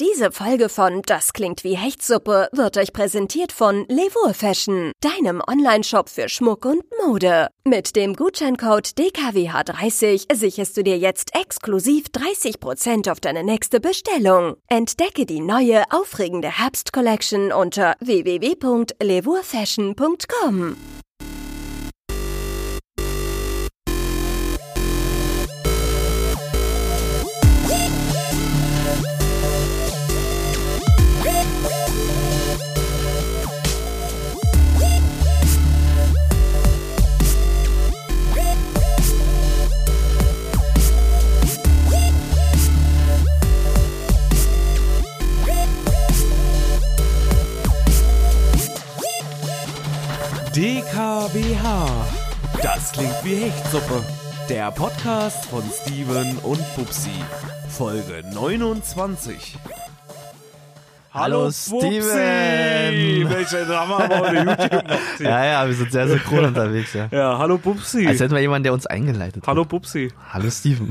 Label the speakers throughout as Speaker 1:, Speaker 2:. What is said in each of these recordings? Speaker 1: Diese Folge von Das klingt wie Hechtsuppe wird euch präsentiert von Levour Fashion, deinem Onlineshop für Schmuck und Mode. Mit dem Gutscheincode DKWH30 sicherst du dir jetzt exklusiv 30% auf deine nächste Bestellung. Entdecke die neue, aufregende Herbst-Collection unter www.levourfashion.com.
Speaker 2: DKWH. Das klingt wie Hechtsuppe. Der Podcast von Steven und Bubsi. Folge 29.
Speaker 3: Hallo, Steven.
Speaker 2: Welche Drama war heute YouTube
Speaker 3: Ja, Also- ja, wir sind sehr synchron unterwegs, ja.
Speaker 2: Ja, hallo Bubsi.
Speaker 3: Als hätten wir jemanden, der uns eingeleitet
Speaker 2: hallo
Speaker 3: hat.
Speaker 2: Bubsi.
Speaker 3: Hallo, Steven.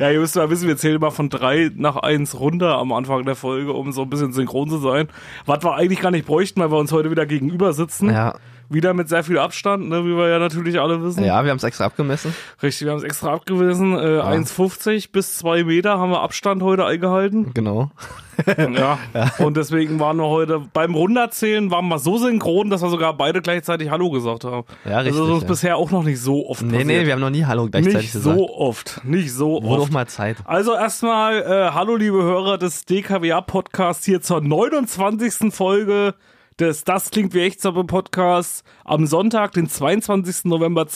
Speaker 2: Ja, ihr müsst mal wissen, wir zählen immer von drei nach eins runter am Anfang der Folge, um so ein bisschen synchron zu sein. Was wir eigentlich gar nicht bräuchten, weil wir uns heute wieder gegenüber sitzen.
Speaker 3: ja.
Speaker 2: Wieder mit sehr viel Abstand, ne, wie wir ja natürlich alle wissen.
Speaker 3: ja, wir haben es extra abgemessen.
Speaker 2: Richtig, wir haben es extra abgewiesen. Äh, 1,50 bis 2 Meter haben wir Abstand heute eingehalten.
Speaker 3: Genau.
Speaker 2: Ja. Und deswegen waren wir heute beim Runterzählen waren wir so synchron, dass wir sogar beide gleichzeitig Hallo gesagt haben.
Speaker 3: Ja,
Speaker 2: Das ist
Speaker 3: richtig,
Speaker 2: uns
Speaker 3: ja.
Speaker 2: bisher auch noch nicht so oft
Speaker 3: Nee,
Speaker 2: passiert.
Speaker 3: nee, wir haben noch nie Hallo gleichzeitig
Speaker 2: nicht
Speaker 3: gesagt.
Speaker 2: so oft. Nicht so
Speaker 3: Wurde auch
Speaker 2: oft.
Speaker 3: mal Zeit.
Speaker 2: Also erstmal, äh, hallo liebe Hörer des DKWA-Podcasts hier zur 29. Folge des Das klingt wie Echtsuppe Podcasts am Sonntag, den 22. November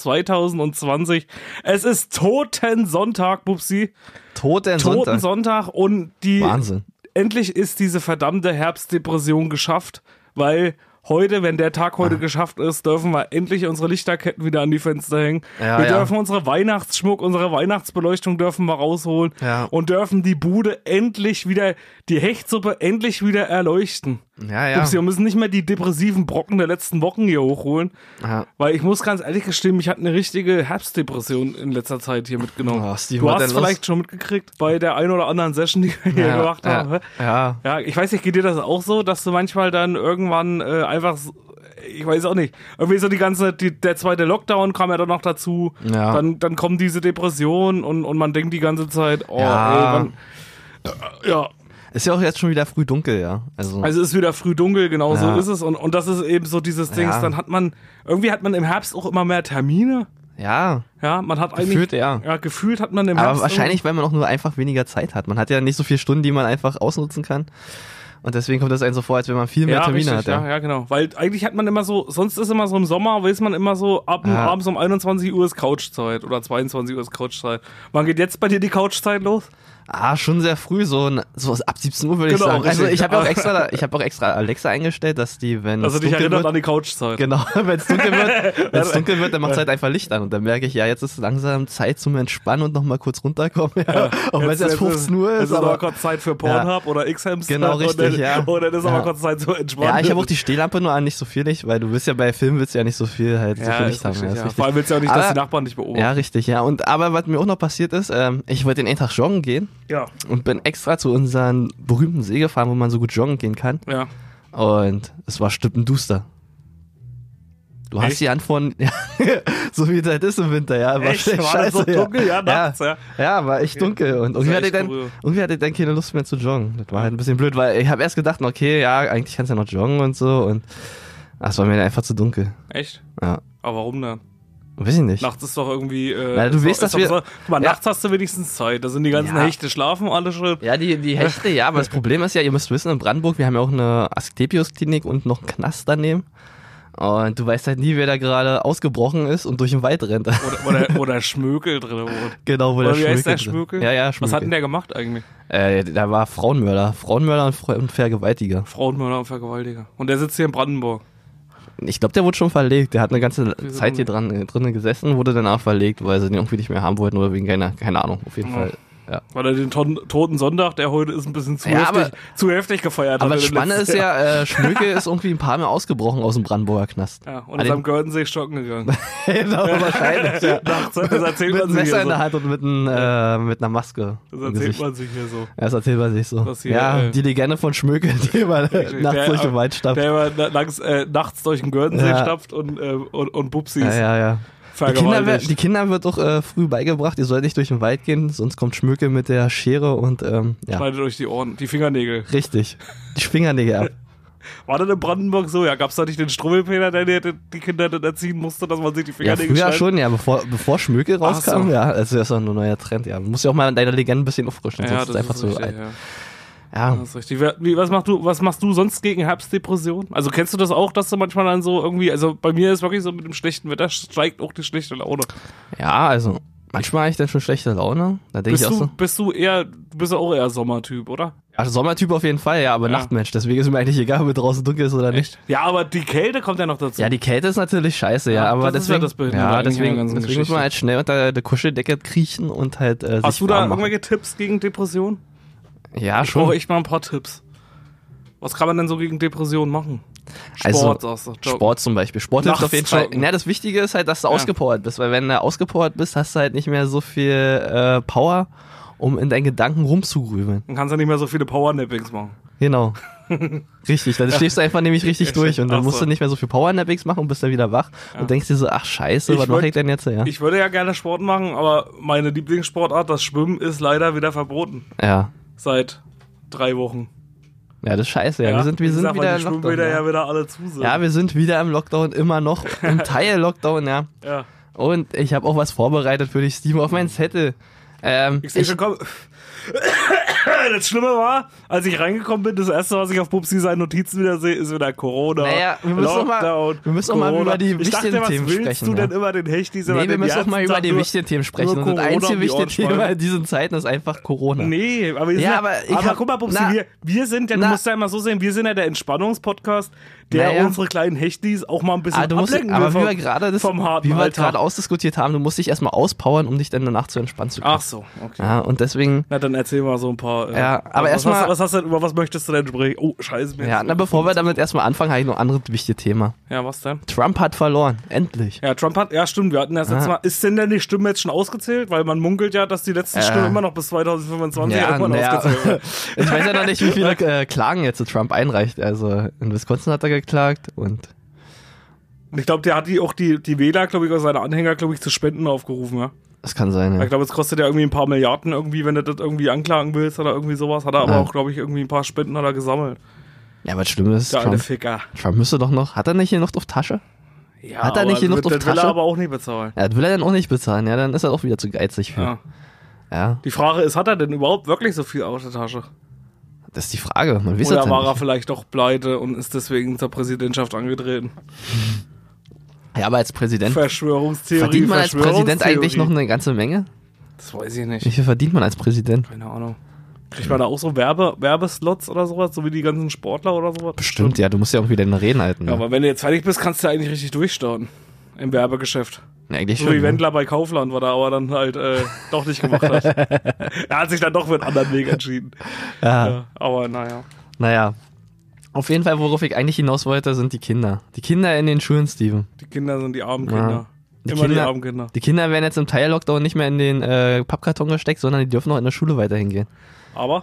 Speaker 2: 2020. Es ist Toten Sonntag, Bubsi.
Speaker 3: Toten
Speaker 2: Toten
Speaker 3: Sonntag.
Speaker 2: Sonntag und die
Speaker 3: Wahnsinn.
Speaker 2: endlich ist diese verdammte Herbstdepression geschafft, weil heute, wenn der Tag
Speaker 3: Ah.
Speaker 2: heute geschafft ist, dürfen wir endlich unsere Lichterketten wieder an die Fenster hängen.
Speaker 3: Ja,
Speaker 2: wir
Speaker 3: ja.
Speaker 2: dürfen unsere Weihnachtsschmuck, unsere Weihnachtsbeleuchtung dürfen wir rausholen
Speaker 3: Ja.
Speaker 2: und dürfen die Bude endlich wieder, die Hechtsuppe endlich wieder erleuchten.
Speaker 3: Ja, ja.
Speaker 2: Ups, wir müssen nicht mehr die depressiven Brocken der letzten Wochen hier hochholen,
Speaker 3: ja.
Speaker 2: weil ich muss ganz ehrlich gestehen, mich hat eine richtige Herbstdepression in letzter Zeit hier mitgenommen.
Speaker 3: Oh, Steve,
Speaker 2: du
Speaker 3: was
Speaker 2: hast
Speaker 3: denn los?
Speaker 2: vielleicht schon mitgekriegt bei der ein oder anderen Session, die wir hier
Speaker 3: ja,
Speaker 2: gemacht haben.
Speaker 3: ja, ja.
Speaker 2: Ja, ich weiß nicht, geht dir das auch so, dass du manchmal dann irgendwann äh, einfach, so- ich weiß auch nicht, irgendwie so die ganze, die, der zweite Lockdown kam ja dann noch dazu,
Speaker 3: Ja.
Speaker 2: dann, dann kommen diese Depressionen und, und man denkt die ganze Zeit, oh,
Speaker 3: Ja.
Speaker 2: ey, wann, ja,
Speaker 3: Ist ja auch jetzt schon wieder früh dunkel, ja. Also,
Speaker 2: also es ist wieder früh dunkel, genau so
Speaker 3: Ja.
Speaker 2: ist es und, und das ist eben so dieses Ding,
Speaker 3: Ja.
Speaker 2: dann hat man, irgendwie hat man im Herbst auch immer mehr Termine,
Speaker 3: ja.
Speaker 2: ja, man hat eigentlich,
Speaker 3: Gefühlt, ja.
Speaker 2: ja, gefühlt hat man im
Speaker 3: Aber
Speaker 2: Herbst
Speaker 3: wahrscheinlich, weil man auch nur einfach weniger Zeit hat. Man hat ja nicht so viele Stunden, die man einfach ausnutzen kann. Und deswegen kommt das einem so vor, als wenn man viel mehr Termine
Speaker 2: richtig,
Speaker 3: hat.
Speaker 2: Ja. ja, genau. Weil eigentlich hat man immer so, sonst ist immer so im Sommer, weiß man immer so, ab
Speaker 3: Ja.
Speaker 2: abends um 21 Uhr ist Couchzeit oder 22 Uhr ist Couchzeit. Wann geht jetzt bei dir die Couchzeit los?
Speaker 3: Ah, schon sehr früh, so, n- so ab 17 Uhr würde
Speaker 2: Genau,
Speaker 3: ich sagen. Also
Speaker 2: richtig.
Speaker 3: ich habe auch extra, ich habe auch extra Alexa eingestellt, dass die, wenn
Speaker 2: Also
Speaker 3: es
Speaker 2: dich
Speaker 3: dunkel
Speaker 2: erinnert
Speaker 3: wird,
Speaker 2: an die Couchzeit.
Speaker 3: genau, wenn es dunkel wird, wenn es dunkel wird, dann macht es halt einfach Licht an und dann merke ich, ja, jetzt ist langsam Zeit zum Entspannen und nochmal kurz runterkommen. Ja, auch wenn es erst 15 Uhr
Speaker 2: Es
Speaker 3: ist,
Speaker 2: ist aber
Speaker 3: aber
Speaker 2: kurz Zeit für Pornhub oder X-Hamster.
Speaker 3: Genau, richtig,
Speaker 2: und dann,
Speaker 3: ja.
Speaker 2: Und dann ist
Speaker 3: Ja.
Speaker 2: aber kurz Zeit zu entspannen.
Speaker 3: ja, ich habe auch die Stehlampe nur an, nicht so viel Licht, weil du willst ja bei Filmen willst du ja nicht so viel halt so
Speaker 2: Ja,
Speaker 3: viel
Speaker 2: ist
Speaker 3: Licht haben.
Speaker 2: richtig,
Speaker 3: ja, ist
Speaker 2: ja.
Speaker 3: richtig.
Speaker 2: Vor allem willst du ja auch nicht, dass
Speaker 3: Aber-
Speaker 2: die Nachbarn dich beobachten.
Speaker 3: Ja, richtig, ja. Und aber was mir auch noch passiert ist, ähm, ich wollte den einen Tag joggen gehen
Speaker 2: Ja.
Speaker 3: und bin extra zu unseren berühmten See gefahren, wo man so gut joggen gehen kann.
Speaker 2: ja.
Speaker 3: Und es war stippenduster. Du hast
Speaker 2: Echt?
Speaker 3: die Hand von, ja, so wie es halt ist im Winter, ja. War
Speaker 2: Echt?
Speaker 3: echt
Speaker 2: War das
Speaker 3: scheiße,
Speaker 2: so dunkel? Ja, nachts, ja.
Speaker 3: ja. Ja, war echt dunkel. Und
Speaker 2: Das war
Speaker 3: irgendwie hatte, ich
Speaker 2: echt
Speaker 3: dann,
Speaker 2: skurril.
Speaker 3: irgendwie hatte ich dann keine Lust mehr zu joggen. Das war halt ein bisschen blöd, weil ich habe erst gedacht, okay, ja, eigentlich kannst du ja noch joggen und so. Und ach, es war mir dann einfach zu dunkel.
Speaker 2: Echt?
Speaker 3: Ja.
Speaker 2: Aber warum dann?
Speaker 3: Weiß ich nicht.
Speaker 2: Nachts ist doch irgendwie. Äh,
Speaker 3: Na, du
Speaker 2: ist
Speaker 3: weißt,
Speaker 2: doch- ist
Speaker 3: dass
Speaker 2: doch
Speaker 3: wir-
Speaker 2: so- Guck mal,
Speaker 3: Ja.
Speaker 2: nachts hast du wenigstens Zeit. Da sind die ganzen
Speaker 3: Ja.
Speaker 2: Hechte schlafen alle schon.
Speaker 3: Ja, die, die Hechte, ja, aber das Problem ist ja, ihr müsst wissen, in Brandenburg, wir haben ja auch eine Asklepios-Klinik und noch einen Knast daneben. Und du weißt halt nie, wer da gerade ausgebrochen ist und durch den Wald rennt.
Speaker 2: Oder, oder, oder Schmökel drin wohnt.
Speaker 3: genau, wo
Speaker 2: Oder
Speaker 3: der
Speaker 2: wie
Speaker 3: Schmökel
Speaker 2: heißt der
Speaker 3: drin-
Speaker 2: Schmökel?
Speaker 3: Ja, ja,
Speaker 2: Was hat denn
Speaker 3: Schmökel.
Speaker 2: der gemacht eigentlich?
Speaker 3: äh, da war Frauenmörder. Frauenmörder und, Fre- und Vergewaltiger.
Speaker 2: Frauenmörder und Vergewaltiger. Und der sitzt hier in Brandenburg.
Speaker 3: Ich glaube, der wurde schon verlegt. Der hat eine ganze
Speaker 2: Wieso
Speaker 3: äh, Zeit hier dran, drinnen gesessen, wurde danach verlegt, weil sie den irgendwie nicht mehr haben wollten oder wegen keiner, keine Ahnung. Auf jeden
Speaker 2: Ja.
Speaker 3: Fall Ja.
Speaker 2: Weil er den Ton Toten Sonntag, der heute ist, ein bisschen zu,
Speaker 3: Ja,
Speaker 2: heftig,
Speaker 3: aber-
Speaker 2: zu heftig gefeiert
Speaker 3: Aber
Speaker 2: hat.
Speaker 3: das
Speaker 2: in den
Speaker 3: Spannende ist
Speaker 2: letzten Jahren.
Speaker 3: ja, äh, Schnöke ist irgendwie ein paar Mal ausgebrochen aus dem Brandenburger Knast.
Speaker 2: Ja, und
Speaker 3: An
Speaker 2: ist am
Speaker 3: dem-
Speaker 2: Gürtensee stocken gegangen.
Speaker 3: genau, wahrscheinlich. Ja.
Speaker 2: Nachts, das erzählt
Speaker 3: Mit
Speaker 2: man
Speaker 3: einem
Speaker 2: sich
Speaker 3: Messer in der
Speaker 2: hier
Speaker 3: Hand und mit, ein, äh, mit einer Maske.
Speaker 2: so. Das
Speaker 3: im
Speaker 2: erzählt
Speaker 3: Gesicht.
Speaker 2: man sich hier so.
Speaker 3: Ja, das erzählt man sich so.
Speaker 2: Das hier,
Speaker 3: ja,
Speaker 2: äh,
Speaker 3: die Legende von Schmöke, die immer Äh, nachts durch den Wald stapft.
Speaker 2: Der immer na- langs, äh, nachts durch den Gürtensee
Speaker 3: Ja.
Speaker 2: stapft und, äh, und, und Bubsis
Speaker 3: Ja, ja, ja. Die Kinder, wer-
Speaker 2: vergewaltigt.
Speaker 3: die Kindern wird auch äh, früh beigebracht, ihr sollt nicht durch den Wald gehen, sonst kommt Schmöke mit der Schere und ähm, ja,
Speaker 2: Schneidet euch die Ohren, die Fingernägel.
Speaker 3: richtig. Die Fingernägel ab.
Speaker 2: War das in Brandenburg so? Ja, gab's da nicht den Strummelpeter, der die, die Kinder dann erziehen musste, dass man sich die
Speaker 3: Ja,
Speaker 2: Fingernägel
Speaker 3: früher
Speaker 2: schneidet?
Speaker 3: schon, ja, bevor, bevor Schmöke rauskam,
Speaker 2: so.
Speaker 3: ja, also das ist doch nur ein neuer Trend, ja. Du musst ja auch mal deine Legende ein bisschen auffrischen,
Speaker 2: Ja,
Speaker 3: sonst ist einfach so
Speaker 2: richtig,
Speaker 3: alt.
Speaker 2: ja.
Speaker 3: Ja,
Speaker 2: Das ist richtig. Wer- Wie, was, machst du, was machst du sonst gegen Herbstdepression? Also kennst du das auch, dass du manchmal dann so irgendwie, also bei mir ist wirklich so mit dem schlechten Wetter steigt auch die schlechte Laune.
Speaker 3: ja, also manchmal habe ich dann schon schlechte Laune, da denke
Speaker 2: Bist
Speaker 3: ich auch
Speaker 2: du,
Speaker 3: so.
Speaker 2: bist du eher, du bist ja auch eher Sommertyp, oder?
Speaker 3: Ach, Sommertyp auf jeden Fall, ja, aber
Speaker 2: Ja.
Speaker 3: Nachtmensch, deswegen ist mir eigentlich egal, ob draußen dunkel ist oder nicht.
Speaker 2: Ja, aber die Kälte kommt ja noch dazu.
Speaker 3: Ja, die Kälte ist natürlich scheiße, ja,
Speaker 2: Ja,
Speaker 3: aber
Speaker 2: das ist ja
Speaker 3: deswegen,
Speaker 2: das Behinderte eigentlich an der
Speaker 3: deswegen,
Speaker 2: ganzen
Speaker 3: deswegen muss
Speaker 2: Geschichte.
Speaker 3: man halt schnell unter der Kuscheldecke kriechen und halt äh,
Speaker 2: Hast
Speaker 3: sich
Speaker 2: du da
Speaker 3: warm machen.
Speaker 2: irgendwelche Tipps gegen Depression?
Speaker 3: Ja,
Speaker 2: Brauche
Speaker 3: schon.
Speaker 2: ich mal ein paar Tipps. Was kann man denn so gegen Depression machen?
Speaker 3: Also,
Speaker 2: Sport, sagst du. Joggen.
Speaker 3: Sport zum Beispiel. Sport hilft
Speaker 2: Nachts
Speaker 3: auf jeden Fall.
Speaker 2: joggen.
Speaker 3: Na, das Wichtige ist halt, dass du ausgepowert bist, weil wenn du ausgepowert bist, hast du halt nicht mehr so viel äh, Power, um in deinen Gedanken rumzugrübeln.
Speaker 2: Dann kannst du nicht mehr so viele Powernappings machen.
Speaker 3: Genau. richtig, dann schläfst du einfach nämlich richtig durch und dann
Speaker 2: Ach
Speaker 3: musst
Speaker 2: so.
Speaker 3: du nicht mehr so viel Powernappings machen und bist dann wieder wach und denkst dir so, ach scheiße,
Speaker 2: Ich
Speaker 3: was mache
Speaker 2: wollt-
Speaker 3: ich denn jetzt? Ja,
Speaker 2: Ich würde ja gerne Sport machen, aber meine Lieblingssportart, das Schwimmen, ist leider wieder verboten.
Speaker 3: ja.
Speaker 2: Seit drei Wochen.
Speaker 3: ja das ist scheiße. Ja. wir sind, wir
Speaker 2: wie
Speaker 3: sind
Speaker 2: gesagt,
Speaker 3: wieder
Speaker 2: weil
Speaker 3: in
Speaker 2: die
Speaker 3: Lockdown,
Speaker 2: Schwimmbäder
Speaker 3: ja.
Speaker 2: ja wieder alle zu sind.
Speaker 3: Ja, wir sind wieder im Lockdown, immer noch im Teil Lockdown, ja.
Speaker 2: Ja.
Speaker 3: Und ich habe auch was vorbereitet für dich, Steven, auf meinen Zettel. Ähm,
Speaker 2: Ich sehe schon, komm. Das Schlimme war, als ich reingekommen bin, das erste, was ich auf Pupsi seinen Notizen wieder sehe, ist wieder Corona.
Speaker 3: Naja, wir müssen doch mal-
Speaker 2: Lockdown,
Speaker 3: wir müssen doch mal
Speaker 2: Corona.
Speaker 3: über die
Speaker 2: ich dachte,
Speaker 3: wichtigen
Speaker 2: was
Speaker 3: Themen
Speaker 2: willst
Speaker 3: sprechen,
Speaker 2: du
Speaker 3: ja.
Speaker 2: denn immer den Hechtis?
Speaker 3: nee, wir müssen doch mal über die wichtigen Themen sprechen. Und das
Speaker 2: Corona um
Speaker 3: einzige
Speaker 2: die
Speaker 3: wichtige
Speaker 2: Ohren
Speaker 3: Thema
Speaker 2: schmeißen.
Speaker 3: in diesen Zeiten ist einfach Corona.
Speaker 2: Nee, aber, wir sind
Speaker 3: Ja,
Speaker 2: ja,
Speaker 3: aber
Speaker 2: aber,
Speaker 3: ich hab-
Speaker 2: guck mal, Bubsi,
Speaker 3: na-
Speaker 2: wir, wir sind ja, du
Speaker 3: na-
Speaker 2: musst ja immer so sehen, wir sind ja der Entspannungspodcast, der
Speaker 3: Naja.
Speaker 2: unsere kleinen Hechtis auch mal ein bisschen
Speaker 3: Ah, du musst,
Speaker 2: ablenken
Speaker 3: aber
Speaker 2: will
Speaker 3: wie wir
Speaker 2: vom-
Speaker 3: gerade das,
Speaker 2: vom harten
Speaker 3: wie wir halt
Speaker 2: Alltag.
Speaker 3: gerade ausdiskutiert haben, du musst dich erstmal auspowern, um dich dann danach zu entspannen zu können.
Speaker 2: Ach so, okay.
Speaker 3: Ja, und deswegen,
Speaker 2: Na, dann erzähl mal so ein paar. äh,
Speaker 3: Ja, aber
Speaker 2: was
Speaker 3: erstmal-
Speaker 2: hast du- Was hast du denn, über was möchtest du denn sprechen? Oh, scheiße. mir
Speaker 3: ja,
Speaker 2: jetzt-
Speaker 3: na, bevor wir damit erstmal anfangen, habe ich noch ein anderes wichtiges Thema.
Speaker 2: ja, was denn?
Speaker 3: Trump hat verloren, endlich.
Speaker 2: Ja, Trump hat, ja stimmt, wir hatten das letzte
Speaker 3: Ah.
Speaker 2: Mal, ist denn denn die Stimme jetzt schon ausgezählt? Weil man munkelt ja, dass die letzten
Speaker 3: Ja.
Speaker 2: Stimmen immer noch bis 2025 irgendwann
Speaker 3: na
Speaker 2: ausgezählt werden.
Speaker 3: ich weiß ja noch nicht, wie viele äh, Klagen jetzt zu Trump einreicht. Also in Wisconsin hat er geklagt und
Speaker 2: Und Ich glaube, der hat die auch die, die Wähler, glaube ich, oder seine Anhänger, glaube ich, zu Spenden aufgerufen, ja.
Speaker 3: das kann sein.
Speaker 2: Ich
Speaker 3: Ja.
Speaker 2: glaube, es kostet ja irgendwie ein paar Milliarden irgendwie, wenn du das irgendwie anklagen willst oder irgendwie sowas. Hat er aber
Speaker 3: Ah.
Speaker 2: auch, glaube ich, irgendwie ein paar Spenden hat er gesammelt.
Speaker 3: ja, was schlimm ist,
Speaker 2: Der alte
Speaker 3: Trump,
Speaker 2: Ficker.
Speaker 3: Trump müsste doch noch. Hat er nicht hier noch auf Tasche?
Speaker 2: Ja,
Speaker 3: Hat er
Speaker 2: aber
Speaker 3: nicht genug
Speaker 2: das-
Speaker 3: auf
Speaker 2: Das will er
Speaker 3: Tasche?
Speaker 2: aber auch nicht bezahlen.
Speaker 3: Ja, das will er dann auch nicht bezahlen. Ja, dann ist er auch wieder zu geizig für. Ja.
Speaker 2: Ja. Die Frage ist, hat er denn überhaupt wirklich so viel aus der Tasche?
Speaker 3: das ist die Frage. Man weiß das
Speaker 2: Oder
Speaker 3: ja
Speaker 2: war er
Speaker 3: nicht.
Speaker 2: vielleicht doch pleite und ist deswegen zur Präsidentschaft angetreten?
Speaker 3: Ja, aber als Präsident
Speaker 2: Verschwörungstheorie.
Speaker 3: verdient man als
Speaker 2: Verschwörungstheorie.
Speaker 3: Präsident eigentlich noch eine ganze Menge.
Speaker 2: Das weiß ich
Speaker 3: Wie
Speaker 2: nicht.
Speaker 3: viel verdient man als Präsident?
Speaker 2: Keine Ahnung. Kriegt man da auch so Werbe Werbeslots oder sowas, so wie die ganzen Sportler oder sowas?
Speaker 3: Bestimmt, ja. Du musst ja irgendwie deine Reden halten.
Speaker 2: Ja,
Speaker 3: Ja,
Speaker 2: aber wenn du jetzt fertig bist, kannst du eigentlich richtig durchstarten. Im Werbegeschäft.
Speaker 3: ja, eigentlich
Speaker 2: So wie
Speaker 3: schon. ne?
Speaker 2: Wendler bei Kaufland, was er aber dann halt äh, doch nicht gemacht hat. er hat sich dann doch für einen anderen Weg entschieden.
Speaker 3: Ja.
Speaker 2: Ja, aber naja.
Speaker 3: Naja. Auf jeden Fall, worauf ich eigentlich hinaus wollte, sind die Kinder. Die Kinder in den Schulen, Steven.
Speaker 2: Die Kinder sind die armen Kinder.
Speaker 3: Die
Speaker 2: Immer die
Speaker 3: Kinder-
Speaker 2: armen Kinder.
Speaker 3: Die Kinder werden jetzt im Teil-Lockdown nicht mehr in den äh, Pappkarton gesteckt, sondern die dürfen noch in der Schule weiterhin gehen.
Speaker 2: Aber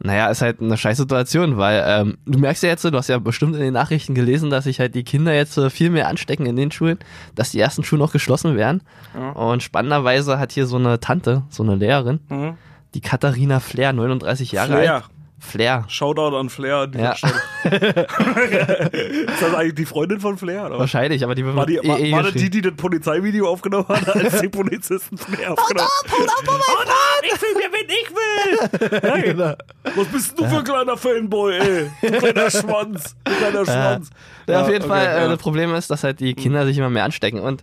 Speaker 3: Naja, ist halt eine scheiß Situation, weil ähm, du merkst ja jetzt, so, du hast ja bestimmt in den Nachrichten gelesen, dass sich halt die Kinder jetzt äh, viel mehr anstecken in den Schulen, dass die ersten Schulen auch geschlossen werden.
Speaker 2: Ja.
Speaker 3: Und spannenderweise hat hier so eine Tante, so eine Lehrerin,
Speaker 2: mhm.
Speaker 3: die Katharina Flair, 39 Jahre alt.
Speaker 2: Flair.
Speaker 3: Flair.
Speaker 2: Shoutout an Flair an dieser
Speaker 3: Ja.
Speaker 2: Stelle. ist das eigentlich die Freundin von Flair? Oder? was?
Speaker 3: Wahrscheinlich, aber die wird
Speaker 2: War, die,
Speaker 3: mit
Speaker 2: war,
Speaker 3: EE
Speaker 2: war das die,
Speaker 3: geschrieben.
Speaker 2: die das Polizeivideo aufgenommen hat, als die Polizisten Flair aufgenommen haben? Haut ab, haut ab, ich will mir, wen ich will! Hey,
Speaker 3: Genau.
Speaker 2: Was bist denn du für ein kleiner Fanboy, ey? Du kleiner Schwanz, du kleiner Schwanz.
Speaker 3: Ja, auf jeden
Speaker 2: okay,
Speaker 3: Fall, äh,
Speaker 2: ja. Mhm.
Speaker 3: das Problem ist, dass halt die Kinder sich immer mehr anstecken. Und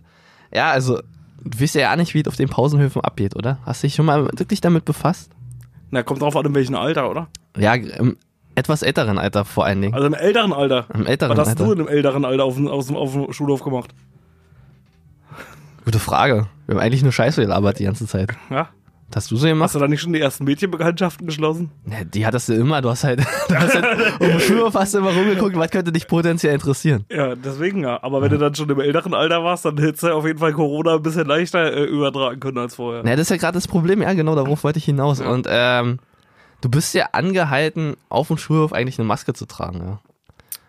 Speaker 3: ja, also, du weißt ja auch nicht, wie es auf den Pausenhöfen abgeht, oder? Hast du dich schon mal wirklich damit befasst?
Speaker 2: Na, kommt drauf an, in welchem Alter, oder?
Speaker 3: Ja, im etwas älteren Alter vor allen Dingen.
Speaker 2: Also im älteren Alter.
Speaker 3: Im älteren
Speaker 2: Was hast
Speaker 3: Alter.
Speaker 2: du in dem älteren Alter auf dem, aus dem, auf dem Schulhof gemacht?
Speaker 3: Gute Frage. Wir haben eigentlich nur Scheiße gelabert die ganze Zeit.
Speaker 2: Ja?
Speaker 3: Hast du so gemacht?
Speaker 2: Hast du da nicht schon die ersten Mädchenbekanntschaften geschlossen?
Speaker 3: Ne, die hattest du immer, du hast halt, du hast halt um 5 Uhr fast immer rumgeguckt, was könnte dich potenziell interessieren.
Speaker 2: Ja, deswegen ja. Aber wenn du dann schon im älteren Alter warst, dann hättest du auf jeden Fall Corona ein bisschen leichter äh, übertragen können als vorher.
Speaker 3: Ne, das ist ja gerade das Problem, ja genau, darauf wollte ich hinaus. Und ähm, du bist ja angehalten, auf dem Schulhof eigentlich eine Maske zu tragen, ja.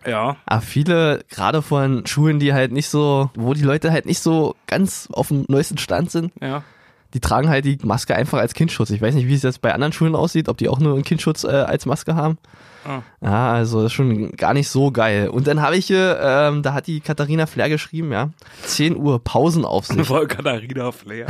Speaker 2: Ja.
Speaker 3: Aber viele, gerade von Schulen, die halt nicht so, wo die Leute halt nicht so ganz auf dem neuesten Stand sind,
Speaker 2: Ja.
Speaker 3: die tragen halt die Maske einfach als Kindschutz. Ich weiß nicht, wie es jetzt bei anderen Schulen aussieht, ob die auch nur einen Kindschutz äh, als Maske haben.
Speaker 2: Ah.
Speaker 3: Ja, also das ist schon gar nicht so geil. Und dann habe ich hier, ähm, da hat die Katharina Flair geschrieben, ja, 10 Uhr Pausenaufsicht.
Speaker 2: Voll Katharina Flair.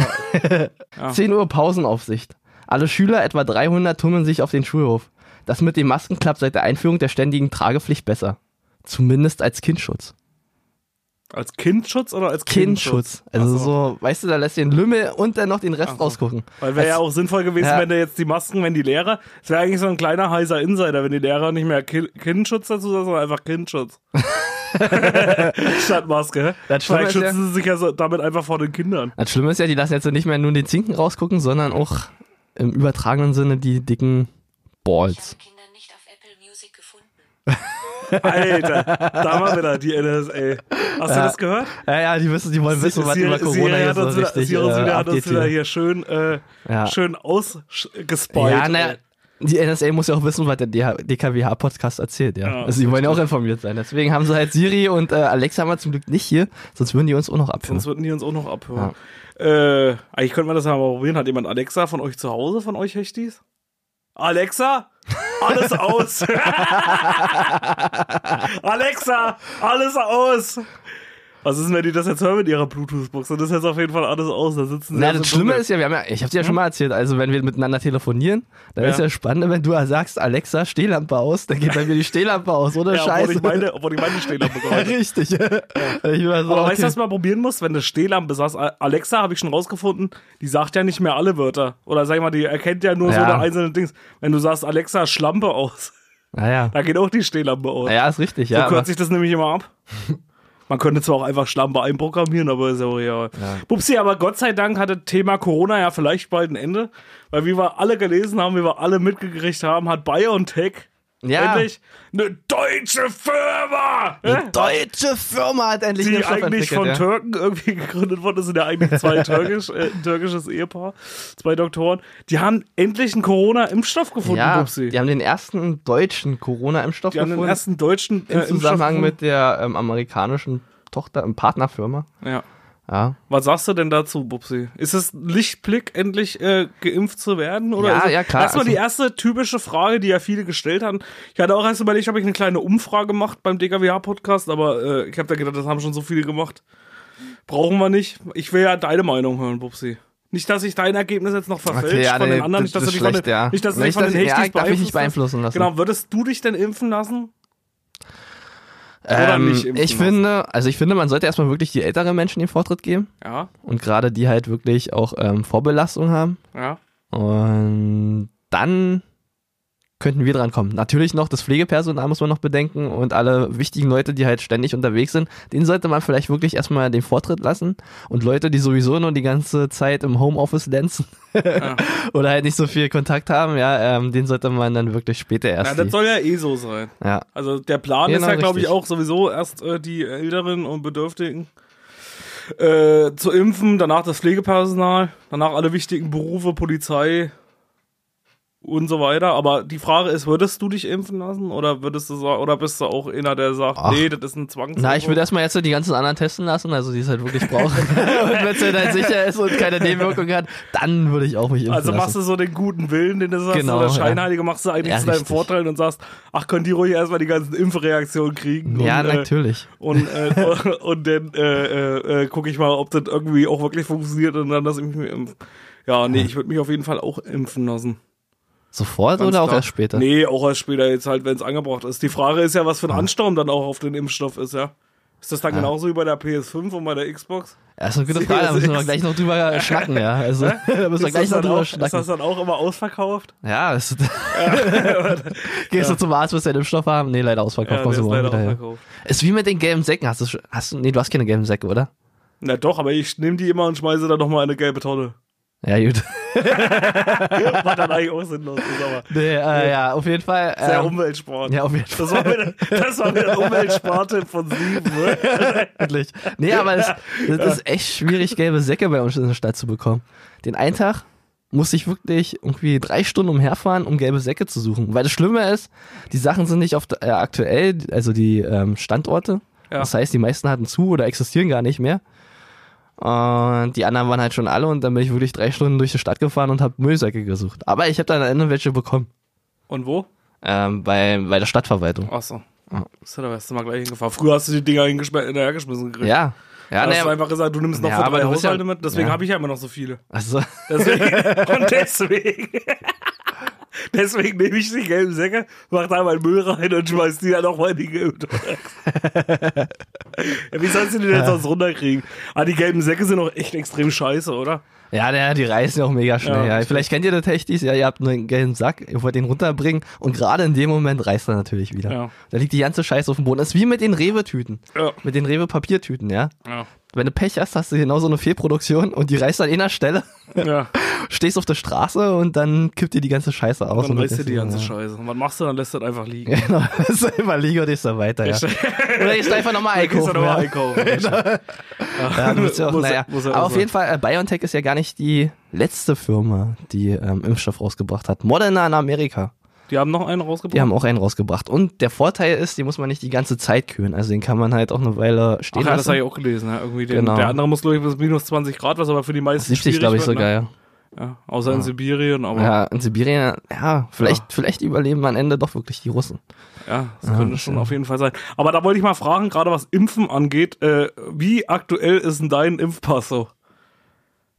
Speaker 3: 10 Uhr Pausenaufsicht. Alle Schüler, etwa 300, tummeln sich auf den Schulhof. Das mit den Masken klappt seit der Einführung der ständigen Tragepflicht besser. Zumindest als Kindschutz.
Speaker 2: Als Kindschutz oder als
Speaker 3: Kindschutz. Also
Speaker 2: Ach
Speaker 3: so, weißt du, da lässt du den Lümmel und dann noch den Rest
Speaker 2: Ach so.
Speaker 3: rausgucken.
Speaker 2: Weil wäre ja auch sinnvoll gewesen,
Speaker 3: Ja.
Speaker 2: wenn der jetzt die Masken, wenn die Lehrer, es wäre eigentlich so ein kleiner heiser Insider, wenn die Lehrer nicht mehr Ki Kindschutz dazu sagen, sondern einfach Kindschutz. Statt Maske.
Speaker 3: Das Schlimme
Speaker 2: Vielleicht
Speaker 3: ist ja-
Speaker 2: schützen sie sich ja so, damit einfach vor den Kindern.
Speaker 3: Das Schlimme ist ja, die lassen jetzt nicht mehr nur den Zinken rausgucken, sondern auch im übertragenen Sinne die dicken
Speaker 4: Ich
Speaker 3: Balls.
Speaker 4: habe Kinder nicht auf Apple Music gefunden.
Speaker 2: Alter, da war wieder die NSA. Hast du das gehört?
Speaker 3: Ja, ja, die wissen, die wollen wissen, was über Corona hier
Speaker 2: hat
Speaker 3: so
Speaker 2: uns wieder,
Speaker 3: richtig
Speaker 2: sie uns
Speaker 3: äh,
Speaker 2: wieder, hat uns
Speaker 3: abgeht
Speaker 2: wieder
Speaker 3: hier.
Speaker 2: hier schön, äh,
Speaker 3: Ja.
Speaker 2: schön ausgespoilt.
Speaker 3: Ja, ne, na, die NSA muss ja auch wissen, was der DKWH-Podcast erzählt, ja.
Speaker 2: Ja,
Speaker 3: also die wollen ja auch informiert sein. Deswegen haben sie halt Siri und äh, Alexa haben wir zum Glück nicht hier, sonst würden die uns auch noch abführen.
Speaker 2: Sonst würden die uns auch noch abhören. Äh, eigentlich könnten wir das ja mal probieren. Hat jemand Alexa von euch zu Hause, von euch Hechtis? Alexa, alles aus. Alexa, alles aus. Was ist denn, wenn die das jetzt hören mit ihrer Bluetooth-Box? Dann ist jetzt auf jeden Fall alles aus. Da sitzen sie
Speaker 3: Na,
Speaker 2: jetzt
Speaker 3: das
Speaker 2: im
Speaker 3: Schlimme
Speaker 2: Dunkeln.
Speaker 3: ist ja, wir haben ja, ich hab's dir ja schon mal erzählt, also wenn wir miteinander telefonieren, dann
Speaker 2: Ja.
Speaker 3: ist ja spannend, wenn du sagst, Alexa, Stehlampe aus, dann geht bei mir die Stehlampe aus, oder
Speaker 2: ja, Obwohl
Speaker 3: Scheiße.
Speaker 2: ich meine, obwohl ich meine Stehlampe
Speaker 3: Ja,
Speaker 2: gerade.
Speaker 3: richtig. Ich war so,
Speaker 2: Aber
Speaker 3: okay.
Speaker 2: weißt du, was man probieren muss, wenn eine Stehlampe saß? Alexa, habe ich schon rausgefunden, die sagt ja nicht mehr alle Wörter. Oder sag ich mal, die erkennt ja nur so
Speaker 3: Ja.
Speaker 2: eine einzelne Dings. Wenn du sagst, Alexa, Schlampe aus,
Speaker 3: Naja.
Speaker 2: da geht auch die Stehlampe aus.
Speaker 3: Ja, ist richtig,
Speaker 2: so
Speaker 3: ja. aber-
Speaker 2: kürzt sich das nämlich immer ab. Man könnte zwar auch einfach Schlampe einprogrammieren, aber ist ja auch real. Bupsi, aber Gott sei Dank hatte Thema Corona ja vielleicht bald ein Ende. Weil wie wir alle gelesen haben, wie wir alle mitgekriegt haben, hat BioNTech
Speaker 3: Ja.
Speaker 2: endlich eine deutsche Firma!
Speaker 3: Eine deutsche Firma hat endlich einen
Speaker 2: die
Speaker 3: Stoff
Speaker 2: eigentlich von
Speaker 3: entwickelt,
Speaker 2: Türken irgendwie gegründet worden ist, sind ja eigentlich zwei türkisch, äh, ein türkisches Ehepaar, zwei Doktoren. Die haben endlich einen Corona-Impfstoff gefunden,
Speaker 3: ja. ja,
Speaker 2: Bubsi.
Speaker 3: die haben den ersten deutschen Corona-Impfstoff
Speaker 2: Die haben den
Speaker 3: gefunden.
Speaker 2: ersten deutschen
Speaker 3: Im
Speaker 2: äh,
Speaker 3: Zusammenhang
Speaker 2: Impfstoff
Speaker 3: mit der ähm, amerikanischen Tochter, ähm, Partnerfirma.
Speaker 2: gefunden. Ja.
Speaker 3: Ja,
Speaker 2: Was sagst du denn dazu, Bubsi? Ist es ein Lichtblick, endlich äh, geimpft zu werden? Oder
Speaker 3: Ja,
Speaker 2: ist es-
Speaker 3: ja, klar.
Speaker 2: Erstmal
Speaker 3: Also-
Speaker 2: die erste typische Frage, die ja viele gestellt haben. Ich hatte auch erst überlegt, ob ich eine kleine Umfrage gemacht beim DKWH-Podcast, aber äh, ich habe da gedacht, das haben schon so viele gemacht. Brauchen wir nicht. Ich will ja deine Meinung hören, Bubsi. Nicht, dass ich dein Ergebnis jetzt noch verfälscht
Speaker 3: Okay, ja,
Speaker 2: von
Speaker 3: nee,
Speaker 2: den anderen.
Speaker 3: das
Speaker 2: Nicht, dass
Speaker 3: ist
Speaker 2: du dich von
Speaker 3: schlecht,
Speaker 2: den,
Speaker 3: ja.
Speaker 2: nicht, dass du dich
Speaker 3: Nicht,
Speaker 2: von den
Speaker 3: dass ich- ja,
Speaker 2: Hechtis
Speaker 3: ich darf mich nicht
Speaker 2: beeinflussen
Speaker 3: beeinflussen
Speaker 2: lässt.
Speaker 3: lassen.
Speaker 2: Genau, würdest du dich denn impfen lassen? Oder
Speaker 3: ähm,
Speaker 2: nicht impfen
Speaker 3: ich
Speaker 2: lassen.
Speaker 3: finde, also ich finde, man sollte erstmal wirklich die älteren Menschen den Vortritt geben
Speaker 2: Ja,
Speaker 3: und gerade die halt wirklich auch ähm, Vorbelastung haben.
Speaker 2: ja.
Speaker 3: Und dann könnten wir dran kommen. Natürlich noch das Pflegepersonal muss man noch bedenken und alle wichtigen Leute, die halt ständig unterwegs sind, denen sollte man vielleicht wirklich erstmal den Vortritt lassen. Und Leute, die sowieso nur die ganze Zeit im Homeoffice lenzen
Speaker 2: Ah.
Speaker 3: oder halt nicht so viel Kontakt haben, ja, ähm, den sollte man dann wirklich später
Speaker 2: Ja,
Speaker 3: erst.
Speaker 2: das
Speaker 3: die,
Speaker 2: soll ja eh so sein.
Speaker 3: ja.
Speaker 2: Also der Plan ist
Speaker 3: Genau,
Speaker 2: ja, glaube ich,
Speaker 3: richtig.
Speaker 2: auch sowieso erst äh, die Älteren und Bedürftigen äh, zu impfen, danach das Pflegepersonal, danach alle wichtigen Berufe, Polizei und so weiter. Aber die Frage ist, würdest du dich impfen lassen oder würdest du sa- oder bist du auch einer, der sagt,
Speaker 3: Ach.
Speaker 2: nee, das ist ein Zwang.
Speaker 3: Na, ich würde erstmal jetzt so die ganzen anderen testen lassen, also die es halt wirklich brauchen. und wenn es halt, halt sicher ist und keine Nebenwirkungen hat, dann würde ich auch mich impfen
Speaker 2: also
Speaker 3: lassen.
Speaker 2: machst du so den guten Willen, den du sagst,
Speaker 3: Genau,
Speaker 2: oder
Speaker 3: ja.
Speaker 2: Scheinheilige machst du eigentlich
Speaker 3: Ja,
Speaker 2: zu deinem
Speaker 3: richtig.
Speaker 2: Vorteil und sagst, ach, können die ruhig erstmal die ganzen Impfreaktionen kriegen.
Speaker 3: ja,
Speaker 2: und, äh,
Speaker 3: natürlich.
Speaker 2: Und, äh, und dann äh, äh, äh, gucke ich mal, ob das irgendwie auch wirklich funktioniert und dann lasse ich mich impfen. Ja, nee, ich würde mich auf jeden Fall auch impfen lassen.
Speaker 3: Sofort
Speaker 2: Ganz
Speaker 3: oder auch
Speaker 2: klar.
Speaker 3: erst später?
Speaker 2: Nee, auch erst später, jetzt halt, wenn es angebracht ist. Die Frage ist ja, was für ein Ansturm dann auch auf den Impfstoff ist, ja. Ist das dann genauso wie bei der PS5 und bei der Xbox?
Speaker 3: Das ist eine gute Frage, da müssen wir
Speaker 2: Ist-
Speaker 3: gleich noch drüber schnacken, ja. Also, da müssen wir
Speaker 2: Ist
Speaker 3: gleich
Speaker 2: das,
Speaker 3: noch
Speaker 2: dann
Speaker 3: drüber
Speaker 2: auch, ist das
Speaker 3: schnacken.
Speaker 2: dann auch immer ausverkauft?
Speaker 3: Ja, das Gehst du zum Arzt, willst du deinen Impfstoff haben? Nee, leider ausverkauft.
Speaker 2: Ja, der
Speaker 3: kommst
Speaker 2: ist
Speaker 3: du morgen
Speaker 2: leider
Speaker 3: wieder her.
Speaker 2: ausverkauft.
Speaker 3: Ist wie mit den gelben Säcken. Hast du, schon- hast du, nee, du hast keine gelben Säcke, oder?
Speaker 2: Na doch, aber ich nehme die immer und schmeiße da nochmal eine gelbe Tonne.
Speaker 3: Ja, gut.
Speaker 2: War dann eigentlich auch sinnlos. Ist aber
Speaker 3: Nee, äh, ja, auf jeden Fall.
Speaker 2: sehr um-
Speaker 3: ähm,
Speaker 2: Umweltsport.
Speaker 3: ja, auf jeden
Speaker 2: das war wieder, das war wieder Umweltsparte von sieben. Ne?
Speaker 3: Wirklich. Nee, aber es, es ist echt schwierig, gelbe Säcke bei uns in der Stadt zu bekommen. Den einen Tag musste ich wirklich irgendwie drei Stunden umherfahren, um gelbe Säcke zu suchen. Weil das Schlimme ist, die Sachen sind nicht oft äh, aktuell, also die ähm, Standorte.
Speaker 2: Ja.
Speaker 3: Das heißt, die meisten hatten zu oder existieren gar nicht mehr. Und die anderen waren halt schon alle und dann bin ich wirklich drei Stunden durch die Stadt gefahren und habe Müllsäcke gesucht. Aber ich habe dann am Ende welche bekommen.
Speaker 2: Und wo?
Speaker 3: Ähm, bei, bei der Stadtverwaltung.
Speaker 2: Achso.
Speaker 3: Ja.
Speaker 2: Bist du da wärst du mal gleich hingefahren. Früher hast du die Dinger hingeschme- hinterhergeschmissen gekriegt.
Speaker 3: Ja. Ja,
Speaker 2: Ja,
Speaker 3: ne, nee,
Speaker 2: hast du einfach gesagt, du nimmst noch
Speaker 3: Ja,
Speaker 2: für
Speaker 3: aber
Speaker 2: drei
Speaker 3: du bist ja-
Speaker 2: Haushalte mit, deswegen
Speaker 3: ja.
Speaker 2: habe ich ja immer noch so viele.
Speaker 3: also,
Speaker 2: Deswegen, und deswegen. Deswegen nehme ich die gelben Säcke, mach da meinen Müll rein und schmeiß die dann nochmal in die gelben Trucks. ja, Wie sollst du den jetzt sonst runterkriegen? Ah, die gelben Säcke sind auch echt extrem scheiße, oder?
Speaker 3: Ja, der, die reißen ja auch mega schnell.
Speaker 2: Ja.
Speaker 3: Ja, Vielleicht kennt ihr das Hechtis, ja, ihr habt nur einen gelben Sack, ihr wollt den runterbringen und gerade in dem Moment reißt er natürlich wieder.
Speaker 2: Ja.
Speaker 3: Da liegt die ganze Scheiße auf dem Boden. Das ist wie mit den Rewe-Tüten.
Speaker 2: Ja.
Speaker 3: Mit den Rewe-Papiertüten, ja.
Speaker 2: Ja.
Speaker 3: Wenn du Pech hast, hast du genau so eine Fehlproduktion und die reißt an einer Stelle,
Speaker 2: ja.
Speaker 3: stehst auf der Straße und dann kippt dir die ganze Scheiße aus.
Speaker 2: Dann
Speaker 3: und
Speaker 2: reißt du die ganze
Speaker 3: ja.
Speaker 2: Scheiße. Und was machst du? Dann lässt du das einfach liegen.
Speaker 3: Genau, das ist immer Liga und ich so weiter, ja. Oder ich einfach nochmal
Speaker 2: Dann gehst du
Speaker 3: einkaufen.
Speaker 2: nochmal
Speaker 3: Ja.
Speaker 2: einkaufen.
Speaker 3: Ja, du bist ja Ähm, auch,
Speaker 2: Muss er-
Speaker 3: naja.
Speaker 2: muss er
Speaker 3: Aber
Speaker 2: auch
Speaker 3: auf
Speaker 2: sein.
Speaker 3: jeden Fall, äh, BioNTech ist ja gar nicht die letzte Firma, die ähm, Impfstoff rausgebracht hat. Moderna in Amerika,
Speaker 2: Die haben noch einen
Speaker 3: die
Speaker 2: rausgebracht?
Speaker 3: haben auch einen rausgebracht. Und der Vorteil ist, die muss man nicht die ganze Zeit kühlen. Also den kann man halt auch eine Weile
Speaker 2: Ach,
Speaker 3: stehen
Speaker 2: ja, das habe
Speaker 3: lassen.
Speaker 2: ich auch gelesen. Ja. Irgendwie den,
Speaker 3: Genau.
Speaker 2: Der andere muss, glaube ich, bis minus 20 Grad, was aber für die meisten
Speaker 3: 70,
Speaker 2: schwierig
Speaker 3: glaube ich,
Speaker 2: wird,
Speaker 3: sogar, ja.
Speaker 2: Ne? ja. Außer in Sibirien, aber ja,
Speaker 3: Ja, in Sibirien, ja, vielleicht, vielleicht überleben am Ende doch wirklich die Russen.
Speaker 2: das könnte
Speaker 3: das
Speaker 2: schon
Speaker 3: ja.
Speaker 2: auf jeden Fall sein. Aber da wollte ich mal fragen, gerade was Impfen angeht, äh, wie aktuell ist denn dein Impfpass so?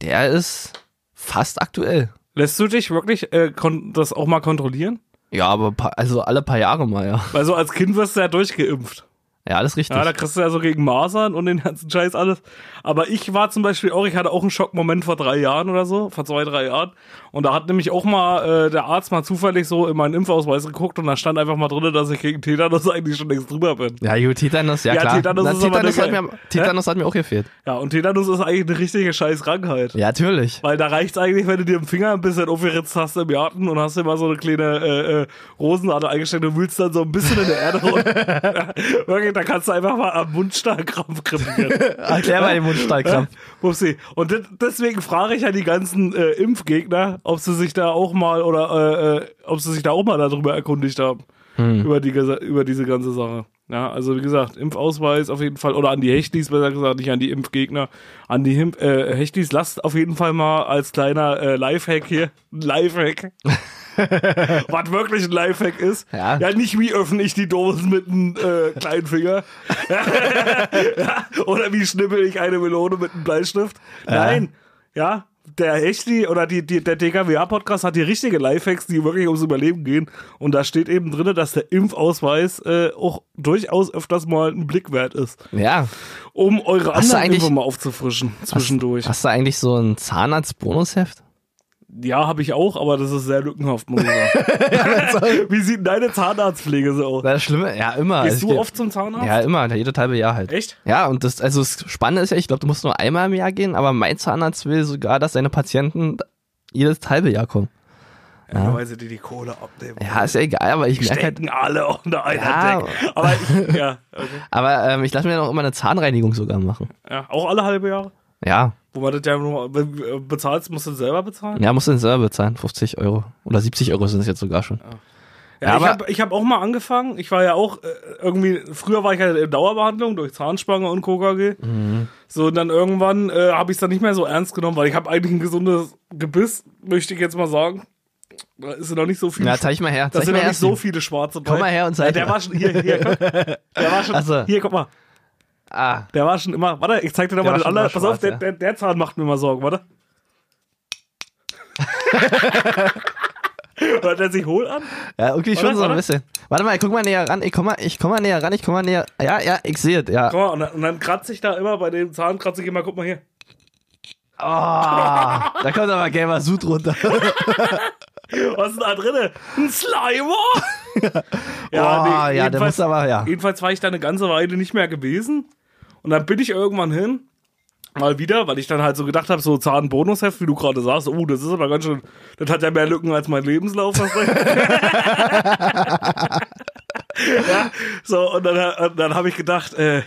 Speaker 3: Der ist fast aktuell.
Speaker 2: Lässt du dich wirklich äh, kon- das auch mal kontrollieren?
Speaker 3: Ja, aber pa also alle paar Jahre mal, ja.
Speaker 2: Weil so als Kind wirst du ja durchgeimpft.
Speaker 3: Ja, alles richtig.
Speaker 2: Ja, da kriegst du ja so gegen Masern und den ganzen Scheiß alles. Aber ich war zum Beispiel auch, ich hatte auch einen Schockmoment vor drei Jahren oder so, vor zwei, drei Jahren. Und da hat nämlich auch mal äh, der Arzt mal zufällig so in meinen Impfausweis geguckt und da stand einfach mal drin, dass ich gegen Tetanus eigentlich schon längst drüber bin.
Speaker 3: ja, gut, Tetanus, ja,
Speaker 2: Ja,
Speaker 3: klar.
Speaker 2: Tetanus
Speaker 3: Na,
Speaker 2: ist aber
Speaker 3: Tetanus, hat
Speaker 2: eine
Speaker 3: mir,
Speaker 2: geile-
Speaker 3: Tetanus hat mir auch gefehlt.
Speaker 2: Ja, und Tetanus ist eigentlich eine richtige Scheißkrankheit.
Speaker 3: Ja, natürlich.
Speaker 2: Weil da reicht's eigentlich, wenn du dir im Finger ein bisschen aufgeritzt hast im Garten und hast dir mal so eine kleine äh, äh, Rosenade eingesteckt und wühlst dann so ein bisschen in der Erde rum. Wirklich, da kannst du einfach mal am Mundstahl Krampf kribbeln.
Speaker 3: Erklär mal den Mundstahlkrampf.
Speaker 2: Upsi. Und de- deswegen frage ich ja die ganzen äh, Impfgegner, ob sie sich da auch mal oder äh, äh, ob sie sich da auch mal darüber erkundigt haben. Über, die, gesa- über diese ganze Sache. Ja, also wie gesagt, Impfausweis auf jeden Fall oder an die Hechtis, besser gesagt, nicht an die Impfgegner, an die Him äh, Hechtis. Lasst auf jeden Fall mal als kleiner äh, Lifehack hier, ein Lifehack, was wirklich ein Lifehack ist.
Speaker 3: Ja.
Speaker 2: ja, nicht wie öffne ich die Dosen mit einem äh, kleinen Finger. Oder wie schnippel ich eine Melone mit einem Bleistift? Nein, ja. Der Hechti oder die, die, der DKWA-Podcast hat die richtige Lifehacks, die wirklich ums Überleben gehen. Und da steht eben drin, dass der Impfausweis äh, auch durchaus öfters mal ein Blick wert ist,
Speaker 3: Ja.
Speaker 2: um eure
Speaker 3: Hast du
Speaker 2: anderen
Speaker 3: eigentlich-
Speaker 2: Info mal aufzufrischen zwischendurch.
Speaker 3: Hast du eigentlich so ein Zahnarzt-Bonusheft?
Speaker 2: Ja, habe ich auch, aber das ist sehr lückenhaft, muss ich sagen. Wie sieht denn deine Zahnarztpflege so aus?
Speaker 3: Na, Das Schlimme, ja, immer.
Speaker 2: Gehst
Speaker 3: Also ich
Speaker 2: du
Speaker 3: geh-
Speaker 2: oft zum Zahnarzt?
Speaker 3: Ja, immer, jedes halbe Jahr halt.
Speaker 2: Echt?
Speaker 3: Ja, und das, also das Spannende ist ja, ich glaube, du musst nur einmal im Jahr gehen, aber mein Zahnarzt will sogar, dass seine Patienten jedes halbe Jahr kommen.
Speaker 2: Ja. Weil sie dir die Kohle abnehmen.
Speaker 3: Ja, ist ja egal, aber ich merke halt,
Speaker 2: Stecken alle unter einer
Speaker 3: Ja.
Speaker 2: Decke. Aber ich, ja, okay.
Speaker 3: aber ähm, ich lasse mir dann auch immer eine Zahnreinigung sogar machen.
Speaker 2: Ja, auch alle halbe Jahre.
Speaker 3: Ja,
Speaker 2: Wo man das ja nur wenn du, äh, bezahlst, musst du das selber bezahlen.
Speaker 3: ja, musst du den selber bezahlen, 50 Euro. Oder 70 Euro sind es jetzt sogar schon.
Speaker 2: Ja,
Speaker 3: Ja,
Speaker 2: ich
Speaker 3: aber-
Speaker 2: habe ich hab auch mal angefangen. Ich war ja auch äh, irgendwie, früher war ich halt in Dauerbehandlung durch Zahnspange und Coca-G.
Speaker 3: Mhm.
Speaker 2: So, und dann irgendwann äh, habe ich es dann nicht mehr so ernst genommen, weil ich habe eigentlich ein gesundes Gebiss, möchte ich jetzt mal sagen. Da ist noch nicht so viel.
Speaker 3: Na, zeig mal her,
Speaker 2: das
Speaker 3: zeig
Speaker 2: sind
Speaker 3: mal
Speaker 2: noch
Speaker 3: her.
Speaker 2: nicht so viele schwarze bei.
Speaker 3: Komm mal her und
Speaker 2: ja,
Speaker 3: zeig
Speaker 2: der
Speaker 3: mal.
Speaker 2: war schon, hier, hier, guck. der war schon,
Speaker 3: Also.
Speaker 2: hier, guck mal,
Speaker 3: Ah,
Speaker 2: der war schon immer, warte, ich zeig dir noch mal
Speaker 3: war
Speaker 2: den
Speaker 3: schon
Speaker 2: anderen,
Speaker 3: immer
Speaker 2: pass auf,
Speaker 3: schwarz,
Speaker 2: der,
Speaker 3: ja.
Speaker 2: der, der Zahn macht mir immer Sorgen, warte. Hört er sich hohl an?
Speaker 3: ja, irgendwie schon
Speaker 2: Oder?
Speaker 3: so ein
Speaker 2: Oder?
Speaker 3: bisschen. Warte mal, ich guck mal näher ran, ich komm mal, ich komm mal näher ran, ich komm mal näher. Ja, ja, ich sehe es, ja.
Speaker 2: Guck mal, und dann, und dann kratze ich da immer bei dem Zahn, kratze ich immer, guck mal hier.
Speaker 3: Ah, da kommt aber gelber Sud runter.
Speaker 2: Was ist denn da drinne? Ein Slimer?
Speaker 3: Ja, oh, ja, der
Speaker 2: jedenfalls-
Speaker 3: muss aber, ja.
Speaker 2: Jedenfalls war ich da eine ganze Weile nicht mehr gewesen. Und dann bin ich irgendwann hin Mal wieder, weil ich dann halt so gedacht habe, so Zahn-Bonusheft, wie du gerade sagst, oh, das ist aber ganz schön, das hat ja mehr Lücken als mein Lebenslauf. Was ja, so, und dann, und dann habe ich gedacht, äh,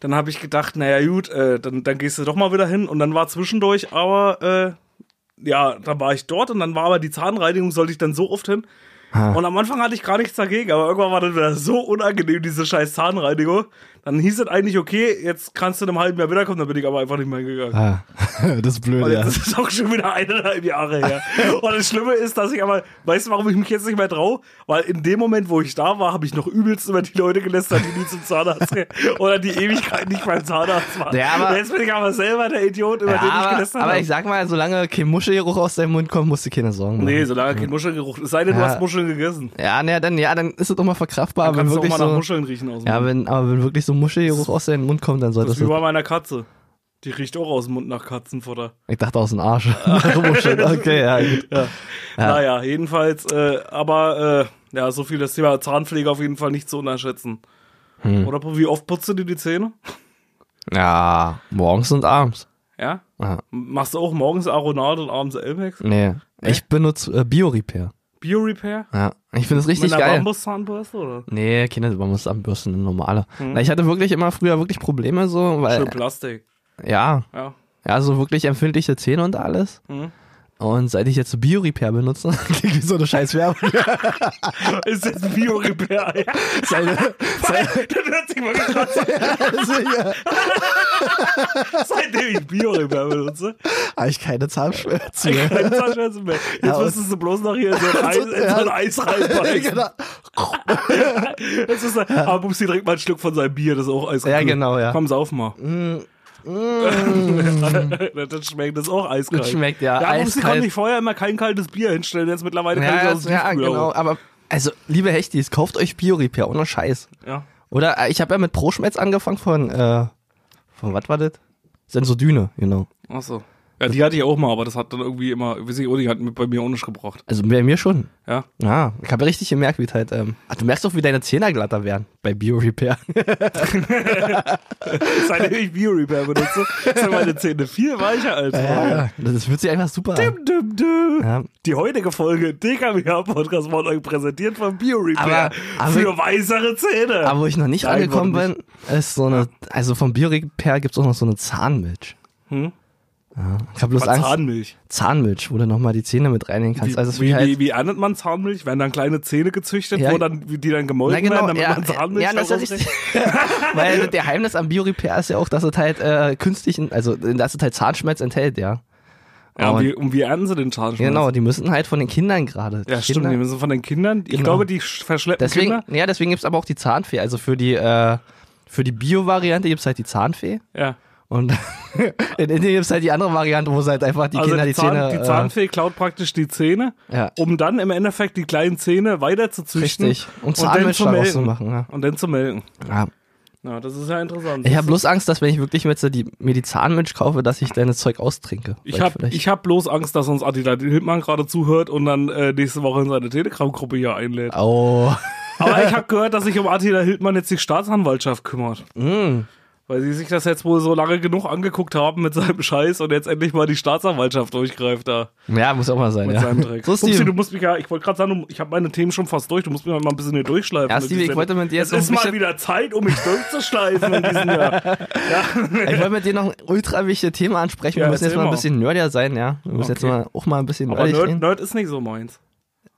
Speaker 2: dann habe ich gedacht, naja gut, äh, dann, dann gehst du doch mal wieder hin. Und dann war zwischendurch aber, äh, ja, dann war ich dort und dann war aber die Zahnreinigung, sollte ich dann so oft hin. Und am Anfang hatte ich gar nichts dagegen, aber irgendwann war das wieder so unangenehm, diese scheiß Zahnreinigung. Dann hieß es eigentlich, okay, jetzt kannst du in einem halben Jahr wiederkommen, dann bin ich aber einfach nicht mehr hingegangen.
Speaker 3: Ah, das ist blöd,
Speaker 2: Und
Speaker 3: ja.
Speaker 2: Oh, Das ist auch schon wieder eineinhalb Jahre her. Und das Schlimme ist, dass ich aber, weißt du, warum ich mich jetzt nicht mehr traue? Weil in dem Moment, wo ich da war, habe ich noch übelst über die Leute gelästert, die nie zum Zahnarzt gehen. Oder die Ewigkeit nicht beim Zahnarzt waren.
Speaker 3: Ja, aber-
Speaker 2: Und jetzt bin ich aber selber der Idiot, über
Speaker 3: ja
Speaker 2: den ich
Speaker 3: aber,
Speaker 2: gelästert
Speaker 3: aber
Speaker 2: habe.
Speaker 3: ich sag mal, solange kein Muschelgeruch aus deinem Mund kommt, musst du keine Sorgen machen.
Speaker 2: nee, solange kein Muschelgeruch. Es sei denn, du
Speaker 3: Ja.
Speaker 2: hast Muscheln gegessen.
Speaker 3: Ja, na, dann, ja, dann ist es doch mal verkraftbar.
Speaker 2: Dann
Speaker 3: wenn
Speaker 2: kannst du auch
Speaker 3: wirklich
Speaker 2: mal nach
Speaker 3: so,
Speaker 2: Muscheln riechen aus dem
Speaker 3: Ja,
Speaker 2: Mund.
Speaker 3: wenn, aber wenn wirklich so Muschelgeruch aus deinem Mund kommt, dann
Speaker 2: Das
Speaker 3: solltest
Speaker 2: ist wie
Speaker 3: du.
Speaker 2: bei meiner Katze. Die riecht auch aus dem Mund nach Katzenfutter.
Speaker 3: Ich dachte aus dem Arsch. Muscheln, okay, ja, gut.
Speaker 2: Ja. Naja, jedenfalls, äh, aber äh, ja, so viel das Thema Zahnpflege auf jeden Fall nicht zu unterschätzen.
Speaker 3: Hm.
Speaker 2: Oder wie oft putzt du dir die Zähne?
Speaker 3: Ja, morgens und abends.
Speaker 2: Ja?
Speaker 3: Ja,
Speaker 2: M- Machst du auch morgens Aronal und abends Elmex?
Speaker 3: nee. Ich benutze äh, Bio-Repair.
Speaker 2: Bio-Repair?
Speaker 3: Ja. Ich finde es
Speaker 2: Mit
Speaker 3: richtig
Speaker 2: einer
Speaker 3: geil.
Speaker 2: Bambuszahnbürste oder?
Speaker 3: Nee, Kinder, man muss anbürsten, eine normale. Na, ich hatte wirklich immer früher wirklich Probleme so, weil,
Speaker 2: Schön Plastik.
Speaker 3: ja,
Speaker 2: Ja.
Speaker 3: ja, so wirklich empfindliche Zähne und alles. Und seit ich jetzt Bio-Repair benutze, klingt wie so eine scheiß Werbung.
Speaker 2: Ist jetzt ein Bio-Repair. Ja.
Speaker 3: Seine- seine-
Speaker 2: Das hört sich mal krass
Speaker 3: Also
Speaker 2: an, seitdem ich Bio-Repair benutze.
Speaker 3: Habe ich keine Zahnschmerzen mehr.
Speaker 2: Keine Zahnschmerzen mehr. Jetzt
Speaker 3: Ja, und-
Speaker 2: müsstest du bloß noch hier in so ein Eis, in so ein Eis reinbeißen.
Speaker 3: genau.
Speaker 2: Das ist, aber Bubsi trinkt mal ein Stück von seinem Bier, das ist auch eiskalt.
Speaker 3: Ja, genau, ja.
Speaker 2: Komm, sauf mal. das schmeckt, das ist auch eiskalt.
Speaker 3: Das schmeckt, ja,
Speaker 2: Ja, Bubsi
Speaker 3: eiskalt.
Speaker 2: konnte ich vorher immer kein kaltes Bier hinstellen, jetzt mittlerweile kann ich
Speaker 3: Ja,
Speaker 2: aus
Speaker 3: das-
Speaker 2: dem
Speaker 3: ja
Speaker 2: Tiefkühler
Speaker 3: genau,
Speaker 2: holen.
Speaker 3: aber also liebe Hechtis, kauft euch Bio-Repair, ohne Scheiß.
Speaker 2: Ja.
Speaker 3: Oder äh, ich habe ja mit ProSchmetz angefangen von äh, von was war das? Sensodyne, genau.
Speaker 2: Achso. Ja, die hatte ich auch mal, aber das hat dann irgendwie immer, weiß ich auch nicht, hat mit- bei mir auch nicht gebracht.
Speaker 3: Also bei mir schon.
Speaker 2: Ja.
Speaker 3: Ja, Ah, ich habe richtig gemerkt, wie es halt ähm, ach, du merkst doch, wie deine Zähne glatter werden bei Bio-Repair.
Speaker 2: Seitdem ich Bio-Repair benutze, sind meine Zähne viel weicher als vorher.
Speaker 3: das fühlt sich einfach super an.
Speaker 2: Dum, dum, dum.
Speaker 3: Ja.
Speaker 2: Die heutige Folge DKWH-Podcast wurde euch präsentiert von BioRepair.
Speaker 3: Aber- aber-
Speaker 2: für weißere Zähne.
Speaker 3: Aber wo ich noch nicht
Speaker 2: Nein,
Speaker 3: angekommen
Speaker 2: warte
Speaker 3: bin, ist so eine, also vom Bio-Repair gibt es auch noch so eine Zahnmilch.
Speaker 2: Hm?
Speaker 3: Ja, ich habe bloß
Speaker 2: Aber
Speaker 3: Angst,
Speaker 2: Zahnmilch.
Speaker 3: Zahnmilch, wo du nochmal die Zähne mit reinnehmen kannst.
Speaker 2: Wie,
Speaker 3: also es
Speaker 2: wie,
Speaker 3: wie halt,
Speaker 2: wie, wie erntet man Zahnmilch? Werden dann kleine Zähne gezüchtet,
Speaker 3: Ja,
Speaker 2: wo dann, wie die dann
Speaker 3: Na
Speaker 2: gemolken
Speaker 3: genau,
Speaker 2: werden, damit
Speaker 3: ja,
Speaker 2: man Zahnmilch
Speaker 3: ja, das ist ja richtig. Weil das Geheimnis am Bio-Repair ist ja auch, dass es halt äh, künstlich, also dass es halt Zahnschmerz enthält, ja.
Speaker 2: ja, und,
Speaker 3: Aber-
Speaker 2: wie, und wie ernten sie den Zahnschmerz?
Speaker 3: Oh. Genau, die müssen halt von den Kindern gerade.
Speaker 2: Ja,
Speaker 3: Die
Speaker 2: stimmt, die
Speaker 3: Kinder,
Speaker 2: müssen von den Kindern. Ich
Speaker 3: Genau.
Speaker 2: glaube, die sch- verschleppen
Speaker 3: deswegen,
Speaker 2: Kinder.
Speaker 3: ja, deswegen gibt's aber auch die Zahnfee. Also für die, äh, für die Bio-Variante gibt's halt die Zahnfee.
Speaker 2: Ja.
Speaker 3: Und in Indien gibt's halt die andere Variante, wo es halt einfach die
Speaker 2: also
Speaker 3: Kinder die,
Speaker 2: die, Zahn,
Speaker 3: Zähne. äh,
Speaker 2: die Zahnfee klaut praktisch die Zähne,
Speaker 3: Ja.
Speaker 2: um dann im Endeffekt die kleinen Zähne weiter zu züchten.
Speaker 3: Richtig. Und
Speaker 2: dann
Speaker 3: Zahnmilch
Speaker 2: zu
Speaker 3: daraus
Speaker 2: melken.
Speaker 3: zu machen, ja.
Speaker 2: Und dann zu melken.
Speaker 3: Äh, ja.
Speaker 2: Ja, das ist ja interessant.
Speaker 3: Ich habe bloß Angst, dass wenn ich wirklich mit so die, mir die Zahnmilch kaufe, dass ich deine Zeug austrinke.
Speaker 2: Ich
Speaker 3: Weil
Speaker 2: habe
Speaker 3: vielleicht-
Speaker 2: ich hab bloß Angst, dass uns Attila Hildmann gerade zuhört und dann äh, nächste Woche in seine Telegram-Gruppe hier einlädt.
Speaker 3: Oh.
Speaker 2: Aber ich habe gehört, dass sich um Attila Hildmann jetzt die Staatsanwaltschaft kümmert.
Speaker 3: Mm.
Speaker 2: Weil sie sich das jetzt wohl so lange genug angeguckt haben mit seinem Scheiß und jetzt endlich mal die Staatsanwaltschaft durchgreift da
Speaker 3: Ja, muss auch mal sein.
Speaker 2: mit
Speaker 3: ja.
Speaker 2: seinem Dreck.
Speaker 3: So, Steve.
Speaker 2: Upsi, du musst mich ja, ich wollte gerade sagen, du- ich habe meine Themen schon fast durch, du musst mich mal ein bisschen hier durchschleifen.
Speaker 3: Ja,
Speaker 2: in
Speaker 3: Steve,
Speaker 2: dieser
Speaker 3: ich wollte mit dir jetzt
Speaker 2: Es ist
Speaker 3: noch ein
Speaker 2: mal
Speaker 3: bisschen-
Speaker 2: wieder Zeit, um mich durchzuschleifen in diesem Jahr.
Speaker 3: Ich wollte mit dir noch ein ultra wichtiges Thema ansprechen.
Speaker 2: Ja,
Speaker 3: wir müssen jetzt
Speaker 2: erzähl
Speaker 3: mal ein
Speaker 2: mal.
Speaker 3: bisschen nerdier sein, ja. Wir müssen jetzt
Speaker 2: Okay.
Speaker 3: mal auch mal ein bisschen
Speaker 2: Aber
Speaker 3: nerdig
Speaker 2: Nerd,
Speaker 3: reden.
Speaker 2: Nerd ist nicht so meins.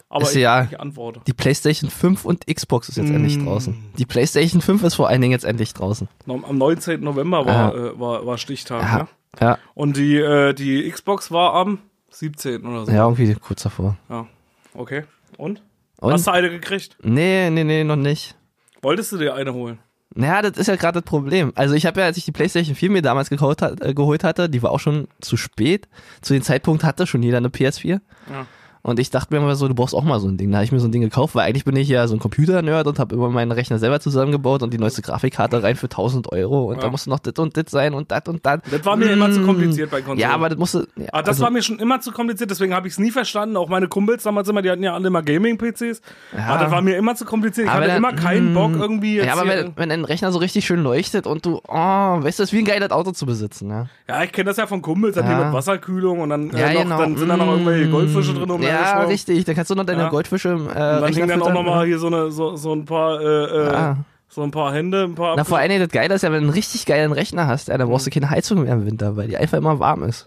Speaker 2: Aber
Speaker 3: Ist
Speaker 2: ich,
Speaker 3: ja-
Speaker 2: ich antworte.
Speaker 3: Die PlayStation 5 und Xbox ist jetzt endlich draußen. Die PlayStation 5 ist vor allen Dingen jetzt endlich draußen.
Speaker 2: Am 19. November war, äh, war, war Stichtag,
Speaker 3: Ah. Ja.
Speaker 2: ne?
Speaker 3: Ja,
Speaker 2: Und die, äh, die Xbox war am 17. oder so.
Speaker 3: ja irgendwie kurz davor.
Speaker 2: Ja. Okay. Und?
Speaker 3: Und?
Speaker 2: Hast du eine gekriegt?
Speaker 3: Nee, nee, nee, noch nicht.
Speaker 2: Wolltest du dir eine holen?
Speaker 3: Naja, das ist ja gerade das Problem. Also ich habe ja, als ich die PlayStation 4 mir damals gekauft, hat- äh, geholt hatte, die war auch schon zu spät. Zu dem Zeitpunkt hatte schon jeder eine PS4.
Speaker 2: Ja.
Speaker 3: Und ich dachte mir immer so, du brauchst auch mal so ein Ding. Da habe ich mir so ein Ding gekauft, weil eigentlich bin ich ja so ein Computer-Nerd und habe immer meinen Rechner selber zusammengebaut und die neueste Grafikkarte rein für 1000 Euro. Und
Speaker 2: Ja.
Speaker 3: da musste noch das und das sein und das und das.
Speaker 2: Das war mir immer zu
Speaker 3: Mm.
Speaker 2: kompliziert bei Konsolen.
Speaker 3: Ja, aber das musste. Ja, also,
Speaker 2: Ah, das war mir schon immer zu kompliziert, deswegen habe ich es nie verstanden. Auch meine Kumpels damals immer, die hatten ja alle immer Gaming-PCs. Ah, das war mir immer zu kompliziert. Ich hatte
Speaker 3: wenn
Speaker 2: immer
Speaker 3: dann-
Speaker 2: keinen
Speaker 3: mm.
Speaker 2: Bock irgendwie. Jetzt
Speaker 3: Ja, aber
Speaker 2: hier-
Speaker 3: wenn, wenn dein Rechner so richtig schön leuchtet und du, oh, weißt du, das ist wie ein geiles Auto zu besitzen, ja.
Speaker 2: ja ich kenne das ja von Kumpels, dann
Speaker 3: Ja. genau.
Speaker 2: hier mit Wasserkühlung und dann, äh, noch, dann sind da noch irgendwelche Goldfische drin. Um
Speaker 3: Mm, Ja, richtig. Dann kannst du noch deine
Speaker 2: Ja.
Speaker 3: Goldfische im äh,
Speaker 2: Und dann
Speaker 3: Rechner
Speaker 2: hingen dann auch
Speaker 3: füttern.
Speaker 2: nochmal hier so, eine, so, so ein paar, äh, äh,
Speaker 3: Ah.
Speaker 2: so ein paar Hände, ein paar.
Speaker 3: Na, vor allen Dingen, das Geile ist ja, wenn du einen richtig geilen Rechner hast, ja, dann brauchst du keine Heizung mehr im Winter, weil die einfach immer warm ist.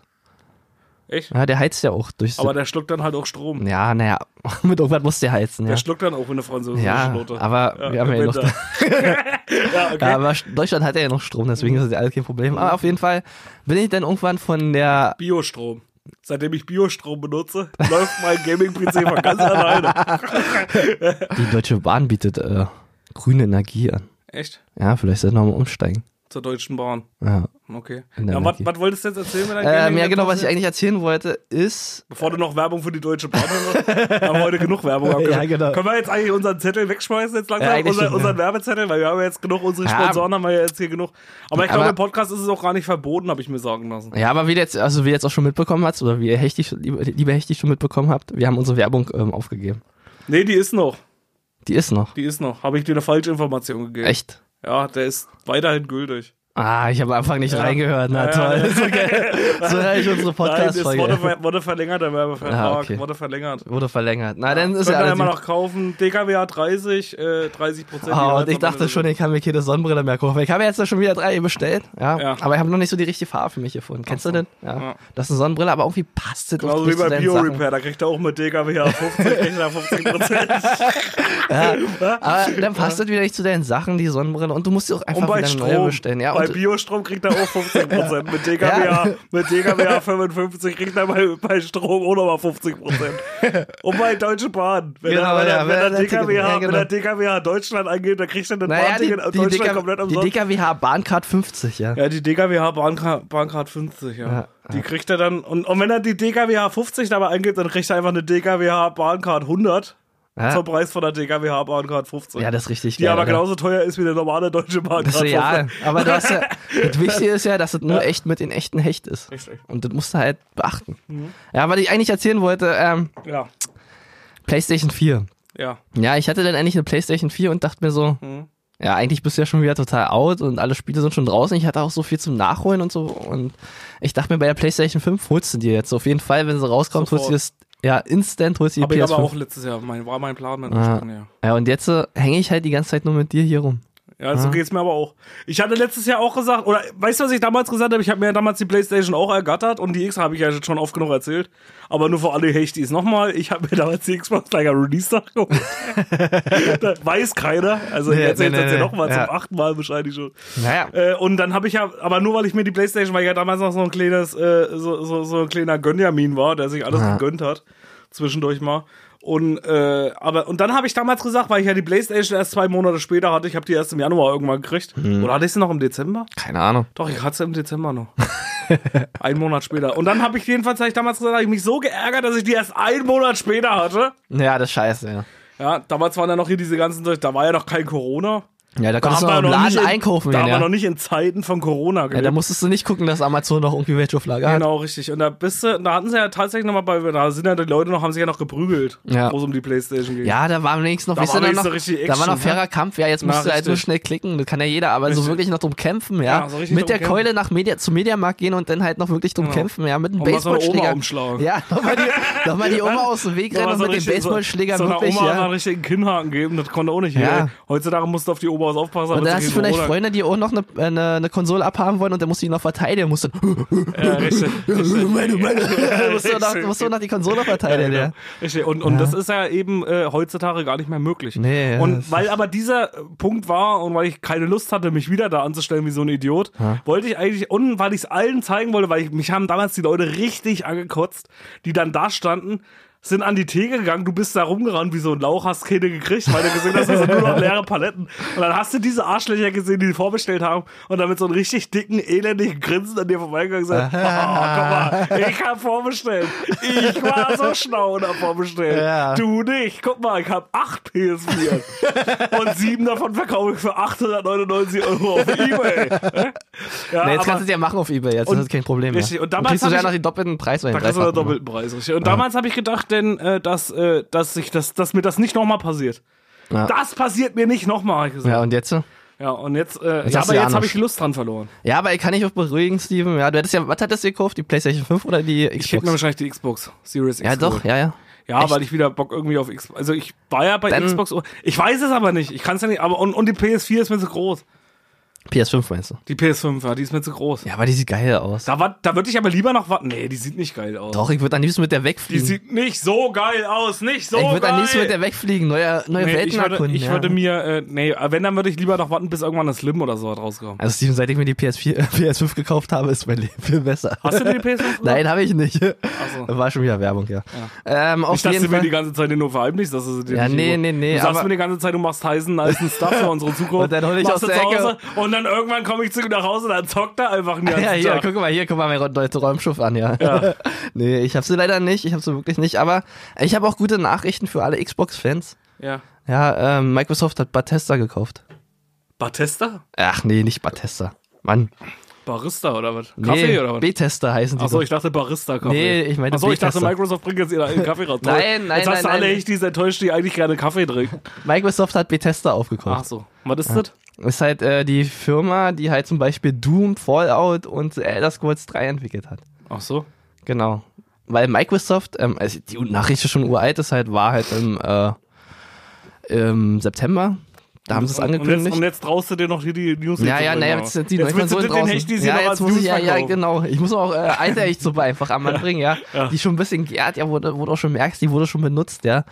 Speaker 2: Echt?
Speaker 3: Ja, der heizt ja auch durch.
Speaker 2: Aber der schluckt dann halt auch Strom.
Speaker 3: ja, naja, mit irgendwas musst du ja heizen, ja.
Speaker 2: Der schluckt dann auch eine französische
Speaker 3: Ja,
Speaker 2: Note.
Speaker 3: aber wir haben ja noch-
Speaker 2: ja, okay.
Speaker 3: Aber Deutschland hat ja noch Strom, deswegen ist das ja alles kein Problem. Aber auf jeden Fall bin ich dann irgendwann von der
Speaker 2: Biostrom. Seitdem ich Biostrom benutze, läuft mein Gaming-PC von ganz alleine.
Speaker 3: Die Deutsche Bahn bietet äh, grüne Energie an.
Speaker 2: Echt?
Speaker 3: Ja, vielleicht sollten wir mal umsteigen.
Speaker 2: Zur Deutschen Bahn.
Speaker 3: Ja,
Speaker 2: Okay.
Speaker 3: In der
Speaker 2: Ja, was
Speaker 3: Energie.
Speaker 2: was wolltest du jetzt erzählen? Mit deinem
Speaker 3: ähm,
Speaker 2: Gaming-
Speaker 3: ja genau, was ich eigentlich erzählen wollte, ist.
Speaker 2: Bevor du noch Werbung für die Deutsche Bahn hast, haben wir heute genug Werbung abgehört.
Speaker 3: Ja, genau.
Speaker 2: Können wir jetzt eigentlich unseren Zettel wegschmeißen jetzt
Speaker 3: Ja,
Speaker 2: langsam?
Speaker 3: eigentlich
Speaker 2: Unser,
Speaker 3: schon,
Speaker 2: unseren
Speaker 3: ja.
Speaker 2: Werbezettel, weil wir haben jetzt genug, unsere
Speaker 3: Ja.
Speaker 2: Sponsoren haben wir ja jetzt hier genug. Aber ich glaube,
Speaker 3: Aber-
Speaker 2: im Podcast ist es auch gar nicht verboten, habe ich mir sagen lassen.
Speaker 3: Ja, aber wie du jetzt, also wie du jetzt auch schon mitbekommen hast, oder wie ihr Hechtig, liebe, liebe Hechtig schon mitbekommen habt, wir haben unsere Werbung ähm, aufgegeben.
Speaker 2: Nee, die ist noch.
Speaker 3: Die ist noch.
Speaker 2: Die ist noch. Habe ich dir eine falsche Information gegeben?
Speaker 3: Echt?
Speaker 2: Ja, der ist weiterhin gültig.
Speaker 3: Ah, ich habe am Anfang nicht
Speaker 2: Ja.
Speaker 3: reingehört. Na
Speaker 2: Ja,
Speaker 3: toll.
Speaker 2: ja.
Speaker 3: So, geil. so höre ich unsere
Speaker 2: Nein, es wurde,
Speaker 3: Podcast-Folge.
Speaker 2: ver wurde verlängert, der Werbevertrag.
Speaker 3: Ah, okay.
Speaker 2: Wurde verlängert.
Speaker 3: Wurde verlängert. Na, dann
Speaker 2: Könnt
Speaker 3: ist ja
Speaker 2: ihr
Speaker 3: alles.
Speaker 2: immer
Speaker 3: gut.
Speaker 2: noch kaufen. DKWA 30, äh, 30 Prozent.
Speaker 3: Ah, und ich dachte schon, ich kann mir keine Sonnenbrille mehr kaufen. Ich habe jetzt da schon wieder drei bestellt, ja.
Speaker 2: Ja.
Speaker 3: Aber ich habe noch nicht so die richtige Farbe für mich gefunden. Kennst du den? Ja.
Speaker 2: Ja.
Speaker 3: Das ist eine Sonnenbrille, aber irgendwie passt das
Speaker 2: Genauso wie
Speaker 3: nicht zu
Speaker 2: bei
Speaker 3: deinen Sachen.
Speaker 2: Bio-Repair, da kriegt er auch mit DKWA 50, kriegt er 15 Prozent.
Speaker 3: Aber dann passt das wieder nicht zu deinen Sachen, die Sonnenbrille. Und du musst dir auch
Speaker 2: Und
Speaker 3: einfach
Speaker 2: Um bei
Speaker 3: wieder eine neue
Speaker 2: Strom,
Speaker 3: bestellen. Ja,
Speaker 2: bei
Speaker 3: und,
Speaker 2: Biostrom kriegt er auch 15 Prozent. Mit DKWA,
Speaker 3: Ja.
Speaker 2: mit DKWA 55 kriegt er bei, bei Strom auch nochmal 50 Prozent. Und bei Deutsche Bahn, wenn,
Speaker 3: Genau,
Speaker 2: er, wenn,
Speaker 3: ja,
Speaker 2: er, wenn, der
Speaker 3: wenn er-
Speaker 2: DKWA,
Speaker 3: ja,
Speaker 2: wenn der
Speaker 3: genau.
Speaker 2: DKWA Deutschland angeht, dann kriegt er den
Speaker 3: naja, die,
Speaker 2: Bahnticket
Speaker 3: die,
Speaker 2: Deutschland
Speaker 3: DK
Speaker 2: komplett
Speaker 3: die
Speaker 2: umsonst.
Speaker 3: DKWH Bahncard 50, ja.
Speaker 2: Ja, die DKWH Bahncard, Bahncard 50, ja.
Speaker 3: Ja,
Speaker 2: die kriegt er dann, und, und wenn er die DKWH 50 dabei eingibt, dann kriegt er einfach eine DKWH Bahncard 100
Speaker 3: Ja.
Speaker 2: zum Preis von der DKWH Bahncard 50.
Speaker 3: Ja, das ist richtig
Speaker 2: Die
Speaker 3: geil,
Speaker 2: aber
Speaker 3: oder?
Speaker 2: genauso teuer ist wie eine normale deutsche Bahncard
Speaker 3: Das ist real.
Speaker 2: 50.
Speaker 3: Aber du hast ja, das Wichtige ist ja, dass es nur echt mit den echten Hecht ist.
Speaker 2: Richtig.
Speaker 3: Und das musst du halt beachten.
Speaker 2: Mhm.
Speaker 3: Ja, was ich eigentlich erzählen wollte, ähm,
Speaker 2: Ja,
Speaker 3: PlayStation 4.
Speaker 2: ja.
Speaker 3: Ja, ich hatte dann eigentlich eine PlayStation 4 und dachte mir so,
Speaker 2: Mhm.
Speaker 3: ja, eigentlich bist du ja schon wieder total out und alle Spiele sind schon draußen. Ich hatte auch so viel zum Nachholen und so. Und ich dachte mir, bei der PlayStation 5 holst du dir jetzt auf jeden Fall, wenn sie rauskommt, holst du dir das, ja, instant holst du die
Speaker 2: Habe ich
Speaker 3: PS5.
Speaker 2: aber auch letztes Jahr, mein, war mein Plan mit
Speaker 3: Ah.
Speaker 2: ja.
Speaker 3: ja, und jetzt äh, hänge ich halt die ganze Zeit nur mit dir hier rum.
Speaker 2: Ja,
Speaker 3: Ah.
Speaker 2: so geht's mir aber auch. Ich hatte letztes Jahr auch gesagt, oder weißt du, was ich damals gesagt habe? Ich habe mir ja damals die Playstation auch ergattert und die X habe ich ja schon oft genug erzählt. Aber nur für alle Hechtis nochmal, ich habe mir damals die Xbox Tiger Release Tag geholt. das weiß keiner. Also
Speaker 3: Nee,
Speaker 2: jetzt
Speaker 3: nee,
Speaker 2: erzählt
Speaker 3: nee,
Speaker 2: nee,
Speaker 3: nee.
Speaker 2: nochmal
Speaker 3: Ja.
Speaker 2: zum achten Mal wahrscheinlich schon.
Speaker 3: Naja.
Speaker 2: Äh, und dann habe ich ja, aber nur weil ich mir die Playstation, weil ich ja damals noch so ein kleines, äh, so, so, so ein kleiner Gönjamin war, der sich alles gegönnt hat, zwischendurch mal. Und äh, aber und dann habe ich damals gesagt, weil ich ja die Playstation erst zwei Monate später hatte, ich habe die erst im Januar irgendwann gekriegt.
Speaker 3: Mhm.
Speaker 2: Oder hatte ich sie noch im Dezember?
Speaker 3: Keine Ahnung.
Speaker 2: Doch, ich hatte sie im Dezember noch. einen Monat später. Und dann habe ich jedenfalls, habe ich damals gesagt, habe ich mich so geärgert, dass ich die erst einen Monat später hatte.
Speaker 3: Ja, das ist scheiße, ja.
Speaker 2: Ja, damals waren ja noch hier diese ganzen, da war ja noch kein Corona.
Speaker 3: Ja, da konntest du
Speaker 2: haben
Speaker 3: noch
Speaker 2: wir
Speaker 3: im
Speaker 2: noch nicht
Speaker 3: Laden
Speaker 2: in-
Speaker 3: einkaufen
Speaker 2: Da
Speaker 3: gehen,
Speaker 2: haben wir
Speaker 3: ja.
Speaker 2: noch nicht in Zeiten von Corona gelebt.
Speaker 3: ja. Da musstest du nicht gucken, dass Amazon noch irgendwie welche auf Lager hat.
Speaker 2: Genau, richtig. Und da bist du, da hatten sie ja tatsächlich nochmal bei, da sind ja die Leute noch, haben sich ja noch geprügelt,
Speaker 3: Ja.
Speaker 2: wo es um die Playstation ging.
Speaker 3: Ja, da war wenigstens noch,
Speaker 2: Da
Speaker 3: weißt
Speaker 2: war
Speaker 3: du, da,
Speaker 2: wenigstens
Speaker 3: noch
Speaker 2: richtig
Speaker 3: da war
Speaker 2: Action, ne?
Speaker 3: noch fairer Kampf. Ja, jetzt musst du halt
Speaker 2: richtig.
Speaker 3: so schnell klicken, das kann ja jeder, aber so wirklich noch drum kämpfen, ja.
Speaker 2: Ja, so richtig
Speaker 3: mit der
Speaker 2: drum kämpfen.
Speaker 3: Keule nach Media, zum Mediamarkt gehen und dann halt noch wirklich drum kämpfen, ja, mit einem
Speaker 2: Und mal so eine Oma
Speaker 3: Baseballschläger.
Speaker 2: umschlagen.
Speaker 3: Ja, nochmal die, noch mal die Oma aus dem Weg
Speaker 2: Da war
Speaker 3: rennen
Speaker 2: so
Speaker 3: und mit dem
Speaker 2: richtig-
Speaker 3: Baseballschläger
Speaker 2: so, so einer
Speaker 3: wirklich,
Speaker 2: Oma einen
Speaker 3: ja.
Speaker 2: richtigen Kinnhaken geben, das konnte auch nicht jeder.
Speaker 3: Ja.
Speaker 2: Heutzutage musst du auf die Oberhaus aufpassen.
Speaker 3: Und
Speaker 2: damit
Speaker 3: dann
Speaker 2: sie
Speaker 3: hast du
Speaker 2: keinen
Speaker 3: vielleicht
Speaker 2: Corona-
Speaker 3: Freunde, die auch noch eine, eine, eine Konsole abhaben wollen und dann musst du die noch verteidigen. Musst du,
Speaker 2: Ja, richtig. richtig.
Speaker 3: meine, meine. musst Äh, du noch, musst du noch die Konsole verteidigen, ja.
Speaker 2: Ja, genau. Richtig. Und, und das ist ja eben äh, heutzutage gar nicht mehr möglich.
Speaker 3: Nee, ja, das
Speaker 2: und weil aber dieser äh, Punkt war und weil ich keine Lust hatte, mich wieder da anzustellen wie so ein Idiot, wollte ich eigentlich, und weil ich es allen zeigen wollte, weil ich, mich haben damals die Leute richtig angekotzt, die dann da standen sind an die Theke gegangen, du bist da rumgerannt wie so ein Lauch, hast keine gekriegt, weil du gesehen hast, das sind nur noch leere Paletten. Und dann hast du diese Arschlöcher gesehen, die die vorbestellt haben und dann mit so einem richtig dicken, elendigen Grinsen an dir vorbeigegangen sind. Oh, guck mal, ich hab vorbestellt. Ich war so schlau und hab vorbestellt.
Speaker 3: Ja.
Speaker 2: Du nicht. Guck mal, ich hab acht PS4 und sieben davon verkaufe ich für 899 Euro auf Ebay. Ja,
Speaker 3: Na, jetzt
Speaker 2: aber-
Speaker 3: kannst du es ja machen auf Ebay, jetzt
Speaker 2: Und-
Speaker 3: ist das kein Problem mehr.
Speaker 2: richtig, und
Speaker 3: dann
Speaker 2: damals
Speaker 3: kriegst du
Speaker 2: hab
Speaker 3: ja
Speaker 2: ich-
Speaker 3: noch den doppelten Preis oder den
Speaker 2: Da kriegst du einen
Speaker 3: dreifachen.
Speaker 2: doppelten Preis. richtig. Und damals habe ich gedacht, denn, äh, dass, äh, dass, ich, dass, dass mir das nicht nochmal passiert.
Speaker 3: Ja.
Speaker 2: Das passiert mir nicht nochmal,
Speaker 3: Ja,
Speaker 2: gesagt.
Speaker 3: und jetzt? so?
Speaker 2: Ja. und jetzt, äh,
Speaker 3: Jetzt
Speaker 2: ja,
Speaker 3: hast
Speaker 2: aber
Speaker 3: du
Speaker 2: jetzt
Speaker 3: ja
Speaker 2: habe
Speaker 3: noch-
Speaker 2: ich die Lust dran verloren.
Speaker 3: Ja, aber ich kann nicht auch beruhigen, Steven. Ja, du hättest ja, was hattest du gekauft? Die PlayStation 5 oder
Speaker 2: Ich
Speaker 3: die
Speaker 2: hätte mir
Speaker 3: Xbox?
Speaker 2: wahrscheinlich die Xbox Series X.
Speaker 3: Ja, doch,
Speaker 2: geholt.
Speaker 3: ja, ja.
Speaker 2: Ja,
Speaker 3: Echt?
Speaker 2: weil ich wieder Bock irgendwie auf Xbox. Also ich war ja bei
Speaker 3: Dann-
Speaker 2: Xbox. Ich weiß es aber nicht. Ich kann es ja nicht. Aber und, und die PS4 ist mir zu groß.
Speaker 3: PS5 meinst du?
Speaker 2: Die PS5, ja, die ist mir zu groß.
Speaker 3: Ja, aber die sieht geil aus.
Speaker 2: Da, war- da würde ich aber lieber noch warten. Nee, die sieht nicht geil aus.
Speaker 3: Doch, ich würde am liebsten mit der
Speaker 2: Die
Speaker 3: wegfliegen.
Speaker 2: sieht nicht so geil aus. Nicht so
Speaker 3: Hm. ich würde
Speaker 2: geil.
Speaker 3: am liebsten mit der wegfliegen, neue, neue
Speaker 2: Nee,
Speaker 3: Welten
Speaker 2: ich würde,
Speaker 3: erkunden.
Speaker 2: ich
Speaker 3: ja.
Speaker 2: würde mir, äh, nee, wenn, dann würde ich lieber noch warten, bis irgendwann das Slim oder so was rauskommt.
Speaker 3: also Steven, seit ich mir die PS4, äh, PS5 gekauft habe, ist mein Leben viel besser.
Speaker 2: Hast du dir die PS5
Speaker 3: Nein, habe ich nicht.
Speaker 2: so.
Speaker 3: War schon wieder Werbung, ja. Ähm, auf
Speaker 2: Ich dachte
Speaker 3: jeden
Speaker 2: mir die
Speaker 3: Fall.
Speaker 2: ganze Zeit den nur verheimlichst, dass du sie dir
Speaker 3: Ja,
Speaker 2: nicht
Speaker 3: nee,
Speaker 2: irgendwo-
Speaker 3: nee, nee,
Speaker 2: Du sagst
Speaker 3: aber-
Speaker 2: mir die ganze Zeit, du machst heißen, niceen Stuff für unsere Zukunft.
Speaker 3: Und dann hol ich
Speaker 2: machst
Speaker 3: aus
Speaker 2: du
Speaker 3: der
Speaker 2: zu
Speaker 3: Ecke.
Speaker 2: Hause und dann irgendwann komme ich zu dir nach Hause, dann zockt er einfach einen ganzen
Speaker 3: Ja, hier,
Speaker 2: Tag.
Speaker 3: guck mal, hier, guck mal, mein neues Räumschiff an, ja. nee, ich habe sie leider nicht, ich habe sie wirklich nicht, aber ich habe auch gute Nachrichten für alle Xbox-Fans.
Speaker 2: Ja.
Speaker 3: Ja, ähm, Microsoft hat Batesta gekauft.
Speaker 2: Batista?
Speaker 3: Ach nee, nicht Batesta. Mann.
Speaker 2: Barista oder was?
Speaker 3: Nee,
Speaker 2: Kaffee oder was?
Speaker 3: Bethesda heißen die.
Speaker 2: Achso,
Speaker 3: doch.
Speaker 2: ich dachte Barista-Kaffee.
Speaker 3: Nee, ich meinte
Speaker 2: Achso, ich dachte,
Speaker 3: Bethesda.
Speaker 2: Microsoft bringt jetzt ihren Kaffee raus. Toll.
Speaker 3: Nein, nein,
Speaker 2: Jetzt hast
Speaker 3: nein,
Speaker 2: du alle
Speaker 3: nein.
Speaker 2: echt diese enttäuscht, die eigentlich gerne Kaffee trinken.
Speaker 3: Microsoft hat Bethesda aufgekauft.
Speaker 2: Achso, was ist das?
Speaker 3: Ist halt äh, die Firma, die halt zum Beispiel Doom, Fallout und Elder Scrolls 3 entwickelt hat.
Speaker 2: Achso.
Speaker 3: Genau. Weil Microsoft, ähm, also die Nachricht ist schon uralt, ist halt, war halt im, äh, im September. Da haben sie es
Speaker 2: Und- Und jetzt,
Speaker 3: angekündigt.
Speaker 2: und jetzt traust du dir noch hier die News zu
Speaker 3: ja, ja,
Speaker 2: bringen,
Speaker 3: naja,
Speaker 2: aber-
Speaker 3: jetzt sind die
Speaker 2: jetzt willst du
Speaker 3: Neukonsolen
Speaker 2: den
Speaker 3: draußen.
Speaker 2: Hechtis hier
Speaker 3: ja,
Speaker 2: noch
Speaker 3: jetzt
Speaker 2: als
Speaker 3: muss
Speaker 2: News
Speaker 3: ich, ja, ja,
Speaker 2: verkaufen.
Speaker 3: genau. Ich muss auch äh, alterig Suppe einfach am Mann bringen, ja. Die schon ein bisschen geehrt, ja, wo, du- wo du auch schon merkst, die wurde schon benutzt, ja.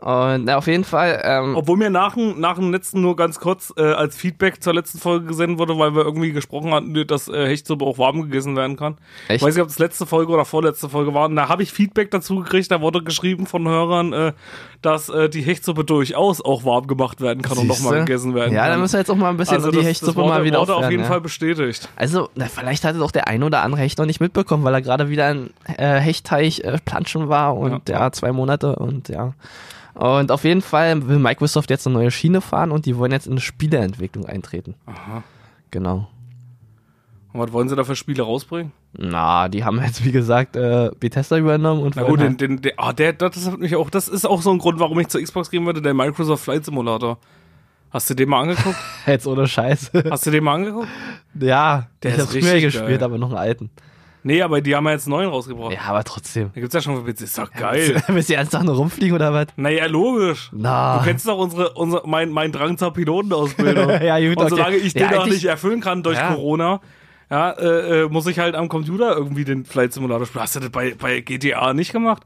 Speaker 3: Und na, auf jeden Fall, ähm,
Speaker 2: Obwohl mir nach, dem- nach dem letzten nur ganz kurz äh, als Feedback zur letzten Folge gesendet wurde, weil wir irgendwie gesprochen hatten, dass äh, Hechtsuppe auch warm gegessen werden kann. Ich
Speaker 3: Echt?
Speaker 2: weiß nicht, ob es letzte Folge oder vorletzte Folge war. Und da habe ich Feedback dazu gekriegt, da wurde geschrieben von Hörern, äh, dass äh, die Hechtsuppe durchaus auch warm gemacht werden kann und
Speaker 3: siehste.
Speaker 2: nochmal gegessen werden
Speaker 3: Ja,
Speaker 2: kann.
Speaker 3: dann müssen wir jetzt auch mal ein bisschen
Speaker 2: also
Speaker 3: die
Speaker 2: das,
Speaker 3: Hechtsuppe
Speaker 2: das wurde,
Speaker 3: mal wieder
Speaker 2: wurde auf
Speaker 3: aufwärmen,
Speaker 2: jeden
Speaker 3: ja.
Speaker 2: Fall bestätigt.
Speaker 3: Also, na, vielleicht hatte doch der ein oder andere Hecht noch nicht mitbekommen, weil er gerade wieder in äh, Hechtteich äh, planschen war und ja. zwei Monate und ja. Und auf jeden Fall will Microsoft jetzt eine neue Schiene fahren und die wollen jetzt in eine Spieleentwicklung eintreten. Aha. Genau.
Speaker 2: Und was wollen sie da für Spiele rausbringen?
Speaker 3: Na, die haben jetzt, wie gesagt, äh, Bethesda übernommen und
Speaker 2: Na gut,
Speaker 3: wollen
Speaker 2: den, den, der, ah, der, das hat mich auch, das ist auch so ein Grund, warum ich zur Xbox gehen würde, der Microsoft Flight Simulator. Hast du den mal angeguckt?
Speaker 3: halt jetzt ohne Scheiß.
Speaker 2: Hast du den mal angeguckt?
Speaker 3: ja,
Speaker 2: Der
Speaker 3: ich
Speaker 2: ist
Speaker 3: habe früher
Speaker 2: richtig
Speaker 3: gespielt,
Speaker 2: geil.
Speaker 3: aber noch einen alten.
Speaker 2: Nee, aber die haben ja jetzt einen neuen rausgebracht.
Speaker 3: Ja, aber trotzdem.
Speaker 2: Da gibt's ja schon für PC. Ist doch geil.
Speaker 3: Willst du ernsthaft noch rumfliegen oder was?
Speaker 2: naja, logisch.
Speaker 3: Na.
Speaker 2: Du kennst doch unsere, unsere, mein, mein Drang zur Pilotenausbildung.
Speaker 3: Ja, gut,
Speaker 2: Und
Speaker 3: okay.
Speaker 2: solange ich den
Speaker 3: Ja,
Speaker 2: auch
Speaker 3: eigentlich-
Speaker 2: nicht erfüllen kann durch
Speaker 3: Ja.
Speaker 2: Corona, ja, äh, äh, muss ich halt am Computer irgendwie den Flight Simulator spielen. Hast du das bei, bei GTA nicht gemacht?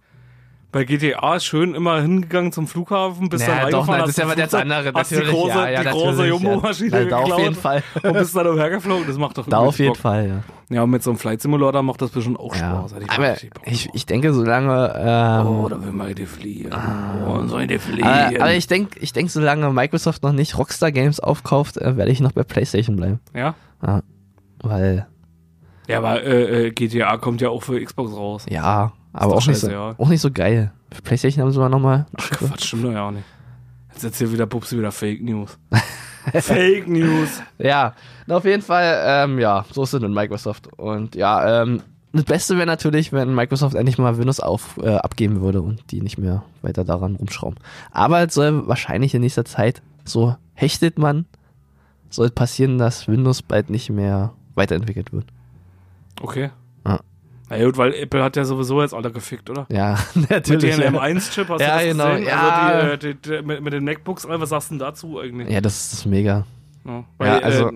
Speaker 2: Bei GTA ist schön immer hingegangen zum Flughafen, bist
Speaker 3: Naja,
Speaker 2: dann
Speaker 3: doch,
Speaker 2: reingefahren,
Speaker 3: na, das
Speaker 2: hast
Speaker 3: ist ja
Speaker 2: den
Speaker 3: was ganz
Speaker 2: Flugzeug-
Speaker 3: anderes,
Speaker 2: hast die
Speaker 3: natürlich,
Speaker 2: große,
Speaker 3: ja, ja,
Speaker 2: die große
Speaker 3: natürlich, ja.
Speaker 2: Jumbo-Maschine
Speaker 3: Na, da auf
Speaker 2: geklaut
Speaker 3: jeden Fall.
Speaker 2: und bist dann umhergeflogen. Das macht doch
Speaker 3: Da auf
Speaker 2: übelst
Speaker 3: jeden
Speaker 2: Bock.
Speaker 3: Fall, ja.
Speaker 2: Ja, und mit so einem Flight Simulator macht das bestimmt auch
Speaker 3: ja.
Speaker 2: Spaß. Hätte ich
Speaker 3: Aber
Speaker 2: richtig Bock
Speaker 3: ich,
Speaker 2: drauf.
Speaker 3: ich denke, solange ähm,
Speaker 2: Oh, da will mal die fliehen. Oh, soll die fliehen?
Speaker 3: Ah. Aber, aber ich denke, ich denk, solange Microsoft noch nicht Rockstar Games aufkauft, äh, werde ich noch bei PlayStation bleiben.
Speaker 2: ja?
Speaker 3: Ja, weil,
Speaker 2: Ja, aber äh, äh, GTA kommt ja auch für Xbox raus.
Speaker 3: ja, aber
Speaker 2: doch
Speaker 3: auch nicht, so,
Speaker 2: scheiße, ja.
Speaker 3: auch nicht so geil. Für PlayStation haben sie mal nochmal.
Speaker 2: Ach Quatsch, stimmt doch ja auch nicht. Jetzt erzählt wieder Pupsi wieder Fake News. Fake News.
Speaker 3: Ja, na, auf jeden Fall, ähm, ja, so ist es mit Microsoft. Und ja, ähm, das Beste wäre natürlich, wenn Microsoft endlich mal Windows auf, äh, abgeben würde und die nicht mehr weiter daran rumschrauben. Aber es soll wahrscheinlich in nächster Zeit, so hechtet man, soll passieren, dass Windows bald nicht mehr weiterentwickelt wird.
Speaker 2: Okay.
Speaker 3: Ja.
Speaker 2: Na gut, weil Apple hat ja sowieso jetzt alle gefickt, oder?
Speaker 3: Ja,
Speaker 2: Mit
Speaker 3: natürlich.
Speaker 2: dem
Speaker 3: ja.
Speaker 2: M1-Chip hast
Speaker 3: Ja,
Speaker 2: du das
Speaker 3: genau,
Speaker 2: gesehen?
Speaker 3: ja.
Speaker 2: Also die, äh, die, die, mit, mit den MacBooks, was sagst du denn dazu eigentlich?
Speaker 3: Ja, das ist mega.
Speaker 2: Ja, weil,
Speaker 3: also-
Speaker 2: äh,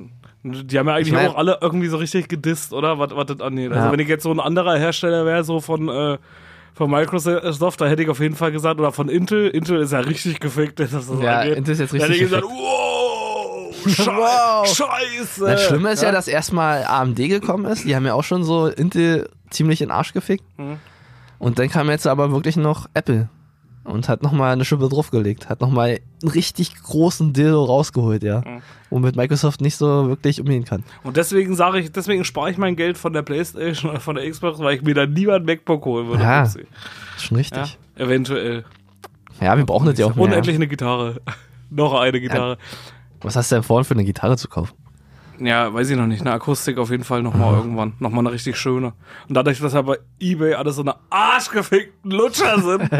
Speaker 2: die haben ja eigentlich
Speaker 3: Ich mein-
Speaker 2: auch alle irgendwie so richtig gedisst, oder? Was, was das angeht. Also
Speaker 3: Ja.
Speaker 2: wenn ich jetzt so ein anderer Hersteller wäre, so von, äh, von Microsoft, da hätte ich auf jeden Fall gesagt, oder von Intel, Intel ist ja richtig gefickt, dass das
Speaker 3: Ja,
Speaker 2: angeht.
Speaker 3: Intel ist jetzt
Speaker 2: Da hätte ich
Speaker 3: richtig
Speaker 2: gesagt, wow, schei
Speaker 3: Wow.
Speaker 2: scheiße.
Speaker 3: Das Schlimme ist ja,
Speaker 2: Mhm.
Speaker 3: dass erstmal AMD gekommen ist. Die haben ja auch schon so Intel ziemlich in den Arsch gefickt. Und dann kam jetzt aber wirklich noch Apple und hat nochmal eine Schippe draufgelegt, hat nochmal einen richtig großen Dildo rausgeholt, ja.
Speaker 2: Mhm.
Speaker 3: Womit Microsoft nicht so wirklich umgehen kann.
Speaker 2: Und deswegen sage ich, deswegen spare ich mein Geld von der Playstation oder von der Xbox, weil ich mir dann lieber ein MacBook holen würde.
Speaker 3: Ja,
Speaker 2: Upsi.
Speaker 3: Ist schon
Speaker 2: ja
Speaker 3: richtig.
Speaker 2: eventuell.
Speaker 3: Ja, wir brauchen das ja auch mehr.
Speaker 2: Unendlich eine Gitarre. Noch eine Gitarre.
Speaker 3: Was hast du denn vorhin für eine Gitarre zu kaufen?
Speaker 2: Ja, weiß ich noch nicht. Eine Akustik auf jeden Fall nochmal
Speaker 3: Ah.
Speaker 2: irgendwann. Nochmal eine richtig schöne. Und dadurch, dass ja bei Ebay alles so eine arschgefickten Lutscher sind,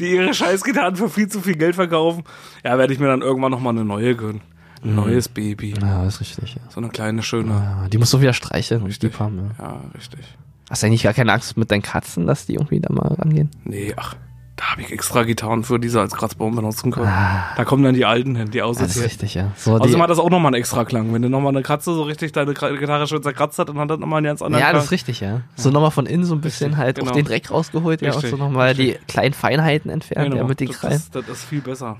Speaker 2: die ihre Scheißgitarren für viel zu viel Geld verkaufen, ja, werde ich mir dann irgendwann nochmal eine neue gönnen.
Speaker 3: Mhm.
Speaker 2: Ein neues Baby.
Speaker 3: Ja, ist richtig. Ja.
Speaker 2: So eine kleine, schöne.
Speaker 3: Ja, die musst du wieder streicheln und
Speaker 2: Richtig.
Speaker 3: lieb haben. Ja.
Speaker 2: Ja, richtig.
Speaker 3: Hast du eigentlich gar keine Angst mit deinen Katzen, dass die irgendwie da mal rangehen?
Speaker 2: Nee, ach, da habe ich extra Gitarren für diese als Kratzbaum benutzen können. Da kommen dann die alten hin, die
Speaker 3: Ah.
Speaker 2: Also
Speaker 3: Ja, das ist
Speaker 2: aussortiert.
Speaker 3: richtig, ja. So, die,
Speaker 2: Außerdem hat das auch nochmal einen extra Klang. Wenn du nochmal eine Katze so richtig deine Kra- Gitarre schön zerkratzt hat, dann hat das nochmal einen ganz anderen
Speaker 3: ja, das
Speaker 2: Klang.
Speaker 3: ist richtig, ja. So nochmal von innen so ein bisschen halt
Speaker 2: genau.
Speaker 3: auch den Dreck rausgeholt, ja,
Speaker 2: Richtig,
Speaker 3: und so nochmal die kleinen Feinheiten entfernt,
Speaker 2: Genau,
Speaker 3: ja, mit den
Speaker 2: das,
Speaker 3: Krallen.
Speaker 2: das, das ist viel besser.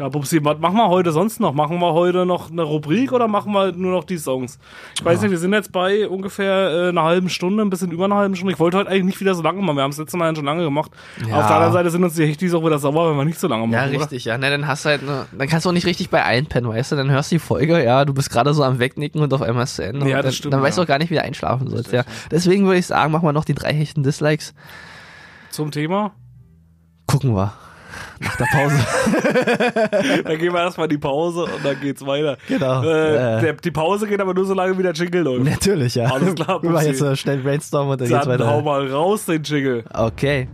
Speaker 2: Ja, Bubsi, was machen wir heute sonst noch? Machen wir heute noch eine Rubrik oder machen wir nur noch die Songs? Ich weiß nicht, wir sind jetzt bei ungefähr äh, einer halben Stunde, ein bisschen über einer halben Stunde. Ich wollte heute eigentlich nicht wieder so lange machen. Wir haben es letzte Mal schon lange gemacht.
Speaker 3: Ja.
Speaker 2: Auf der anderen Seite sind uns die Hechtis auch wieder sauer, wenn wir nicht so lange machen.
Speaker 3: Ja,
Speaker 2: oder?
Speaker 3: richtig, ja. Na, dann hast du halt, ne, dann kannst du auch nicht richtig bei einpennen, weißt du? Dann hörst du die Folge, ja, du bist gerade so am Wegnicken und auf einmal ist zu Ende.
Speaker 2: Ja,
Speaker 3: und
Speaker 2: das
Speaker 3: dann,
Speaker 2: stimmt,
Speaker 3: Dann weißt du
Speaker 2: ja.
Speaker 3: auch gar nicht, wie du einschlafen sollst, ja. Deswegen würde ich sagen, machen wir noch die drei hechten Dislikes.
Speaker 2: Zum Thema.
Speaker 3: Gucken wir. Nach der Pause.
Speaker 2: Dann gehen wir erstmal in die Pause und dann geht's weiter.
Speaker 3: Genau.
Speaker 2: Äh,
Speaker 3: Äh.
Speaker 2: der, die Pause geht aber nur so lange, wie der Jingle läuft.
Speaker 3: Natürlich, ja.
Speaker 2: Alles klar,
Speaker 3: Wir machen
Speaker 2: Pupsi.
Speaker 3: jetzt so schnell Brainstorm und dann geht's
Speaker 2: Dann hau
Speaker 3: weiter.
Speaker 2: mal raus den Jingle.
Speaker 3: Okay.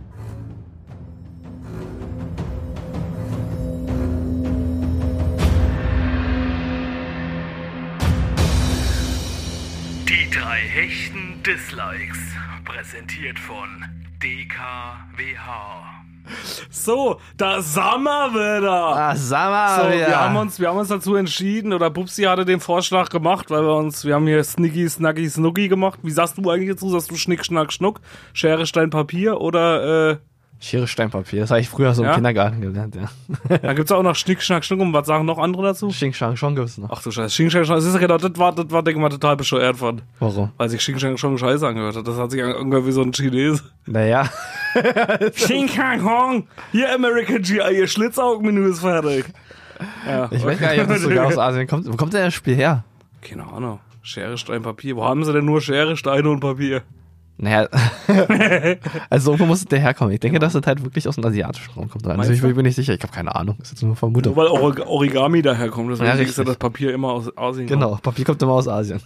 Speaker 5: Die drei hechten Dislikes. Präsentiert von DKWH.
Speaker 2: So, da sind wir wieder.
Speaker 3: Ah, sag mal,
Speaker 2: So,
Speaker 3: ja.
Speaker 2: wir, haben uns, wir haben uns dazu entschieden, oder Pupsi hatte den Vorschlag gemacht, weil wir uns, wir haben hier Snicky, Snacky, Snooki gemacht. Wie sagst du eigentlich dazu? Sagst du Schnick, Schnack, Schnuck, Schere, Stein, Papier oder, äh,
Speaker 3: Schere, Stein, Papier. Das habe ich früher so im
Speaker 2: Ja?
Speaker 3: Kindergarten gelernt, ja.
Speaker 2: da gibt's auch noch Schnick, Schnack, Schnuck und was sagen noch andere dazu?
Speaker 3: Xing, Shang, Shong gibt's noch.
Speaker 2: Ach du Scheiße, Schnick, Schnack, Schnuck, das ist ja genau, das war, das war, denke ich mal, total bescheuert von.
Speaker 3: Warum?
Speaker 2: Weil sich Schnick, Schnack, Schnuck Scheiße angehört hat. Das hat sich an- angehört wie so ein Chinese.
Speaker 3: Naja.
Speaker 2: Schnick, Schnack, Hong! Hier, American GI, ihr Schlitzaugenmenü ist fertig. Ja,
Speaker 3: Ich weiß gar nicht, ob das sogar aus Asien kommt. Wo kommt denn das Spiel her?
Speaker 2: Keine Ahnung. Schere, Stein, Papier. Wo haben sie denn nur Schere, Steine und Papier?
Speaker 3: Naja. also irgendwo muss es der herkommen. Ich denke, dass es halt wirklich aus dem asiatischen Raum kommt. Also
Speaker 2: Meinst
Speaker 3: ich bin mir nicht sicher. Ich habe keine Ahnung. Ist jetzt nur
Speaker 2: Nur
Speaker 3: Vermutung.
Speaker 2: weil Ori- Origami daherkommt. Deswegen
Speaker 3: Ja,
Speaker 2: ist ja
Speaker 3: richtig.
Speaker 2: das Papier immer aus Asien.
Speaker 3: Genau. Papier kommt immer aus Asien.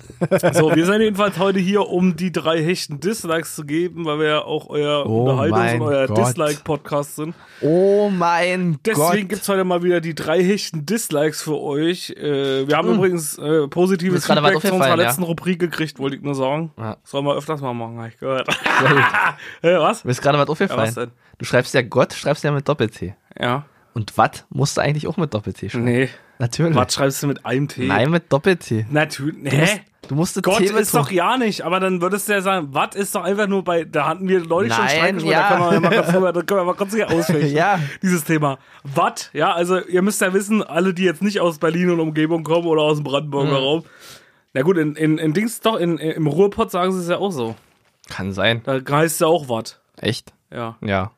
Speaker 2: So, wir sind jedenfalls heute hier, um die drei hechten Dislikes zu geben, weil wir ja auch euer
Speaker 3: Oh
Speaker 2: Unterhaltungs-
Speaker 3: mein
Speaker 2: und euer
Speaker 3: Gott.
Speaker 2: Dislike-Podcast sind.
Speaker 3: Oh mein
Speaker 2: Deswegen
Speaker 3: Gott.
Speaker 2: gibt's heute mal wieder die drei hechten Dislikes für euch. Äh, wir haben übrigens äh,
Speaker 3: Hm. Mir
Speaker 2: positives
Speaker 3: ist gerade was
Speaker 2: Feedback zu unserer
Speaker 3: aufgefallen, ja.
Speaker 2: letzten Rubrik gekriegt, wollte ich nur sagen.
Speaker 3: Ja.
Speaker 2: Sollen wir öfters mal machen, habe ich gehört.
Speaker 3: Ah, Sehr gut.
Speaker 2: Hä, was?
Speaker 3: Mir ist gerade was
Speaker 2: Ja,
Speaker 3: aufgefallen.
Speaker 2: was denn?
Speaker 3: du schreibst ja Gott, schreibst ja mit Doppel-T.
Speaker 2: Ja.
Speaker 3: Und Watt musst du eigentlich auch mit Doppel-T schreiben.
Speaker 2: Nee.
Speaker 3: Natürlich.
Speaker 2: Was schreibst du mit einem T?
Speaker 3: Nein, mit Doppel-T.
Speaker 2: Natürlich.
Speaker 3: Du
Speaker 2: Hä?
Speaker 3: musst- Du musst das
Speaker 2: Gott
Speaker 3: T mit
Speaker 2: ist doch ja nicht, aber dann würdest du ja sagen, was ist doch einfach nur bei, da hatten wir neulich schon
Speaker 3: Nein,
Speaker 2: Streit gesprochen,
Speaker 3: ja.
Speaker 2: da können wir mal kurz drüber, da können wir mal kurz hier ausfechten,
Speaker 3: Ja.
Speaker 2: dieses Thema. Wat, ja, also ihr müsst ja wissen, alle, die jetzt nicht aus Berlin und Umgebung kommen oder aus dem Brandenburger
Speaker 3: Hm.
Speaker 2: Raum, na gut, in, in, in Dings doch, in, in, im Ruhrpott sagen sie es ja auch so.
Speaker 3: Kann sein.
Speaker 2: Da heißt es ja auch Wat,
Speaker 3: Echt?
Speaker 2: ja.
Speaker 3: Ja.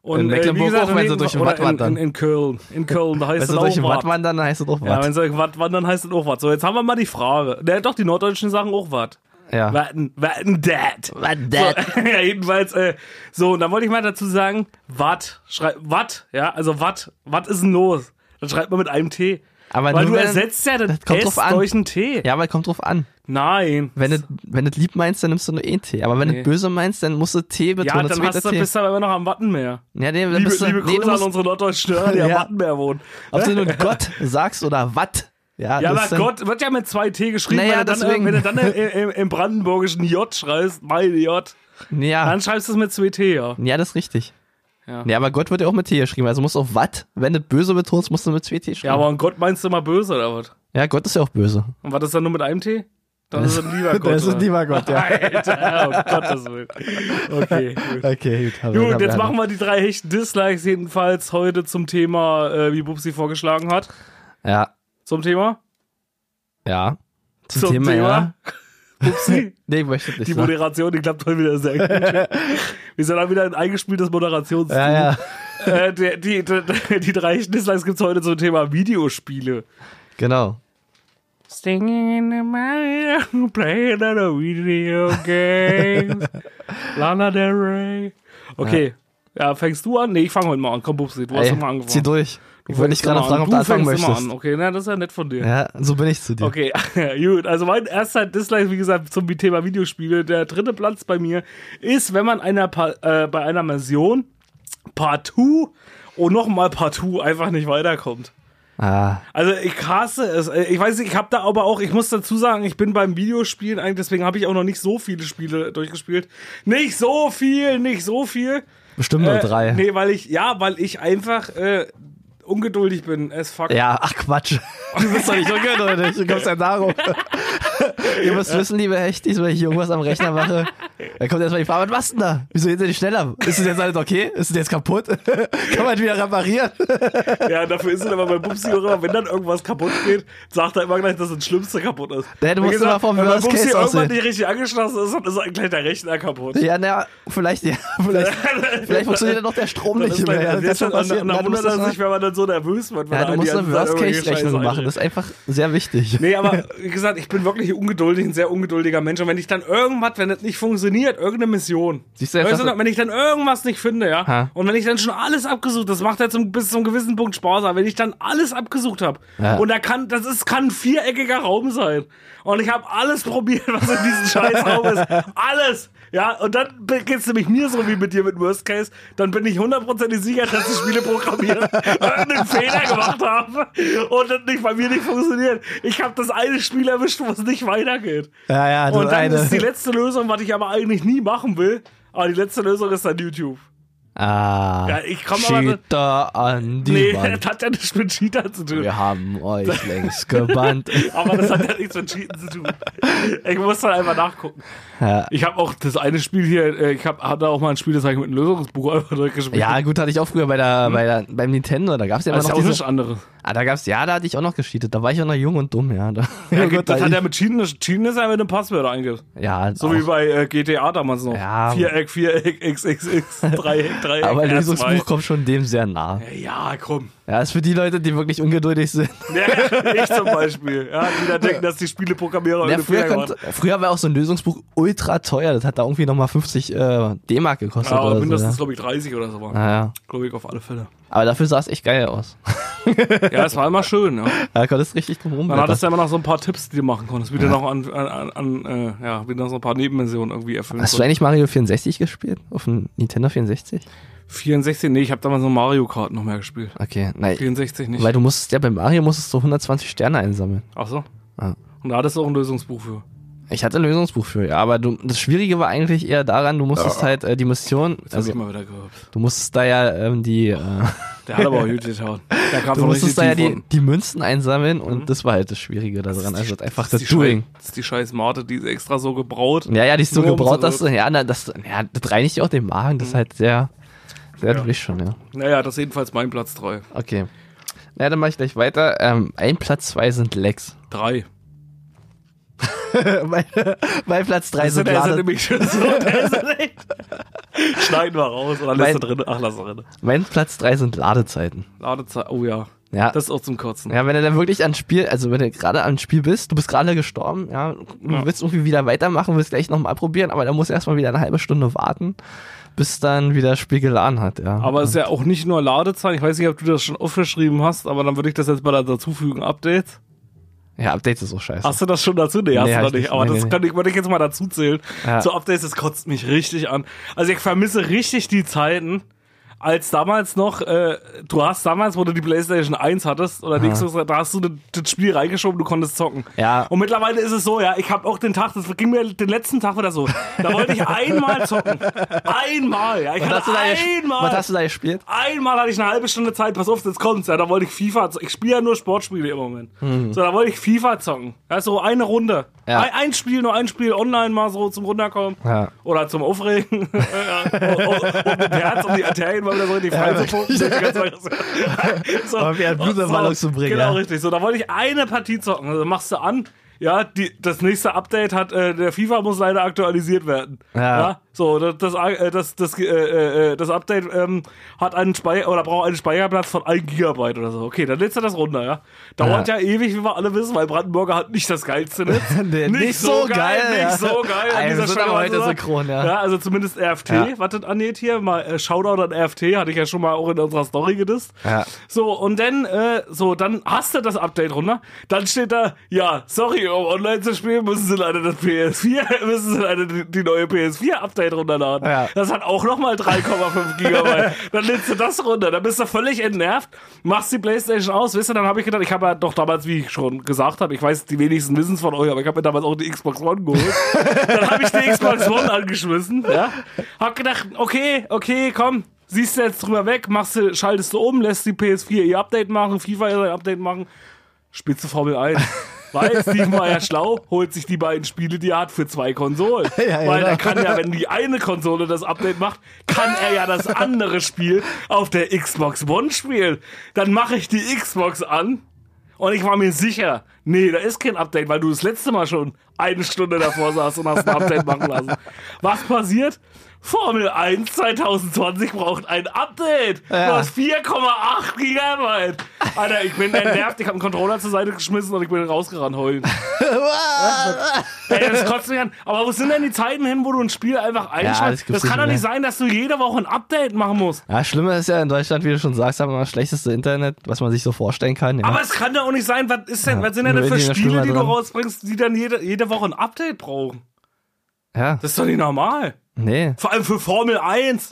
Speaker 2: Und
Speaker 3: In
Speaker 2: äh, wie
Speaker 3: Mecklenburg
Speaker 2: gesagt,
Speaker 3: auch, wenn sie
Speaker 2: daneben-
Speaker 3: durch den
Speaker 2: oder
Speaker 3: Watt wandern.
Speaker 2: In, in, in Köln, in Köln, da heißt
Speaker 3: Wenn
Speaker 2: es
Speaker 3: du durch den
Speaker 2: auch
Speaker 3: Watt
Speaker 2: Wat.
Speaker 3: wandern, dann heißt es auch
Speaker 2: Ja, wenn
Speaker 3: Watt.
Speaker 2: sie euch Wat wandern, heißt es auch Wat. So, jetzt haben wir mal die Frage. Na, doch, die Norddeutschen sagen auch Wat.
Speaker 3: Ja.
Speaker 2: Warten, warten, Dad.
Speaker 3: Warten,
Speaker 2: So, ja, jedenfalls, äh, so, und dann wollte ich mal dazu sagen, wat, schreib, wat, ja, also wat, wat ist denn los? Dann schreibt man mit einem T.
Speaker 3: Aber
Speaker 2: Weil
Speaker 3: nur
Speaker 2: du
Speaker 3: wenn-
Speaker 2: ersetzt ja das,
Speaker 3: das kommt
Speaker 2: S
Speaker 3: drauf an.
Speaker 2: durch ein T.
Speaker 3: Ja, weil kommt drauf an.
Speaker 2: Nein.
Speaker 3: Wenn du wenn du lieb meinst, dann nimmst du nur eh einen T. Aber wenn
Speaker 2: Nee.
Speaker 3: du böse meinst, dann musst du T betonen.
Speaker 2: ja,
Speaker 3: das
Speaker 2: dann
Speaker 3: zweite
Speaker 2: hast du,
Speaker 3: T.
Speaker 2: bist du aber immer noch am Wattenmeer.
Speaker 3: Ja, nee, dann
Speaker 2: Liebe,
Speaker 3: bist du,
Speaker 2: liebe
Speaker 3: nee,
Speaker 2: Grüße
Speaker 3: du
Speaker 2: an
Speaker 3: musst,
Speaker 2: unsere norddeutschen Hörer, die am
Speaker 3: Ja.
Speaker 2: Wattenmeer wohnen.
Speaker 3: ob du nur Gott sagst oder Watt. Ja,
Speaker 2: Ja,
Speaker 3: Also das
Speaker 2: aber
Speaker 3: ist dann-
Speaker 2: Gott wird ja mit zwei T geschrieben,
Speaker 3: Naja,
Speaker 2: wenn, du dann, äh,
Speaker 3: deswegen.
Speaker 2: wenn du dann im, im, im brandenburgischen J schreibst, meine J,
Speaker 3: Ja,
Speaker 2: dann schreibst du es mit zwei T, ja.
Speaker 3: ja, das ist richtig.
Speaker 2: Ja.
Speaker 3: Ja. aber Gott wird ja auch mit T geschrieben. Also musst du auch Watt, wenn du böse betonst, musst du mit zwei T
Speaker 2: Ja,
Speaker 3: schreiben.
Speaker 2: aber und Gott meinst du immer böse oder was?
Speaker 3: Ja, Gott ist ja auch böse.
Speaker 2: Und war das dann nur mit einem T? Dann ist es ein lieber Gott.
Speaker 3: Das ist
Speaker 2: oder?
Speaker 3: lieber Gott, ja.
Speaker 2: Alter, um Gottes Willen. Okay, gut.
Speaker 3: Okay, gut.
Speaker 2: Gut, jetzt machen wir die drei hechten Dislikes jedenfalls heute zum Thema, äh, wie Bubsi vorgeschlagen hat.
Speaker 3: Ja,
Speaker 2: Zum Thema?
Speaker 3: ja. Zum,
Speaker 2: Zum
Speaker 3: Thema,
Speaker 2: Thema?
Speaker 3: ja.
Speaker 2: Upsi.
Speaker 3: Nee, möchte ich nicht.
Speaker 2: Die
Speaker 3: sagen.
Speaker 2: Moderation, die klappt heute wieder sehr gut. Wir sind da wieder ein eingespieltes Moderations.
Speaker 3: Ja, ja,
Speaker 2: Äh, die, die, die, die drei Schnitzelings gibt es heute zum Thema Videospiele.
Speaker 3: genau.
Speaker 2: Singing in the Mario, playing on a video games. Lana Del Rey. Okay. Ja. fängst du an? Nee, ich fange heute mal an. Komm, Bubsi, du hast
Speaker 3: Ey,
Speaker 2: doch mal angefangen.
Speaker 3: zieh durch. Ich wollte dich
Speaker 2: Fängst
Speaker 3: gerade
Speaker 2: mal
Speaker 3: fragen,
Speaker 2: an.
Speaker 3: ob du anfangen
Speaker 2: fängst immer
Speaker 3: möchtest.
Speaker 2: An. Okay, na, das ist ja nett von dir.
Speaker 3: Ja, so bin ich zu dir.
Speaker 2: Okay, gut. Also mein erster Dislike, wie gesagt, zum Thema Videospiele. Der dritte Platz bei mir ist, wenn man einer pa äh, bei einer Mission partout und nochmal partout einfach nicht weiterkommt.
Speaker 3: Ah,
Speaker 2: Also ich hasse es. Äh, Ich weiß nicht, ich habe da aber auch, ich muss dazu sagen, ich bin beim Videospielen eigentlich, deswegen habe ich auch noch nicht so viele Spiele durchgespielt. Nicht so viel, nicht so viel.
Speaker 3: bestimmt nur
Speaker 2: Äh,
Speaker 3: drei.
Speaker 2: Nee, weil ich, ja, weil ich einfach äh, ungeduldig bin. Es fuck.
Speaker 3: Ja, ach Quatsch. Du bist doch nicht ungeduldig. Du kommst ja darum. Ihr müsst wissen, liebe Hechtis, wenn ich hier irgendwas am Rechner mache, dann kommt erstmal die Frage, was machst du denn da? Wieso geht ihr nicht schneller? Ist es jetzt alles okay? Ist es jetzt kaputt? Kann man es wieder reparieren?
Speaker 2: Ja, dafür ist es aber bei Bubsi auch immer, wenn dann irgendwas kaputt geht, sagt er immer gleich, dass das Schlimmste kaputt ist.
Speaker 3: Ja, du
Speaker 2: Wie
Speaker 3: musst immer vom
Speaker 2: wenn bei
Speaker 3: Worst
Speaker 2: Bubsi
Speaker 3: Case
Speaker 2: irgendwann
Speaker 3: aussehen.
Speaker 2: nicht richtig angeschlossen ist, dann ist eigentlich gleich der Rechner kaputt.
Speaker 3: Ja, naja, vielleicht, ja, vielleicht, vielleicht funktioniert dann noch der Strom
Speaker 2: Dann
Speaker 3: um nicht
Speaker 2: ist
Speaker 3: mehr.
Speaker 2: gleich,
Speaker 3: Ja, das kann schon passieren.
Speaker 2: Na, na
Speaker 3: Ja, du
Speaker 2: wundert
Speaker 3: musst
Speaker 2: er
Speaker 3: das
Speaker 2: sich, wenn man dann so nervös wird. weil
Speaker 3: ja,
Speaker 2: er
Speaker 3: du
Speaker 2: die
Speaker 3: musst
Speaker 2: ganze
Speaker 3: eine
Speaker 2: Zeit irgendwelche
Speaker 3: Worst-Case-Rechnung
Speaker 2: Scheiße
Speaker 3: machen. Das ist einfach sehr wichtig.
Speaker 2: Nee, aber wie gesagt, ich bin wirklich ungeduldig, ein sehr ungeduldiger Mensch. Und wenn ich dann irgendwas, wenn das nicht funktioniert, irgendeine Mission.
Speaker 3: Siehst du, jetzt
Speaker 2: weißt du,
Speaker 3: hast du-
Speaker 2: wenn ich dann irgendwas nicht finde, ja.
Speaker 3: Ha.
Speaker 2: Und wenn ich dann schon alles abgesucht, das macht ja zum, bis zum gewissen Punkt Spaß, aber wenn ich dann alles abgesucht habe,
Speaker 3: Ja.
Speaker 2: und da kann, das ist, kann ein viereckiger Raum sein. Und ich habe alles probiert, was in diesem scheiß Raum ist. Alles! Ja, und dann geht's nämlich mir so wie mit dir mit Worst Case. Dann bin ich hundertprozentig sicher, dass die Spiele programmieren irgendeinen Fehler gemacht haben und das nicht bei mir nicht funktioniert. Ich habe das eine Spiel erwischt, wo es nicht weitergeht.
Speaker 3: Ja, ja, das
Speaker 2: und dann
Speaker 3: eine.
Speaker 2: ist die letzte Lösung, was ich aber eigentlich nie machen will. Aber die letzte Lösung ist dann YouTube.
Speaker 3: Ah,
Speaker 2: Ja, ich komm aber-
Speaker 3: Cheater an die
Speaker 2: Nee,
Speaker 3: Wand.
Speaker 2: das hat ja nichts mit Cheater zu tun.
Speaker 3: Wir haben euch längst gebannt.
Speaker 2: Aber das hat ja nichts mit Cheaten zu tun. Ich muss dann einfach nachgucken.
Speaker 3: Ja.
Speaker 2: Ich habe auch das eine Spiel hier, äh, ich hab, hatte auch mal ein Spiel, das habe ich mit einem Lösungsbuch einfach durchgespielt.
Speaker 3: Ja, gut, hatte ich auch früher bei der, bei der, beim Nintendo, da gab's ja immer
Speaker 2: das ist ja auch
Speaker 3: noch
Speaker 2: nichts
Speaker 3: diese,
Speaker 2: anderes.
Speaker 3: Ah, da gab's, ja, da hatte ich auch noch gescheatet. Da war ich auch noch jung und dumm, ja. Da,
Speaker 2: Ja,
Speaker 3: Oh Gott,
Speaker 2: das
Speaker 3: da
Speaker 2: hat
Speaker 3: ich,
Speaker 2: ja mit Cheaten, Cheaten ist ja, wenn du Passwörter eingibst.
Speaker 3: ja,
Speaker 2: So
Speaker 3: auch,
Speaker 2: wie bei äh, GTA damals noch.
Speaker 3: Ja.
Speaker 2: Viereck, Viereck, XXX, Dreieck, Dreieck,
Speaker 3: aber
Speaker 2: R2.
Speaker 3: Lösungsbuch kommt schon dem sehr nah.
Speaker 2: Ja, komm.
Speaker 3: Ja, ist für die Leute, die wirklich ungeduldig sind.
Speaker 2: Ja, ich zum Beispiel. Ja, die da denken, dass die Spieleprogrammierer
Speaker 3: Ja,
Speaker 2: irgendeinen
Speaker 3: früher,
Speaker 2: Fehler
Speaker 3: konnte,
Speaker 2: machen.
Speaker 3: früher war auch so ein Lösungsbuch ultra teuer. Das hat da irgendwie nochmal 50 äh, D-Mark gekostet.
Speaker 2: Ja,
Speaker 3: oder
Speaker 2: aber mindestens,
Speaker 3: so,
Speaker 2: glaube ich, 30 oder so
Speaker 3: ja.
Speaker 2: war.
Speaker 3: Naja.
Speaker 2: Glaube ich, auf alle Fälle.
Speaker 3: Aber dafür sah es echt geil aus.
Speaker 2: Ja, es war immer schön, ja.
Speaker 3: Da konntest du richtig drum
Speaker 2: Dann hattest
Speaker 3: rumblättern.
Speaker 2: du immer noch so ein paar Tipps, die du machen konntest. Wieder noch an, an, an äh, ja, wieder noch so ein paar Nebenmissionen irgendwie erfüllen
Speaker 3: Hast du
Speaker 2: konntest.
Speaker 3: eigentlich Mario 64 gespielt? Auf dem Nintendo 64?
Speaker 2: 64, nee, ich habe damals noch Mario Kart noch mehr gespielt.
Speaker 3: Okay, nein.
Speaker 2: 64 nicht.
Speaker 3: Weil du musstest ja bei Mario musstest du 120 Sterne einsammeln.
Speaker 2: Ach so.
Speaker 3: Ja.
Speaker 2: Und da hattest du auch ein Lösungsbuch für.
Speaker 3: Ich hatte ein Lösungsbuch für, ja, aber du, das Schwierige war eigentlich eher daran, du musstest halt äh, die Mission,
Speaker 2: Das also,
Speaker 3: also
Speaker 2: hab ich mal wieder gehört.
Speaker 3: du musstest da ja ähm, die, äh,
Speaker 2: Der hat aber auch gut getan. Da kam
Speaker 3: du
Speaker 2: von richtig
Speaker 3: musstest da ja
Speaker 2: tief
Speaker 3: die,
Speaker 2: unten.
Speaker 3: die Münzen einsammeln und das war halt das Schwierige daran, also das einfach das
Speaker 2: die
Speaker 3: Doing.
Speaker 2: Scheiß, das ist die scheiß Marte, die ist extra so gebraut.
Speaker 3: Ja, ja, die ist so
Speaker 2: Nur um
Speaker 3: gebraut,
Speaker 2: zu-
Speaker 3: dass du, ja, na, das, ja, das reinigt ja auch den Magen, das ist halt sehr, sehr durch schon, ja.
Speaker 2: Naja, das ist jedenfalls mein Platz 3.
Speaker 3: Okay. Na, dann mache ich gleich weiter. Ähm, ein Platz zwei sind Lecks.
Speaker 2: 3.
Speaker 3: mein, mein Platz drei sind
Speaker 2: Also der ist ja
Speaker 3: Lade,
Speaker 2: nämlich schon so. Der ist ja nicht- Schneiden wir raus oder lässt
Speaker 3: Mein-
Speaker 2: du drin? Ach, lass er drin.
Speaker 3: mein Platz drei sind Ladezeiten.
Speaker 2: Ladezeit. Oh ja.
Speaker 3: Ja.
Speaker 2: Das ist auch zum Kotzen.
Speaker 3: Ja, wenn du dann wirklich an Spiel, also wenn du gerade am Spiel bist, du bist gerade gestorben, ja, du willst irgendwie wieder weitermachen, willst gleich nochmal probieren, aber dann musst du erstmal wieder eine halbe Stunde warten, bis dann wieder das Spiel geladen hat, ja.
Speaker 2: Aber es ist ja auch nicht nur Ladezeit. Ich weiß nicht, ob du das schon aufgeschrieben hast, aber dann würde ich das jetzt mal da dazufügen. Updates.
Speaker 3: ja, Updates ist so scheiße.
Speaker 2: Hast du das schon dazu? Nee, hast
Speaker 3: Nee,
Speaker 2: du
Speaker 3: hab
Speaker 2: noch
Speaker 3: ich
Speaker 2: nicht.
Speaker 3: nicht.
Speaker 2: Aber
Speaker 3: Nee,
Speaker 2: das
Speaker 3: nee,
Speaker 2: Kann ich, würde ich jetzt mal dazu zählen.
Speaker 3: Ja.
Speaker 2: So Updates, das kotzt mich richtig an. Also ich vermisse richtig die Zeiten, als damals noch, äh, du hast damals, wo du die Playstation 1 hattest oder die Xbox, da hast du das, das Spiel reingeschoben, du konntest zocken.
Speaker 3: Ja.
Speaker 2: Und mittlerweile ist es so, ja, ich habe auch den Tag, das ging mir den letzten Tag wieder so. Da wollte ich einmal zocken. Einmal, ja. Ich
Speaker 3: was, hast du
Speaker 2: hatte
Speaker 3: da ges-
Speaker 2: einmal.
Speaker 3: was hast du da gespielt?
Speaker 2: Einmal hatte ich eine halbe Stunde Zeit, pass auf, jetzt kommt's. Ja, da wollte ich FIFA zocken. Ich spiele ja nur Sportspiele im Moment. So, da wollte ich FIFA zocken. Ja, so eine Runde.
Speaker 3: Mhm. Ja.
Speaker 2: Ein, ein Spiel, nur ein Spiel online mal so zum Runterkommen.
Speaker 3: Ja.
Speaker 2: Oder zum Aufregen. ja. und, und, und mit dem Herz um die Arterien mal wieder so in die Fresse pumpen. So, die ganze so,
Speaker 3: Aber wie eine
Speaker 2: und
Speaker 3: Blutabwallung zu bringen,
Speaker 2: Genau,
Speaker 3: ja.
Speaker 2: richtig. So, da wollte ich eine Partie zocken. Also machst du an. ja, die, das nächste Update hat, äh, der FIFA muss leider aktualisiert werden.
Speaker 3: Ja.
Speaker 2: so, das, das, äh, das, das, äh, äh, äh, das Update ähm, hat einen Speicher oder braucht einen Speicherplatz von 1 Gigabyte oder so. Okay, dann lädst du das runter, ja. Dauert ja, ewig, wie wir alle wissen, weil Brandenburger hat nicht das geilste Netz.
Speaker 3: Nee, nicht so geil,
Speaker 2: nicht
Speaker 3: ja.
Speaker 2: so geil.
Speaker 3: Ey,
Speaker 2: An
Speaker 3: wir
Speaker 2: dieser
Speaker 3: sind
Speaker 2: Stelle
Speaker 3: aber heute
Speaker 2: also-
Speaker 3: synchron, ja.
Speaker 2: ja. Also zumindest RFT,
Speaker 3: Ja.
Speaker 2: was das angeht hier, mal äh, Shoutout an RFT, hatte ich ja schon mal auch in unserer Story gedisst.
Speaker 3: Ja.
Speaker 2: So, und dann, äh, so, dann hast du das Update runter. Dann steht da, ja, sorry, um online zu spielen, müssen sie leider das PS4, müssen sie leider die, die neue PS4-Update runterladen.
Speaker 3: Ja.
Speaker 2: Das hat auch nochmal 3,5 Gigabyte. Dann lädst du das runter, dann bist du völlig entnervt, machst die Playstation aus, wisst ihr, dann habe ich gedacht, ich habe ja doch damals, wie ich schon gesagt habe, ich weiß, die wenigsten wissen es von euch, aber ich habe mir damals auch die Xbox One geholt. dann habe ich die Xbox One angeschmissen, ja. Hab gedacht, okay, okay, komm, siehst du jetzt drüber weg, machst du, schaltest du um, lässt die PS4 ihr Update machen, FIFA ihr Update machen, spielst du Formel 1. Weil Steven war ja schlau, holt sich die beiden Spiele, die er hat, für zwei Konsolen.
Speaker 3: Ja,
Speaker 2: Weil er
Speaker 3: genau.
Speaker 2: kann ja, wenn die eine Konsole das Update macht, kann er ja das andere Spiel auf der Xbox One spielen. Dann mache ich die Xbox an und ich war mir sicher, nee, da ist kein Update, weil du das letzte Mal schon eine Stunde davor saßt und hast ein Update machen lassen. Was passiert? Formel 1 2020 braucht ein Update. Du
Speaker 3: Ja.
Speaker 2: hast 4,8 Gigabyte. Alter, ich bin entnervt. Ich habe einen Controller zur Seite geschmissen und ich bin rausgerannt heulen. Ey, das kotzt mich an. Aber wo sind denn die Zeiten hin, wo du ein Spiel einfach
Speaker 3: das
Speaker 2: einschaltest?
Speaker 3: gibt's
Speaker 2: das kann
Speaker 3: nicht
Speaker 2: doch nicht
Speaker 3: mehr.
Speaker 2: sein, dass du jede Woche ein Update machen musst.
Speaker 3: Ja, schlimmer ist ja in Deutschland, wie du schon sagst, haben wir das schlechteste Internet, was man sich so vorstellen kann. Ja.
Speaker 2: Aber es kann doch auch nicht sein, was, ist denn, was sind denn
Speaker 3: Nö,
Speaker 2: das für
Speaker 3: die sind
Speaker 2: Spiele,
Speaker 3: schlimmer
Speaker 2: die du
Speaker 3: dran.
Speaker 2: rausbringst, die dann jede, jede Woche ein Update brauchen?
Speaker 3: ja,
Speaker 2: Das ist doch nicht normal.
Speaker 3: nee.
Speaker 2: Vor allem für Formel 1.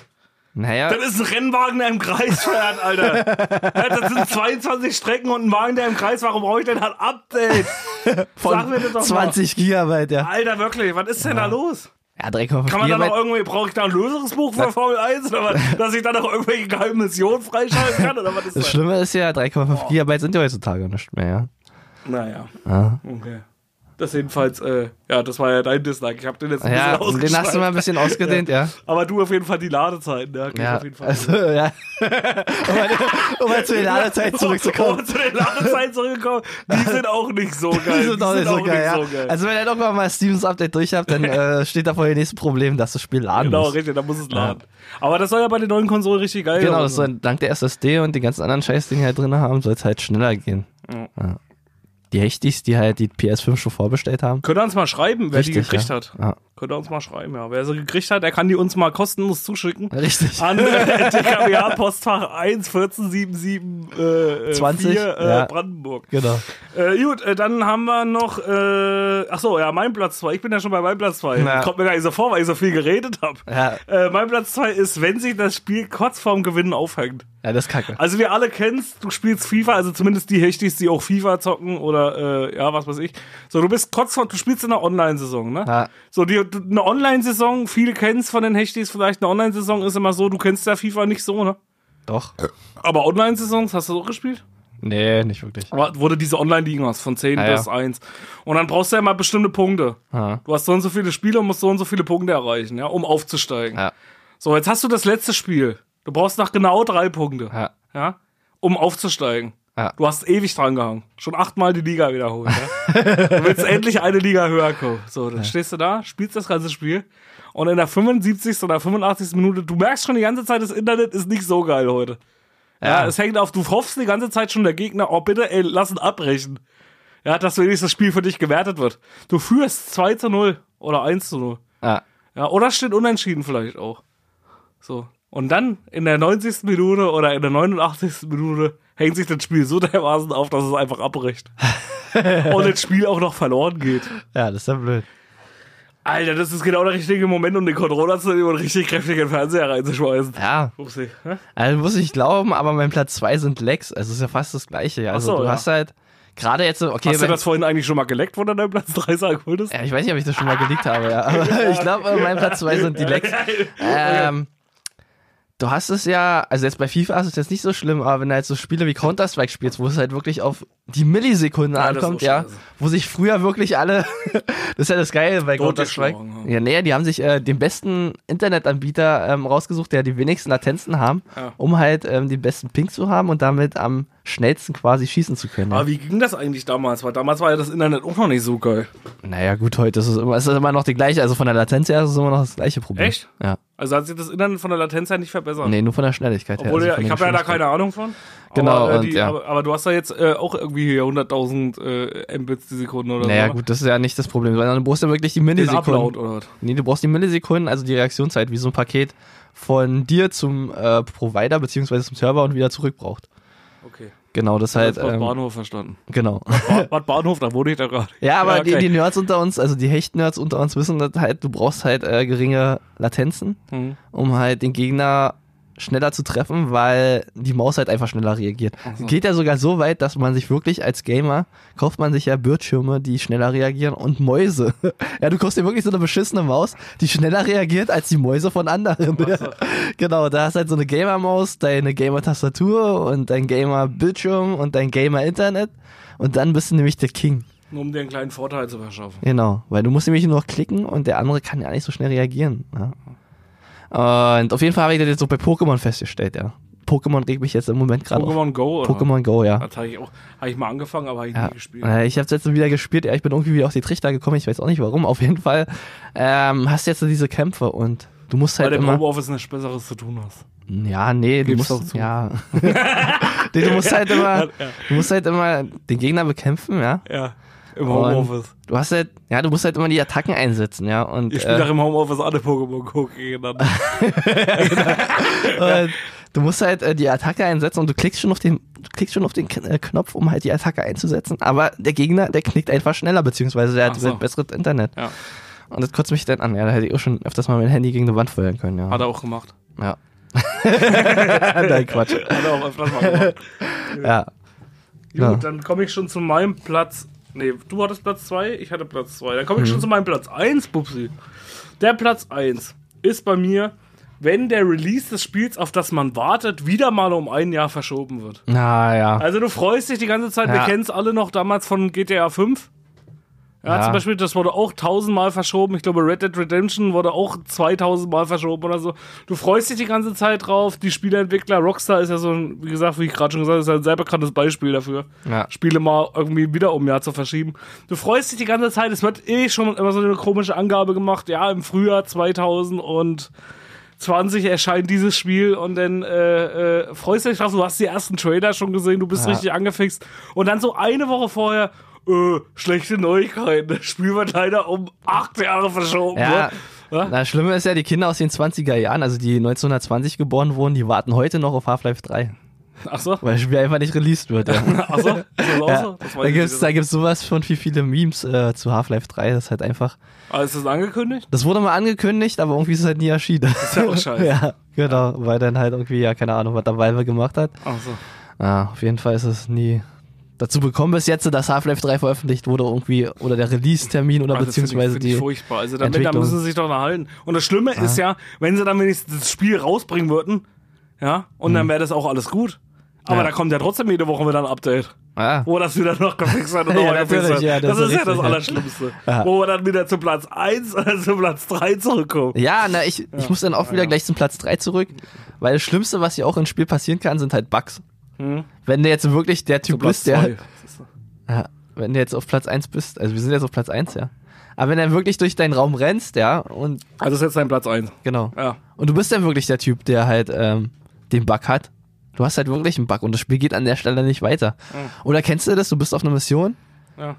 Speaker 3: Naja,
Speaker 2: Das ist ein Rennwagen, der im Kreis fährt, Alter. Ja, Das sind 22 Strecken und ein Wagen, der im Kreis. Warum brauche ich denn ein Update? Sag mir das doch
Speaker 3: 20 Gigabyte, ja.
Speaker 2: mal. Alter, wirklich, was ist denn da los?
Speaker 3: Ja, 3,5
Speaker 2: Kann man da
Speaker 3: Gigabyte.
Speaker 2: noch irgendwie, brauche ich da ein Lösungsbuch für Formel 1 oder was? Dass ich da noch irgendwelche geheimen Missionen freischalten kann oder was ist
Speaker 3: das
Speaker 2: das?
Speaker 3: Schlimme ist ja, 3,5 Gigabyte sind ja heutzutage nicht mehr, ja.
Speaker 2: Naja,
Speaker 3: Ja,
Speaker 2: okay. Das jedenfalls, äh, ja, das war ja dein Dislike. Ich habe den jetzt ein
Speaker 3: ja
Speaker 2: bisschen
Speaker 3: den hast du mal ein bisschen ausgedehnt, ja.
Speaker 2: Aber du auf jeden Fall die Ladezeiten, ja. gebe ich
Speaker 3: Ja,
Speaker 2: auf jeden Fall.
Speaker 3: also, ja. um, mal- um mal zu den Ladezeit
Speaker 2: Oh,
Speaker 3: zurückzukommen.
Speaker 2: zu den Ladezeiten zurückgekommen. Die sind auch nicht so geil.
Speaker 3: Die sind auch nicht so geil, ja.
Speaker 2: so geil.
Speaker 3: Also, wenn ihr irgendwann mal Stevens Update durch habt, dann äh, steht da vor dem nächsten Problem, dass das Spiel laden
Speaker 2: genau,
Speaker 3: muss.
Speaker 2: richtig, da muss es laden. Aber das soll ja bei den neuen Konsolen richtig geil
Speaker 3: Genau,
Speaker 2: werden.
Speaker 3: das soll dank der SSD und den ganzen anderen Scheiß, den die halt drin haben, soll es halt schneller gehen. Ja. Die Hechtis, die halt die PS5 schon vorbestellt haben.
Speaker 2: Könnt ihr uns mal schreiben, wer die
Speaker 3: Richtig,
Speaker 2: gekriegt
Speaker 3: ja.
Speaker 2: hat.
Speaker 3: Ja.
Speaker 2: Könnt ihr uns mal schreiben, ja. Wer sie gekriegt hat, der kann die uns mal kostenlos zuschicken.
Speaker 3: Richtig.
Speaker 2: An äh, TKWA Postfach 1 1477 äh, äh,
Speaker 3: 20,
Speaker 2: 4, äh,
Speaker 3: ja.
Speaker 2: Brandenburg.
Speaker 3: Genau.
Speaker 2: Äh, gut, äh, dann haben wir noch, äh, ach so, ja, mein Platz 2. Ich bin ja schon bei meinem Platz 2.
Speaker 3: Ja.
Speaker 2: Kommt mir gar nicht so vor, weil ich so viel geredet habe.
Speaker 3: Ja.
Speaker 2: Äh, mein Platz 2 ist, wenn sich das Spiel kurz vorm Gewinnen aufhängt.
Speaker 3: Ja, das ist kacke.
Speaker 2: Also wir alle kennst, du spielst FIFA, also zumindest die Hechtis, die auch FIFA zocken oder äh, ja, was weiß ich. So, du bist kurz vor, du spielst in einer Online-Saison, ne?
Speaker 3: Ja.
Speaker 2: So, die, du- eine Online-Saison, viele kennst von den Hechtis, vielleicht eine Online-Saison ist immer so, du kennst ja FIFA nicht so, ne?
Speaker 3: Doch.
Speaker 2: Aber Online-Saisons hast du auch gespielt?
Speaker 3: Nee, nicht wirklich.
Speaker 2: Aber wurde diese Online-Ligen hast, von 10
Speaker 3: Ja, ja.
Speaker 2: bis 1. Und dann brauchst du ja mal bestimmte Punkte.
Speaker 3: Ja.
Speaker 2: Du hast so und so viele Spiele und musst so und so viele Punkte erreichen, ja, um aufzusteigen.
Speaker 3: Ja.
Speaker 2: So, jetzt hast du das letzte Spiel. Du brauchst nach genau drei Punkte,
Speaker 3: Ja.
Speaker 2: ja, um aufzusteigen.
Speaker 3: Ja.
Speaker 2: Du hast ewig dran gehangen. Schon achtmal die Liga wiederholt. Ja? du willst endlich eine Liga höher kommen. So, dann stehst du da, spielst das ganze Spiel und in der 75. oder 85. Minute, du merkst schon die ganze Zeit, das Internet ist nicht so geil heute. Ja, es hängt auf, du hoffst die ganze Zeit schon der Gegner, oh bitte, ey, lass ihn abbrechen. Ja, dass wenigstens das Spiel für dich gewertet wird. Du führst 2 zu 0 oder 1 zu 0.
Speaker 3: Ja.
Speaker 2: Ja, oder steht unentschieden vielleicht auch. So. Und dann in der 90. Minute oder in der 89. Minute hängt sich das Spiel so dermaßen auf, dass es einfach abbricht. Und das Spiel auch noch verloren geht.
Speaker 3: ja, das ist ja blöd.
Speaker 2: Alter, das ist genau der richtige Moment, um den Controller zu nehmen und richtig kräftig in den Fernseher reinzuschmeißen.
Speaker 3: Ja,
Speaker 2: Upsi. hä?
Speaker 3: also muss ich glauben, aber mein Platz 2 sind Lecks. Also ist ja fast das Gleiche. ja. Also
Speaker 2: so,
Speaker 3: du
Speaker 2: ja.
Speaker 3: hast halt gerade jetzt, so- okay,
Speaker 2: Hast du
Speaker 3: wenn-
Speaker 2: das vorhin eigentlich schon mal geleckt, wo du deinen Platz 3 sagen wolltest?
Speaker 3: ja, ich weiß nicht, ob ich das schon mal gelegt habe, ja. aber ich glaube, mein Platz 2 sind die Lecks. Ähm, Du hast es ja, also jetzt bei FIFA ist es jetzt nicht so schlimm, aber wenn du halt so Spiele wie Counter-Strike spielst, wo es halt wirklich auf die Millisekunde
Speaker 2: Ja, das ist
Speaker 3: ankommt,
Speaker 2: auch
Speaker 3: ja,
Speaker 2: scheiße.
Speaker 3: wo sich früher wirklich alle, das ist ja das Geile bei Counter-Strike.
Speaker 2: geschlagen,
Speaker 3: Ja, nee, die haben sich äh, den besten Internetanbieter ähm, rausgesucht, der die wenigsten Latenzen haben,
Speaker 2: Ja.
Speaker 3: um halt ähm, den besten Ping zu haben und damit am schnellsten quasi schießen zu können.
Speaker 2: Aber Ah, wie ging das eigentlich damals? Weil damals war ja das Internet auch noch nicht so geil.
Speaker 3: Naja, gut, heute ist es immer, es ist immer noch die gleiche, also von der Latenz her ist es immer noch das gleiche Problem.
Speaker 2: Echt?
Speaker 3: Ja.
Speaker 2: Also hat sich das Internet von der Latenz her nicht verbessert.
Speaker 3: Nee, nur von der Schnelligkeit
Speaker 2: Obwohl,
Speaker 3: her.
Speaker 2: ja,
Speaker 3: also von
Speaker 2: ich
Speaker 3: der
Speaker 2: habe ja da
Speaker 3: Geschwindigkeit.
Speaker 2: keine Ahnung von.
Speaker 3: Genau,
Speaker 2: aber, äh,
Speaker 3: und
Speaker 2: die,
Speaker 3: ja.
Speaker 2: aber, aber du hast ja jetzt äh, auch irgendwie hier 100.000 äh, Mbits die Sekunde oder
Speaker 3: Naja,
Speaker 2: so. ne?
Speaker 3: gut, das ist ja nicht das Problem, sondern du brauchst ja wirklich die
Speaker 2: Den Upload
Speaker 3: Millisekunden.
Speaker 2: oder was?
Speaker 3: Nee, du brauchst die Millisekunden, also die Reaktionszeit, wie so ein Paket von dir zum äh, Provider beziehungsweise zum Server und wieder zurück braucht.
Speaker 2: Okay.
Speaker 3: Genau, das
Speaker 2: Halt,
Speaker 3: halt.
Speaker 2: das war
Speaker 3: Ähm,
Speaker 2: Bahnhof verstanden.
Speaker 3: genau.
Speaker 2: Ba- Bad Bahnhof, da wurde ich da gerade.
Speaker 3: Ja, aber
Speaker 2: okay.
Speaker 3: die, die Nerds unter uns, also die Hecht-Nerds unter uns wissen das halt, du brauchst halt äh, geringe Latenzen,
Speaker 2: Mhm.
Speaker 3: um halt den Gegner schneller zu treffen, weil die Maus halt einfach schneller reagiert. Geht ja sogar so weit, dass man sich wirklich als Gamer kauft man sich ja Bildschirme, die schneller reagieren und Mäuse. ja, du kaufst dir wirklich so eine beschissene Maus, die schneller reagiert als die Mäuse von anderen. genau, da hast halt so eine Gamer-Maus, deine Gamer-Tastatur und dein Gamer-Bildschirm und dein Gamer-Internet und dann bist du nämlich der King.
Speaker 2: Nur um dir einen kleinen Vorteil zu verschaffen.
Speaker 3: Genau, weil du musst nämlich nur noch klicken und der andere kann ja nicht so schnell reagieren. Ja. Und auf jeden Fall habe ich das jetzt so bei Pokémon festgestellt, ja. Pokémon regt mich jetzt im Moment gerade auf.
Speaker 2: Pokémon Go oder?
Speaker 3: Pokémon Go, ja.
Speaker 2: Das habe ich auch, habe ich mal angefangen, aber habe ich
Speaker 3: ja.
Speaker 2: nie gespielt.
Speaker 3: Äh, Ich habe es jetzt wieder gespielt, ja, ich bin irgendwie wieder auf die Trichter gekommen, ich weiß auch nicht warum. Auf jeden Fall ähm, hast du jetzt so diese Kämpfe und du musst
Speaker 2: Weil
Speaker 3: halt
Speaker 2: du im
Speaker 3: immer...
Speaker 2: Homeoffice nichts Besseres zu tun hast.
Speaker 3: Ja, nee, du
Speaker 2: Gib's
Speaker 3: musst
Speaker 2: doch zu.
Speaker 3: Ja. nee, du musst halt immer, du musst halt immer den Gegner bekämpfen, ja.
Speaker 2: Ja. Im
Speaker 3: Und
Speaker 2: Homeoffice.
Speaker 3: Du hast halt, ja, du musst halt immer die Attacken einsetzen, ja. Und
Speaker 2: Ich spiele
Speaker 3: äh,
Speaker 2: doch im Homeoffice alle Pokémon Go gegeneinander.
Speaker 3: Und du musst halt äh, die Attacke einsetzen und du klickst schon auf den, du klickst schon auf den K äh, Knopf, um halt die Attacke einzusetzen. Aber der Gegner, der knickt einfach schneller, beziehungsweise der hat
Speaker 2: Ach so.
Speaker 3: halt besseres Internet.
Speaker 2: Ja.
Speaker 3: Und das kotzt mich dann an. Ja, da hätte ich auch schon öfters mal mein Handy gegen eine Wand feuern können. Ja.
Speaker 2: Hat er auch gemacht.
Speaker 3: ja. Nein, Quatsch.
Speaker 2: Hat er auch öfters mal gemacht.
Speaker 3: Ja. Ja.
Speaker 2: Gut, dann komme ich schon zu meinem Platz. Nee, du hattest Platz 2, ich hatte Platz 2. Dann komme ich schon zu meinem Platz 1, Bubsi. Der Platz 1 ist bei mir, wenn der Release des Spiels, auf das man wartet, wieder mal um ein Jahr verschoben wird.
Speaker 3: Naja.
Speaker 2: Also du freust dich die ganze Zeit, wir
Speaker 3: Ja.
Speaker 2: kennen es alle noch damals von GTA 5. Ja,
Speaker 3: Ja.
Speaker 2: zum Beispiel, das wurde auch tausendmal verschoben. Ich glaube, Red Dead Redemption wurde auch 2000 Mal verschoben oder so. Du freust dich die ganze Zeit drauf. Die Spieleentwickler, Rockstar ist ja so ein, wie gesagt, wie ich gerade schon gesagt habe, ist ja ein sehr bekanntes Beispiel dafür.
Speaker 3: Ja.
Speaker 2: Spiele mal irgendwie wieder um ein Jahr zu verschieben. Du freust dich die ganze Zeit. Es wird eh schon immer so eine komische Angabe gemacht. Ja, im Frühjahr 2000 und 20 erscheint dieses Spiel und dann äh, äh, freust du dich drauf, du hast die ersten Trailer schon gesehen, du bist richtig angefixt. Und dann so eine Woche vorher, äh, schlechte Neuigkeiten, das Spiel wird leider um acht Jahre verschoben. ne?
Speaker 3: Ja.
Speaker 2: Ja?
Speaker 3: Das Schlimme ist ja, die Kinder aus den 20er Jahren, also die 1920 geboren wurden, die warten heute noch auf Half-Life 3,
Speaker 2: Ach so,
Speaker 3: weil das Spiel einfach nicht released wird. Ja.
Speaker 2: ach so, ist das auch so?
Speaker 3: Ja,
Speaker 2: Das weiß
Speaker 3: da
Speaker 2: ich
Speaker 3: gibt's
Speaker 2: nicht.
Speaker 3: da gibt's sowas von viel, viele Memes äh, zu Half-Life 3. Das ist halt einfach.
Speaker 2: Ah, ist das angekündigt?
Speaker 3: Das wurde mal angekündigt, aber irgendwie ist es halt nie erschienen.
Speaker 2: ist ja auch scheiße.
Speaker 3: ja, genau, weil dann halt irgendwie, ja, keine Ahnung, was der Valve gemacht hat.
Speaker 2: Ach so.
Speaker 3: Ja, auf jeden Fall ist es nie dazu gekommen bis jetzt, dass Half-Life 3 veröffentlicht wurde irgendwie oder der Release-Termin oder
Speaker 2: Also das
Speaker 3: beziehungsweise
Speaker 2: find ich, find ich
Speaker 3: die.
Speaker 2: furchtbar. Also damit, da
Speaker 3: Entwicklung.
Speaker 2: müssen sie sich doch erhalten. Und das Schlimme ist ja, wenn sie dann wenigstens das Spiel rausbringen würden, ja, und dann wäre das auch alles gut. Aber
Speaker 3: Mhm. Ja.
Speaker 2: da kommt ja trotzdem jede Woche wieder ein Update.
Speaker 3: Ah,
Speaker 2: wo das wieder noch gefixt hat und
Speaker 3: Ja,
Speaker 2: nochmal
Speaker 3: natürlich,
Speaker 2: gefixt hat.
Speaker 3: ja,
Speaker 2: das,
Speaker 3: das
Speaker 2: ist ja
Speaker 3: ist
Speaker 2: das
Speaker 3: richtig, ja.
Speaker 2: Allerschlimmste.
Speaker 3: Ja.
Speaker 2: Wo wir dann wieder zu Platz 1 oder zu Platz 3 zurückkommen.
Speaker 3: ja, na, ich, ich muss dann auch wieder gleich zum Platz 3 zurück, weil das Schlimmste, was hier auch im Spiel passieren kann, sind halt Bugs. Wenn du jetzt wirklich der Typ bist, der,
Speaker 2: Hm.
Speaker 3: halt-
Speaker 2: zwei.
Speaker 3: Ja, wenn du jetzt auf Platz 1 bist, also wir sind jetzt auf Platz 1, ja. Aber wenn du dann wirklich durch deinen Raum rennst, ja, und
Speaker 2: Also ist jetzt dein Platz 1.
Speaker 3: genau.
Speaker 2: Ja.
Speaker 3: Und du bist dann wirklich der Typ, der halt ähm, den Bug hat. Du hast halt wirklich einen Bug und das Spiel geht an der Stelle nicht weiter. Oder kennst du das? Du bist auf einer Mission
Speaker 2: Mhm. ja.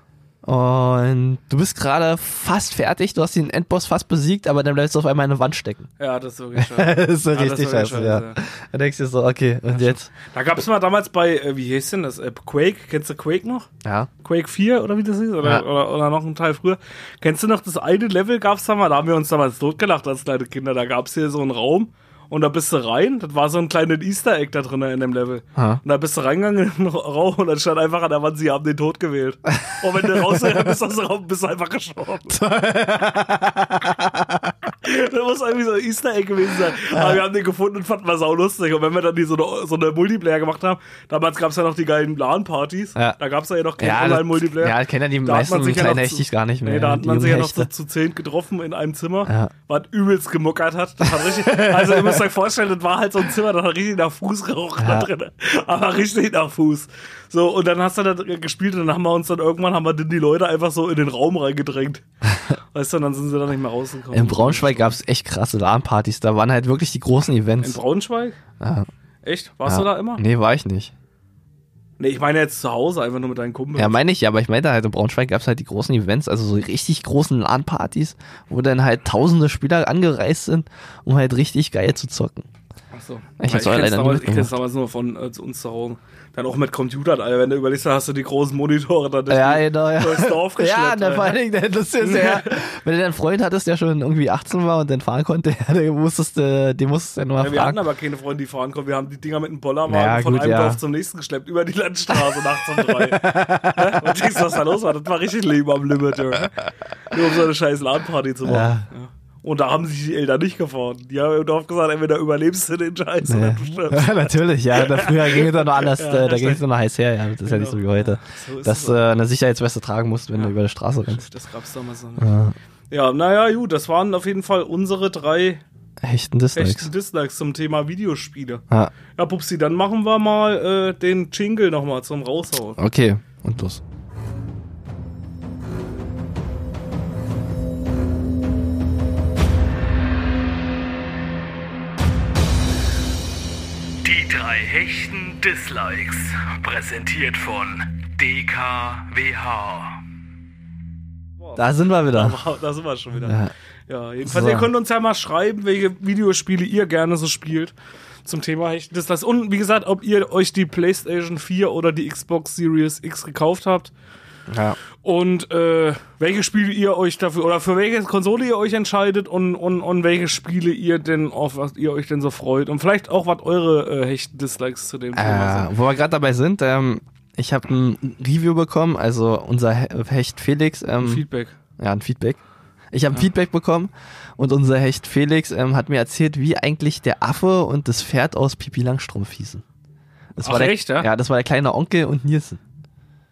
Speaker 3: und du bist gerade fast fertig, du hast den Endboss fast besiegt, aber dann bleibst du auf einmal in der Wand stecken.
Speaker 2: Ja, das ist wirklich scheiße.
Speaker 3: Das
Speaker 2: Ja, Ah, das
Speaker 3: ist so
Speaker 2: ist
Speaker 3: richtig
Speaker 2: wirklich
Speaker 3: scheiße,
Speaker 2: scheiße,
Speaker 3: ja. Dann denkst du dir so, okay, und jetzt?
Speaker 2: Da gab es mal damals bei, äh, wie hieß denn das? Äh, Quake, kennst du Quake noch?
Speaker 3: Ja.
Speaker 2: Quake 4 oder wie das hieß? Oder,
Speaker 3: Ja.
Speaker 2: oder, oder noch ein Teil früher. Kennst du noch das eine Level gab's da mal? Da haben wir uns damals totgelacht als kleine Kinder. Da gab's hier so einen Raum und da bist du rein. Das war so ein kleines Easter Egg da drin in dem Level.
Speaker 3: Ha.
Speaker 2: Und da bist du reingegangen in den Raum und dann stand einfach an der Wand, sie haben den Tod gewählt. Und wenn du rausgegangen bist aus dem Raum, bist du einfach gestorben. Da muss irgendwie so ein Easter Egg gewesen sein. Aber wir haben den gefunden und fanden wir sau lustig. Und wenn wir dann die so eine, so eine Multiplayer gemacht haben, damals gab es ja noch die geilen LAN-Partys.
Speaker 3: Ja.
Speaker 2: Da gab es ja noch keinen
Speaker 3: Ja, das-
Speaker 2: Online-Multiplayer.
Speaker 3: ja, kennen ja die
Speaker 2: halt Da hat
Speaker 3: meisten
Speaker 2: man sich
Speaker 3: kleinen
Speaker 2: noch
Speaker 3: Hechtis gar nicht mehr,
Speaker 2: Nee, da hat
Speaker 3: die
Speaker 2: man sich ja
Speaker 3: jungen
Speaker 2: noch so
Speaker 3: Hechte.
Speaker 2: zu zehn getroffen in einem Zimmer,
Speaker 3: Ja.
Speaker 2: was übelst gemuckert hat. Das hat richtig, also ihr müsst euch vorstellen, das war halt so ein Zimmer, das hat richtig nach Fuß gerochen da
Speaker 3: Ja.
Speaker 2: drin. Aber richtig nach Fuß. So, und dann hast du das gespielt und dann haben wir uns dann irgendwann haben wir dann die Leute einfach so in den Raum reingedrängt. Weißt du, und dann sind sie dann nicht mehr rausgekommen.
Speaker 3: In Braunschweig gab es echt krasse LAN-Partys. Da waren halt wirklich die großen
Speaker 2: In
Speaker 3: Events.
Speaker 2: Braunschweig?
Speaker 3: Ja.
Speaker 2: Echt? Warst du
Speaker 3: Ja.
Speaker 2: da immer?
Speaker 3: Nee, war ich nicht.
Speaker 2: Nee, ich meine jetzt zu Hause, einfach nur mit deinen Kumpels.
Speaker 3: Ja, meine ich, ja, aber ich meinte halt, in Braunschweig gab es halt die großen Events, also so die richtig großen LAN-Partys, wo dann halt tausende Spieler angereist sind, um halt richtig geil zu zocken.
Speaker 2: Ach so.
Speaker 3: Ich hab's
Speaker 2: Ja,
Speaker 3: auch
Speaker 2: kenn's
Speaker 3: leider nie
Speaker 2: damals, ich kenn's
Speaker 3: mitgemacht.
Speaker 2: damals nur von äh, zu uns zu Hause. Dann auch mit Computern, Alter. Wenn du überlegst, dann hast du die großen Monitore da durch
Speaker 3: Ja,
Speaker 2: die-
Speaker 3: genau, ja.
Speaker 2: durchs Dorf geschleppt.
Speaker 3: Ja, na,
Speaker 2: Alter.
Speaker 3: vor allen Dingen, der- das ist ja, wenn du dann einen Freund hattest, der schon irgendwie 18 war und dann fahren konnte, ja, dann musstest du, den musstest du dann mal
Speaker 2: ja, wir hatten
Speaker 3: fragen.
Speaker 2: aber keine Freunde, die fahren konnten. Wir haben die Dinger mit einem Bollerwagen
Speaker 3: Naja,
Speaker 2: von
Speaker 3: gut,
Speaker 2: einem
Speaker 3: ja.
Speaker 2: Dorf zum nächsten geschleppt, über die Landstraße nachts um drei. Hä? Und denkst, was da los war? Das war richtig Leben am Limit, Junge. Nur um so eine scheiß LAN-Party zu machen.
Speaker 3: Ja.
Speaker 2: Ja. Und da haben sich die Eltern nicht gefahren. Die haben im Dorf gesagt, entweder überlebst du den Scheiß oder du stirbst.
Speaker 3: Natürlich, ja. Da früher ging es doch noch anders,
Speaker 2: Ja,
Speaker 3: äh, da
Speaker 2: das Genau.
Speaker 3: ging es doch noch heiß her, ja. Das ist ja nicht so wie heute.
Speaker 2: So ist
Speaker 3: dass
Speaker 2: es
Speaker 3: du äh, eine Sicherheitsweste tragen musst, wenn
Speaker 2: Ja.
Speaker 3: du über die Straße rennst.
Speaker 2: Das gab's damals noch nicht. Ja, naja, gut, das waren auf jeden Fall unsere drei
Speaker 3: Echten Dislikes.
Speaker 2: echten Dislikes zum Thema Videospiele.
Speaker 3: Ja,
Speaker 2: Ja, Pupsi, dann machen wir mal äh, den Jingle nochmal zum Raushauen.
Speaker 3: okay. Und los.
Speaker 5: Die drei hechten Dislikes. Präsentiert von DKWH.
Speaker 3: Da sind wir wieder.
Speaker 2: Wow, da sind wir schon wieder. Ja,
Speaker 3: Ja.
Speaker 2: jedenfalls,
Speaker 3: So.
Speaker 2: ihr könnt uns ja mal schreiben, welche Videospiele ihr gerne so spielt zum Thema Hechten Dislikes. Und wie gesagt, ob ihr euch die PlayStation 4 oder die Xbox Series X gekauft habt.
Speaker 3: Ja.
Speaker 2: Und äh, welche Spiele ihr euch dafür oder für welche Konsole ihr euch entscheidet und, und, und welche Spiele ihr denn auf was ihr euch denn so freut und vielleicht auch was eure äh, hechten Dislikes zu dem Thema
Speaker 3: Äh, wo wir gerade dabei sind, ähm, ich habe ein Review bekommen, also unser He- Hecht Felix,
Speaker 2: sind.
Speaker 3: ähm,
Speaker 2: Feedback.
Speaker 3: ja, ein Feedback. Ich habe ein Feedback bekommen und unser Hecht Felix ähm, hat mir erzählt, wie eigentlich der Affe und das Pferd aus Pipi Langstrumpf hießen. Das
Speaker 2: Ach,
Speaker 3: war der,
Speaker 2: echt, ja?
Speaker 3: ja, das war der kleine Onkel und Nielsen.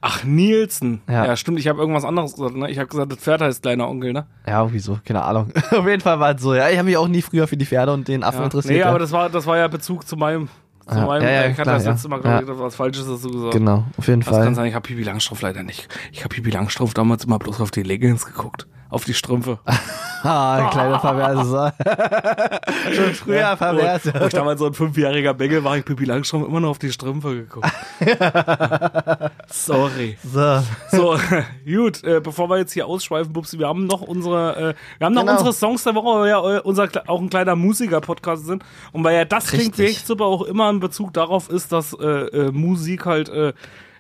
Speaker 2: Ach, Nielsen. Ja,
Speaker 3: Ja.
Speaker 2: stimmt, ich habe irgendwas anderes gesagt. Ne? Ich habe gesagt, das Pferd heißt kleiner Onkel, ne?
Speaker 3: Ja, wieso? Keine Ahnung. Auf jeden Fall war es so. Ja, ich habe mich auch nie früher für die Pferde und den Affen
Speaker 2: Ja.
Speaker 3: interessiert.
Speaker 2: Nee,
Speaker 3: ja.
Speaker 2: aber das war, das war ja Bezug zu meinem. Zu
Speaker 3: Ja.
Speaker 2: meinem
Speaker 3: Ja, ja,
Speaker 2: ich hatte
Speaker 3: klar,
Speaker 2: das
Speaker 3: ja.
Speaker 2: letzte Mal
Speaker 3: Ja.
Speaker 2: gerade was Falsches dazu gesagt.
Speaker 3: genau, auf jeden
Speaker 2: Das
Speaker 3: Fall.
Speaker 2: kann sein, ich habe Pipi Langstrumpf leider nicht. Ich habe Pipi Langstrumpf damals immer bloß auf die Leggings geguckt. Auf die Strümpfe.
Speaker 3: Ah, ein kleiner Perverser. Schon früher ja, pervers.
Speaker 2: Wo ich damals so ein fünfjähriger Bengel war, ich Pippi Langstrumpf immer nur auf die Strümpfe geguckt. Sorry.
Speaker 3: So.
Speaker 2: So, gut, äh, bevor wir jetzt hier ausschweifen, Bubsi, wir haben noch unsere, äh, wir haben noch
Speaker 3: Genau.
Speaker 2: unsere Songs der Woche, weil wir ja äh, unser, Kle- auch ein kleiner Musiker-Podcast sind. Und weil ja das klingt
Speaker 3: Richtig.
Speaker 2: echt super auch immer in Bezug darauf ist, dass äh, äh, Musik halt äh,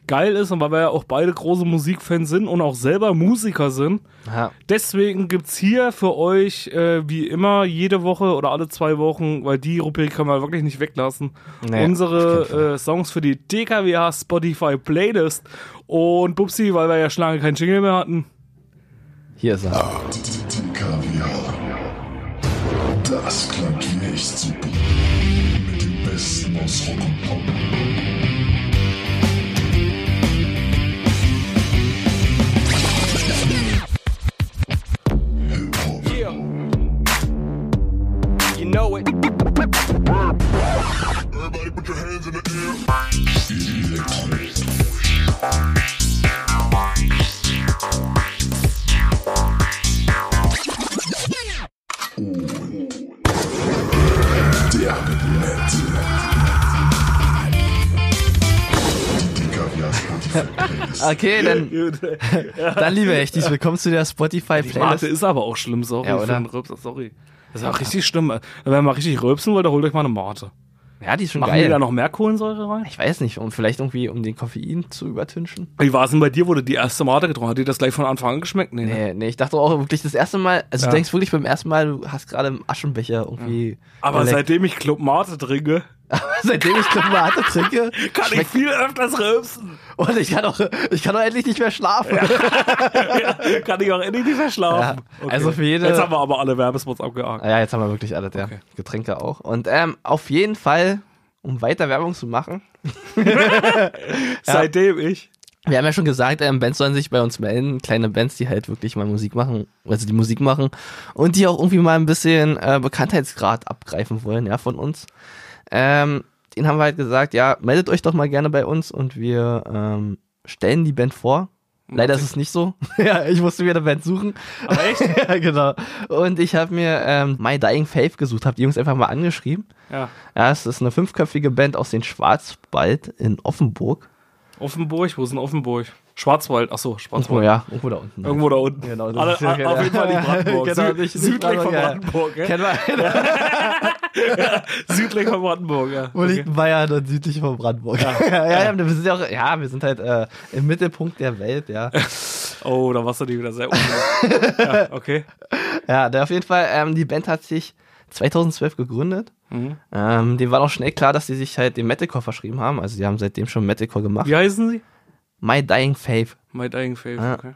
Speaker 2: geil ist und weil wir ja auch beide große Musikfans sind und auch selber Musiker sind.
Speaker 3: Ja.
Speaker 2: Deswegen gibt's hier für euch, äh, wie immer, jede Woche oder alle zwei Wochen, weil die Rubrik können wir wirklich nicht weglassen,
Speaker 3: Nee, auf jeden
Speaker 2: unsere äh, Songs für die DKWH Spotify Playlist. Und Bubsi, weil wir ja schon lange keinen Jingle mehr hatten.
Speaker 3: Hier ist er.
Speaker 6: Die Kaviar. Das klingt wie echt super. Mit dem Besten aus Rock und Pop. Hip-Hop.
Speaker 7: You know it.
Speaker 6: Everybody put your hands in the air. Electronic. Und der Metal. Die Kaviar Spotify-Playlist.
Speaker 3: Okay, dann, dann liebe Echtis, willkommen zu der
Speaker 2: Die Mate
Speaker 3: Spotify-Playlist.
Speaker 2: ist aber auch schlimm, sorry.
Speaker 3: Ja,
Speaker 2: für
Speaker 3: oder?
Speaker 2: den Röpser, sorry. Das ist auch richtig schlimm. Äh, Wenn man richtig röpsen wollt, dann holt euch mal eine Mate.
Speaker 3: Ja, die ist schon
Speaker 2: Machen die da noch mehr Kohlensäure rein?
Speaker 3: Ich weiß nicht, um vielleicht irgendwie, um den Koffein zu übertünchen.
Speaker 2: Wie war es denn bei dir, wo du die erste Mate getrunken hast? Hat dir das gleich von Anfang an geschmeckt? Nee, ne?
Speaker 3: Nee, nee, ich dachte auch wirklich das erste Mal, also
Speaker 2: Ja.
Speaker 3: du denkst wirklich beim ersten Mal, du hast gerade im Aschenbecher irgendwie.
Speaker 2: Aber
Speaker 3: geleckt.
Speaker 2: seitdem ich Club Mate trinke,
Speaker 3: Seitdem ich Tomate trinke,
Speaker 2: Kann ich viel öfters rülpsen.
Speaker 3: und ich kann auch, ich kann auch endlich nicht mehr schlafen.
Speaker 2: ja, kann ich auch endlich nicht verschlafen.
Speaker 3: Ja, also für jede-
Speaker 2: Jetzt haben wir aber alle Werbespots abgehakt.
Speaker 3: Ah Ja, jetzt haben wir wirklich alles, ja. Getränke auch. Und ähm, auf jeden Fall, um weiter Werbung zu machen,
Speaker 2: Seitdem ich.
Speaker 3: wir haben ja schon gesagt, ähm, Bands sollen sich bei uns melden. Kleine Bands, die halt wirklich mal Musik machen, also die Musik machen und die auch irgendwie mal ein bisschen äh, Bekanntheitsgrad abgreifen wollen, ja, von uns. Ähm, den haben wir halt gesagt, ja, meldet euch doch mal gerne bei uns und wir ähm, stellen die Band vor. Leider ist es nicht so. ja, ich musste mir eine Band suchen.
Speaker 2: Aber echt?
Speaker 3: ja, genau. Und ich habe mir ähm, My Dying Faith gesucht, habe die Jungs einfach mal angeschrieben.
Speaker 2: Ja.
Speaker 3: Ja, es ist eine fünfköpfige Band aus den Schwarzwald in Offenburg.
Speaker 2: Offenburg, wo ist denn Offenburg? Schwarzwald, achso,
Speaker 3: Irgendwo,
Speaker 2: Schwarzwald.
Speaker 3: ja, irgendwo da unten.
Speaker 2: Irgendwo da unten.
Speaker 3: Genau, das
Speaker 2: Alle,
Speaker 3: ist ja-
Speaker 2: a- auf jeden Fall nicht Brandenburg.
Speaker 3: Genau,
Speaker 2: Süd-
Speaker 3: nicht- nicht
Speaker 2: südlich von
Speaker 3: Brandenburg, ja.
Speaker 2: Brandenburg, ja.
Speaker 3: Kennen wir
Speaker 2: Südlich von Brandenburg, ja.
Speaker 3: Wo liegt Bayern und südlich von Brandenburg? Ja, ja, ja, wir sind ja auch, ja, wir sind halt äh, im Mittelpunkt der Welt, ja.
Speaker 2: Oh, da warst du nicht wieder sehr unglücklich. ja, okay.
Speaker 3: Ja, da auf jeden Fall, ähm, die Band hat sich 2012 gegründet. Ähm, dem war auch schnell klar, dass sie sich halt dem Metalcore verschrieben haben. Also die haben seitdem schon Metalcore gemacht.
Speaker 2: Wie heißen sie?
Speaker 3: My Dying Faith.
Speaker 2: My Dying Faith,
Speaker 3: Ah.
Speaker 2: okay.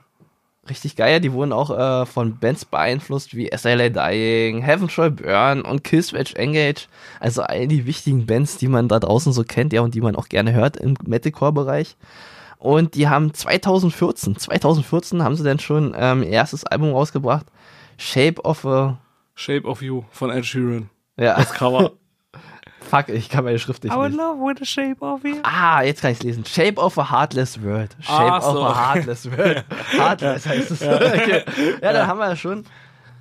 Speaker 3: Richtig geil, die wurden auch äh, von Bands beeinflusst wie SLA Dying, Heaven Shall Burn und Killswitch Engage. Also all die wichtigen Bands, die man da draußen so kennt, ja, und die man auch gerne hört im Metalcore-Bereich. Und die haben 2014, 2014 haben sie dann schon ähm, ihr erstes Album rausgebracht, Shape of a...
Speaker 2: Shape of You von Ed Sheeran.
Speaker 3: Ja,
Speaker 2: Cover.
Speaker 3: fuck, ich kann meine Schrift nicht lesen.
Speaker 2: love with the shape of you.
Speaker 3: Ah, jetzt kann ich lesen. Shape of a Heartless World. Shape
Speaker 2: Ah,
Speaker 3: of
Speaker 2: so.
Speaker 3: a Heartless World. Heartless heißt es. Okay. Ja, dann haben wir ja schon.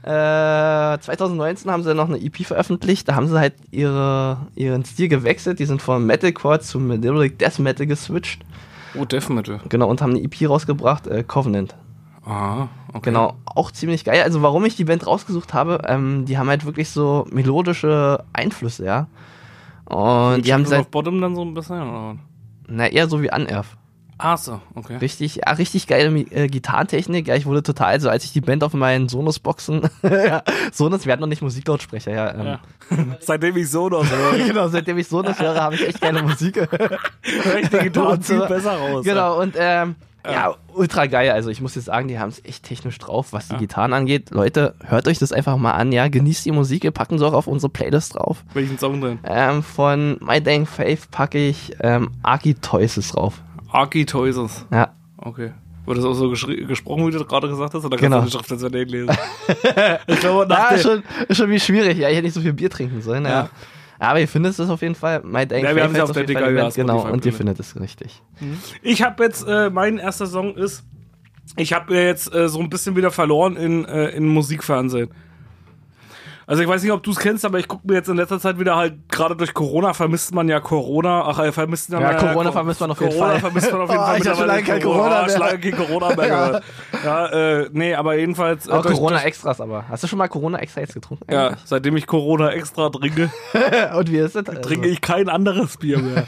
Speaker 3: Äh, 2019 haben sie noch eine EP veröffentlicht. Da haben sie halt ihre, ihren Stil gewechselt. Die sind von Metalcore zu Melodic Death Metal geswitcht.
Speaker 2: Oh, Death Metal.
Speaker 3: Genau, und haben eine EP rausgebracht, äh, Covenant.
Speaker 2: Ah, okay.
Speaker 3: Genau, auch ziemlich geil. Also warum ich die Band rausgesucht habe, ähm, die haben halt wirklich so melodische Einflüsse, ja. Und die haben
Speaker 2: Shape
Speaker 3: seit,
Speaker 2: of Bottom dann so ein bisschen, oder? was?
Speaker 3: na eher so wie Unearth.
Speaker 2: Ah, so, okay.
Speaker 3: Richtig, ja, richtig geile Mi- äh, Gitarrentechnik. Ja, ich wurde total, so als ich die Band auf meinen Sonos-Boxen, ja, Sonos, wir hatten noch nicht Musiklautsprecher, ja. Ähm,
Speaker 2: Ja. Seitdem ich so noch höre,
Speaker 3: Genau, seitdem ich Sonos höre, habe ich echt geile Musik.
Speaker 2: höre ich die Gitarre
Speaker 3: Und so-
Speaker 2: viel besser raus.
Speaker 3: Genau, und ähm, ja, ultra geil. Also ich muss jetzt sagen, die haben es echt technisch drauf, was die Gitarren angeht. Leute, hört euch das einfach mal an, ja. Genießt die Musik, wir packen sie auch auf unsere Playlist drauf.
Speaker 2: Ja. Welchen Song denn?
Speaker 3: Ähm, von My Dang Faith packe ich ähm, Architoises drauf.
Speaker 2: Arky Toises.
Speaker 3: Ja.
Speaker 2: Okay. Wurde das auch so geschri- gesprochen, wie du das gerade gesagt hast? Oder kannst
Speaker 3: Genau.
Speaker 2: du die Schrift als wenn lesen? ich glaube, nach
Speaker 3: Ja,
Speaker 2: der,
Speaker 3: ist schon, ist schon wie schwierig. Ja, ich hätte nicht so viel Bier trinken sollen. Ja.
Speaker 2: Ja.
Speaker 3: Aber ihr findet es auf jeden Fall. My Dang
Speaker 2: Ja, wir
Speaker 3: Faith
Speaker 2: haben sie
Speaker 3: heißt
Speaker 2: auf der
Speaker 3: jeden Fall die
Speaker 2: DKÜ
Speaker 3: Band, Genau,
Speaker 2: Spotify
Speaker 3: und ihr
Speaker 2: gelandet.
Speaker 3: findet es richtig.
Speaker 2: Ich habe jetzt, äh, mein erster Song ist, ich habe ja jetzt äh, so ein bisschen wieder verloren in, äh, in Musikfernsehen. Also ich weiß nicht, ob du es kennst, aber ich gucke mir jetzt in letzter Zeit wieder halt, gerade durch Corona vermisst man ja Corona. Ach, äh, vermisst man
Speaker 3: Ja, Corona vermisst man auf jeden
Speaker 2: Corona
Speaker 3: Fall.
Speaker 2: vermisst man auf jeden
Speaker 3: Oh,
Speaker 2: Fall.
Speaker 3: ich hab schon lange kein
Speaker 2: mittlerweile
Speaker 3: Corona mehr.
Speaker 2: schon lange kein Corona mehr. gehört. Ja, äh, nee, aber jedenfalls. äh,
Speaker 3: Auch
Speaker 2: durch-
Speaker 3: Corona-Extras aber. Hast du schon mal Corona-Extra jetzt getrunken?
Speaker 2: Ja, seitdem ich Corona extra trinke,
Speaker 3: eigentlich? Und wie ist das? Also,
Speaker 2: trinke ich kein anderes Bier mehr.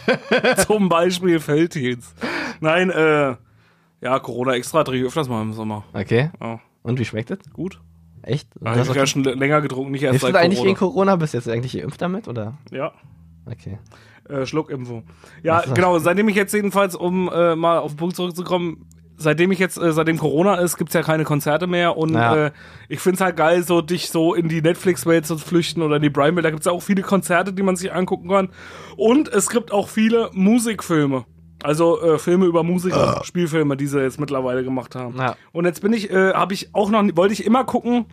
Speaker 2: Zum Beispiel Feldhins. Nein, äh, ja, Corona extra trinke ich öfters mal im Sommer.
Speaker 3: Okay.
Speaker 2: Ja.
Speaker 3: Und wie schmeckt das?
Speaker 2: Gut.
Speaker 3: Echt?
Speaker 2: Ja,
Speaker 3: Das
Speaker 2: ich
Speaker 3: ist
Speaker 2: habe ja schon länger getrunken, nicht erst
Speaker 3: Hilfst du
Speaker 2: seit
Speaker 3: da eigentlich gegen
Speaker 2: Corona.
Speaker 3: Corona? Bist du jetzt eigentlich geimpft damit? Oder?
Speaker 2: Ja,
Speaker 3: Okay.
Speaker 2: äh, Schluckimpfung. Ja,
Speaker 3: Ach so.
Speaker 2: genau, seitdem ich jetzt jedenfalls, um äh, mal auf den Punkt zurückzukommen, seitdem ich jetzt, äh, seitdem Corona ist, gibt's ja keine Konzerte mehr und
Speaker 3: Ja.
Speaker 2: äh, ich find's halt geil, so dich so in die Netflix-Welt zu flüchten oder in die Brian-Welt. Da gibt's ja auch viele Konzerte, die man sich angucken kann. Und es gibt auch viele Musikfilme. Also äh, Filme über Musiker, Spielfilme, die sie jetzt mittlerweile gemacht haben.
Speaker 3: Ja.
Speaker 2: Und jetzt bin ich, äh, habe ich auch noch, nie- wollte ich immer gucken,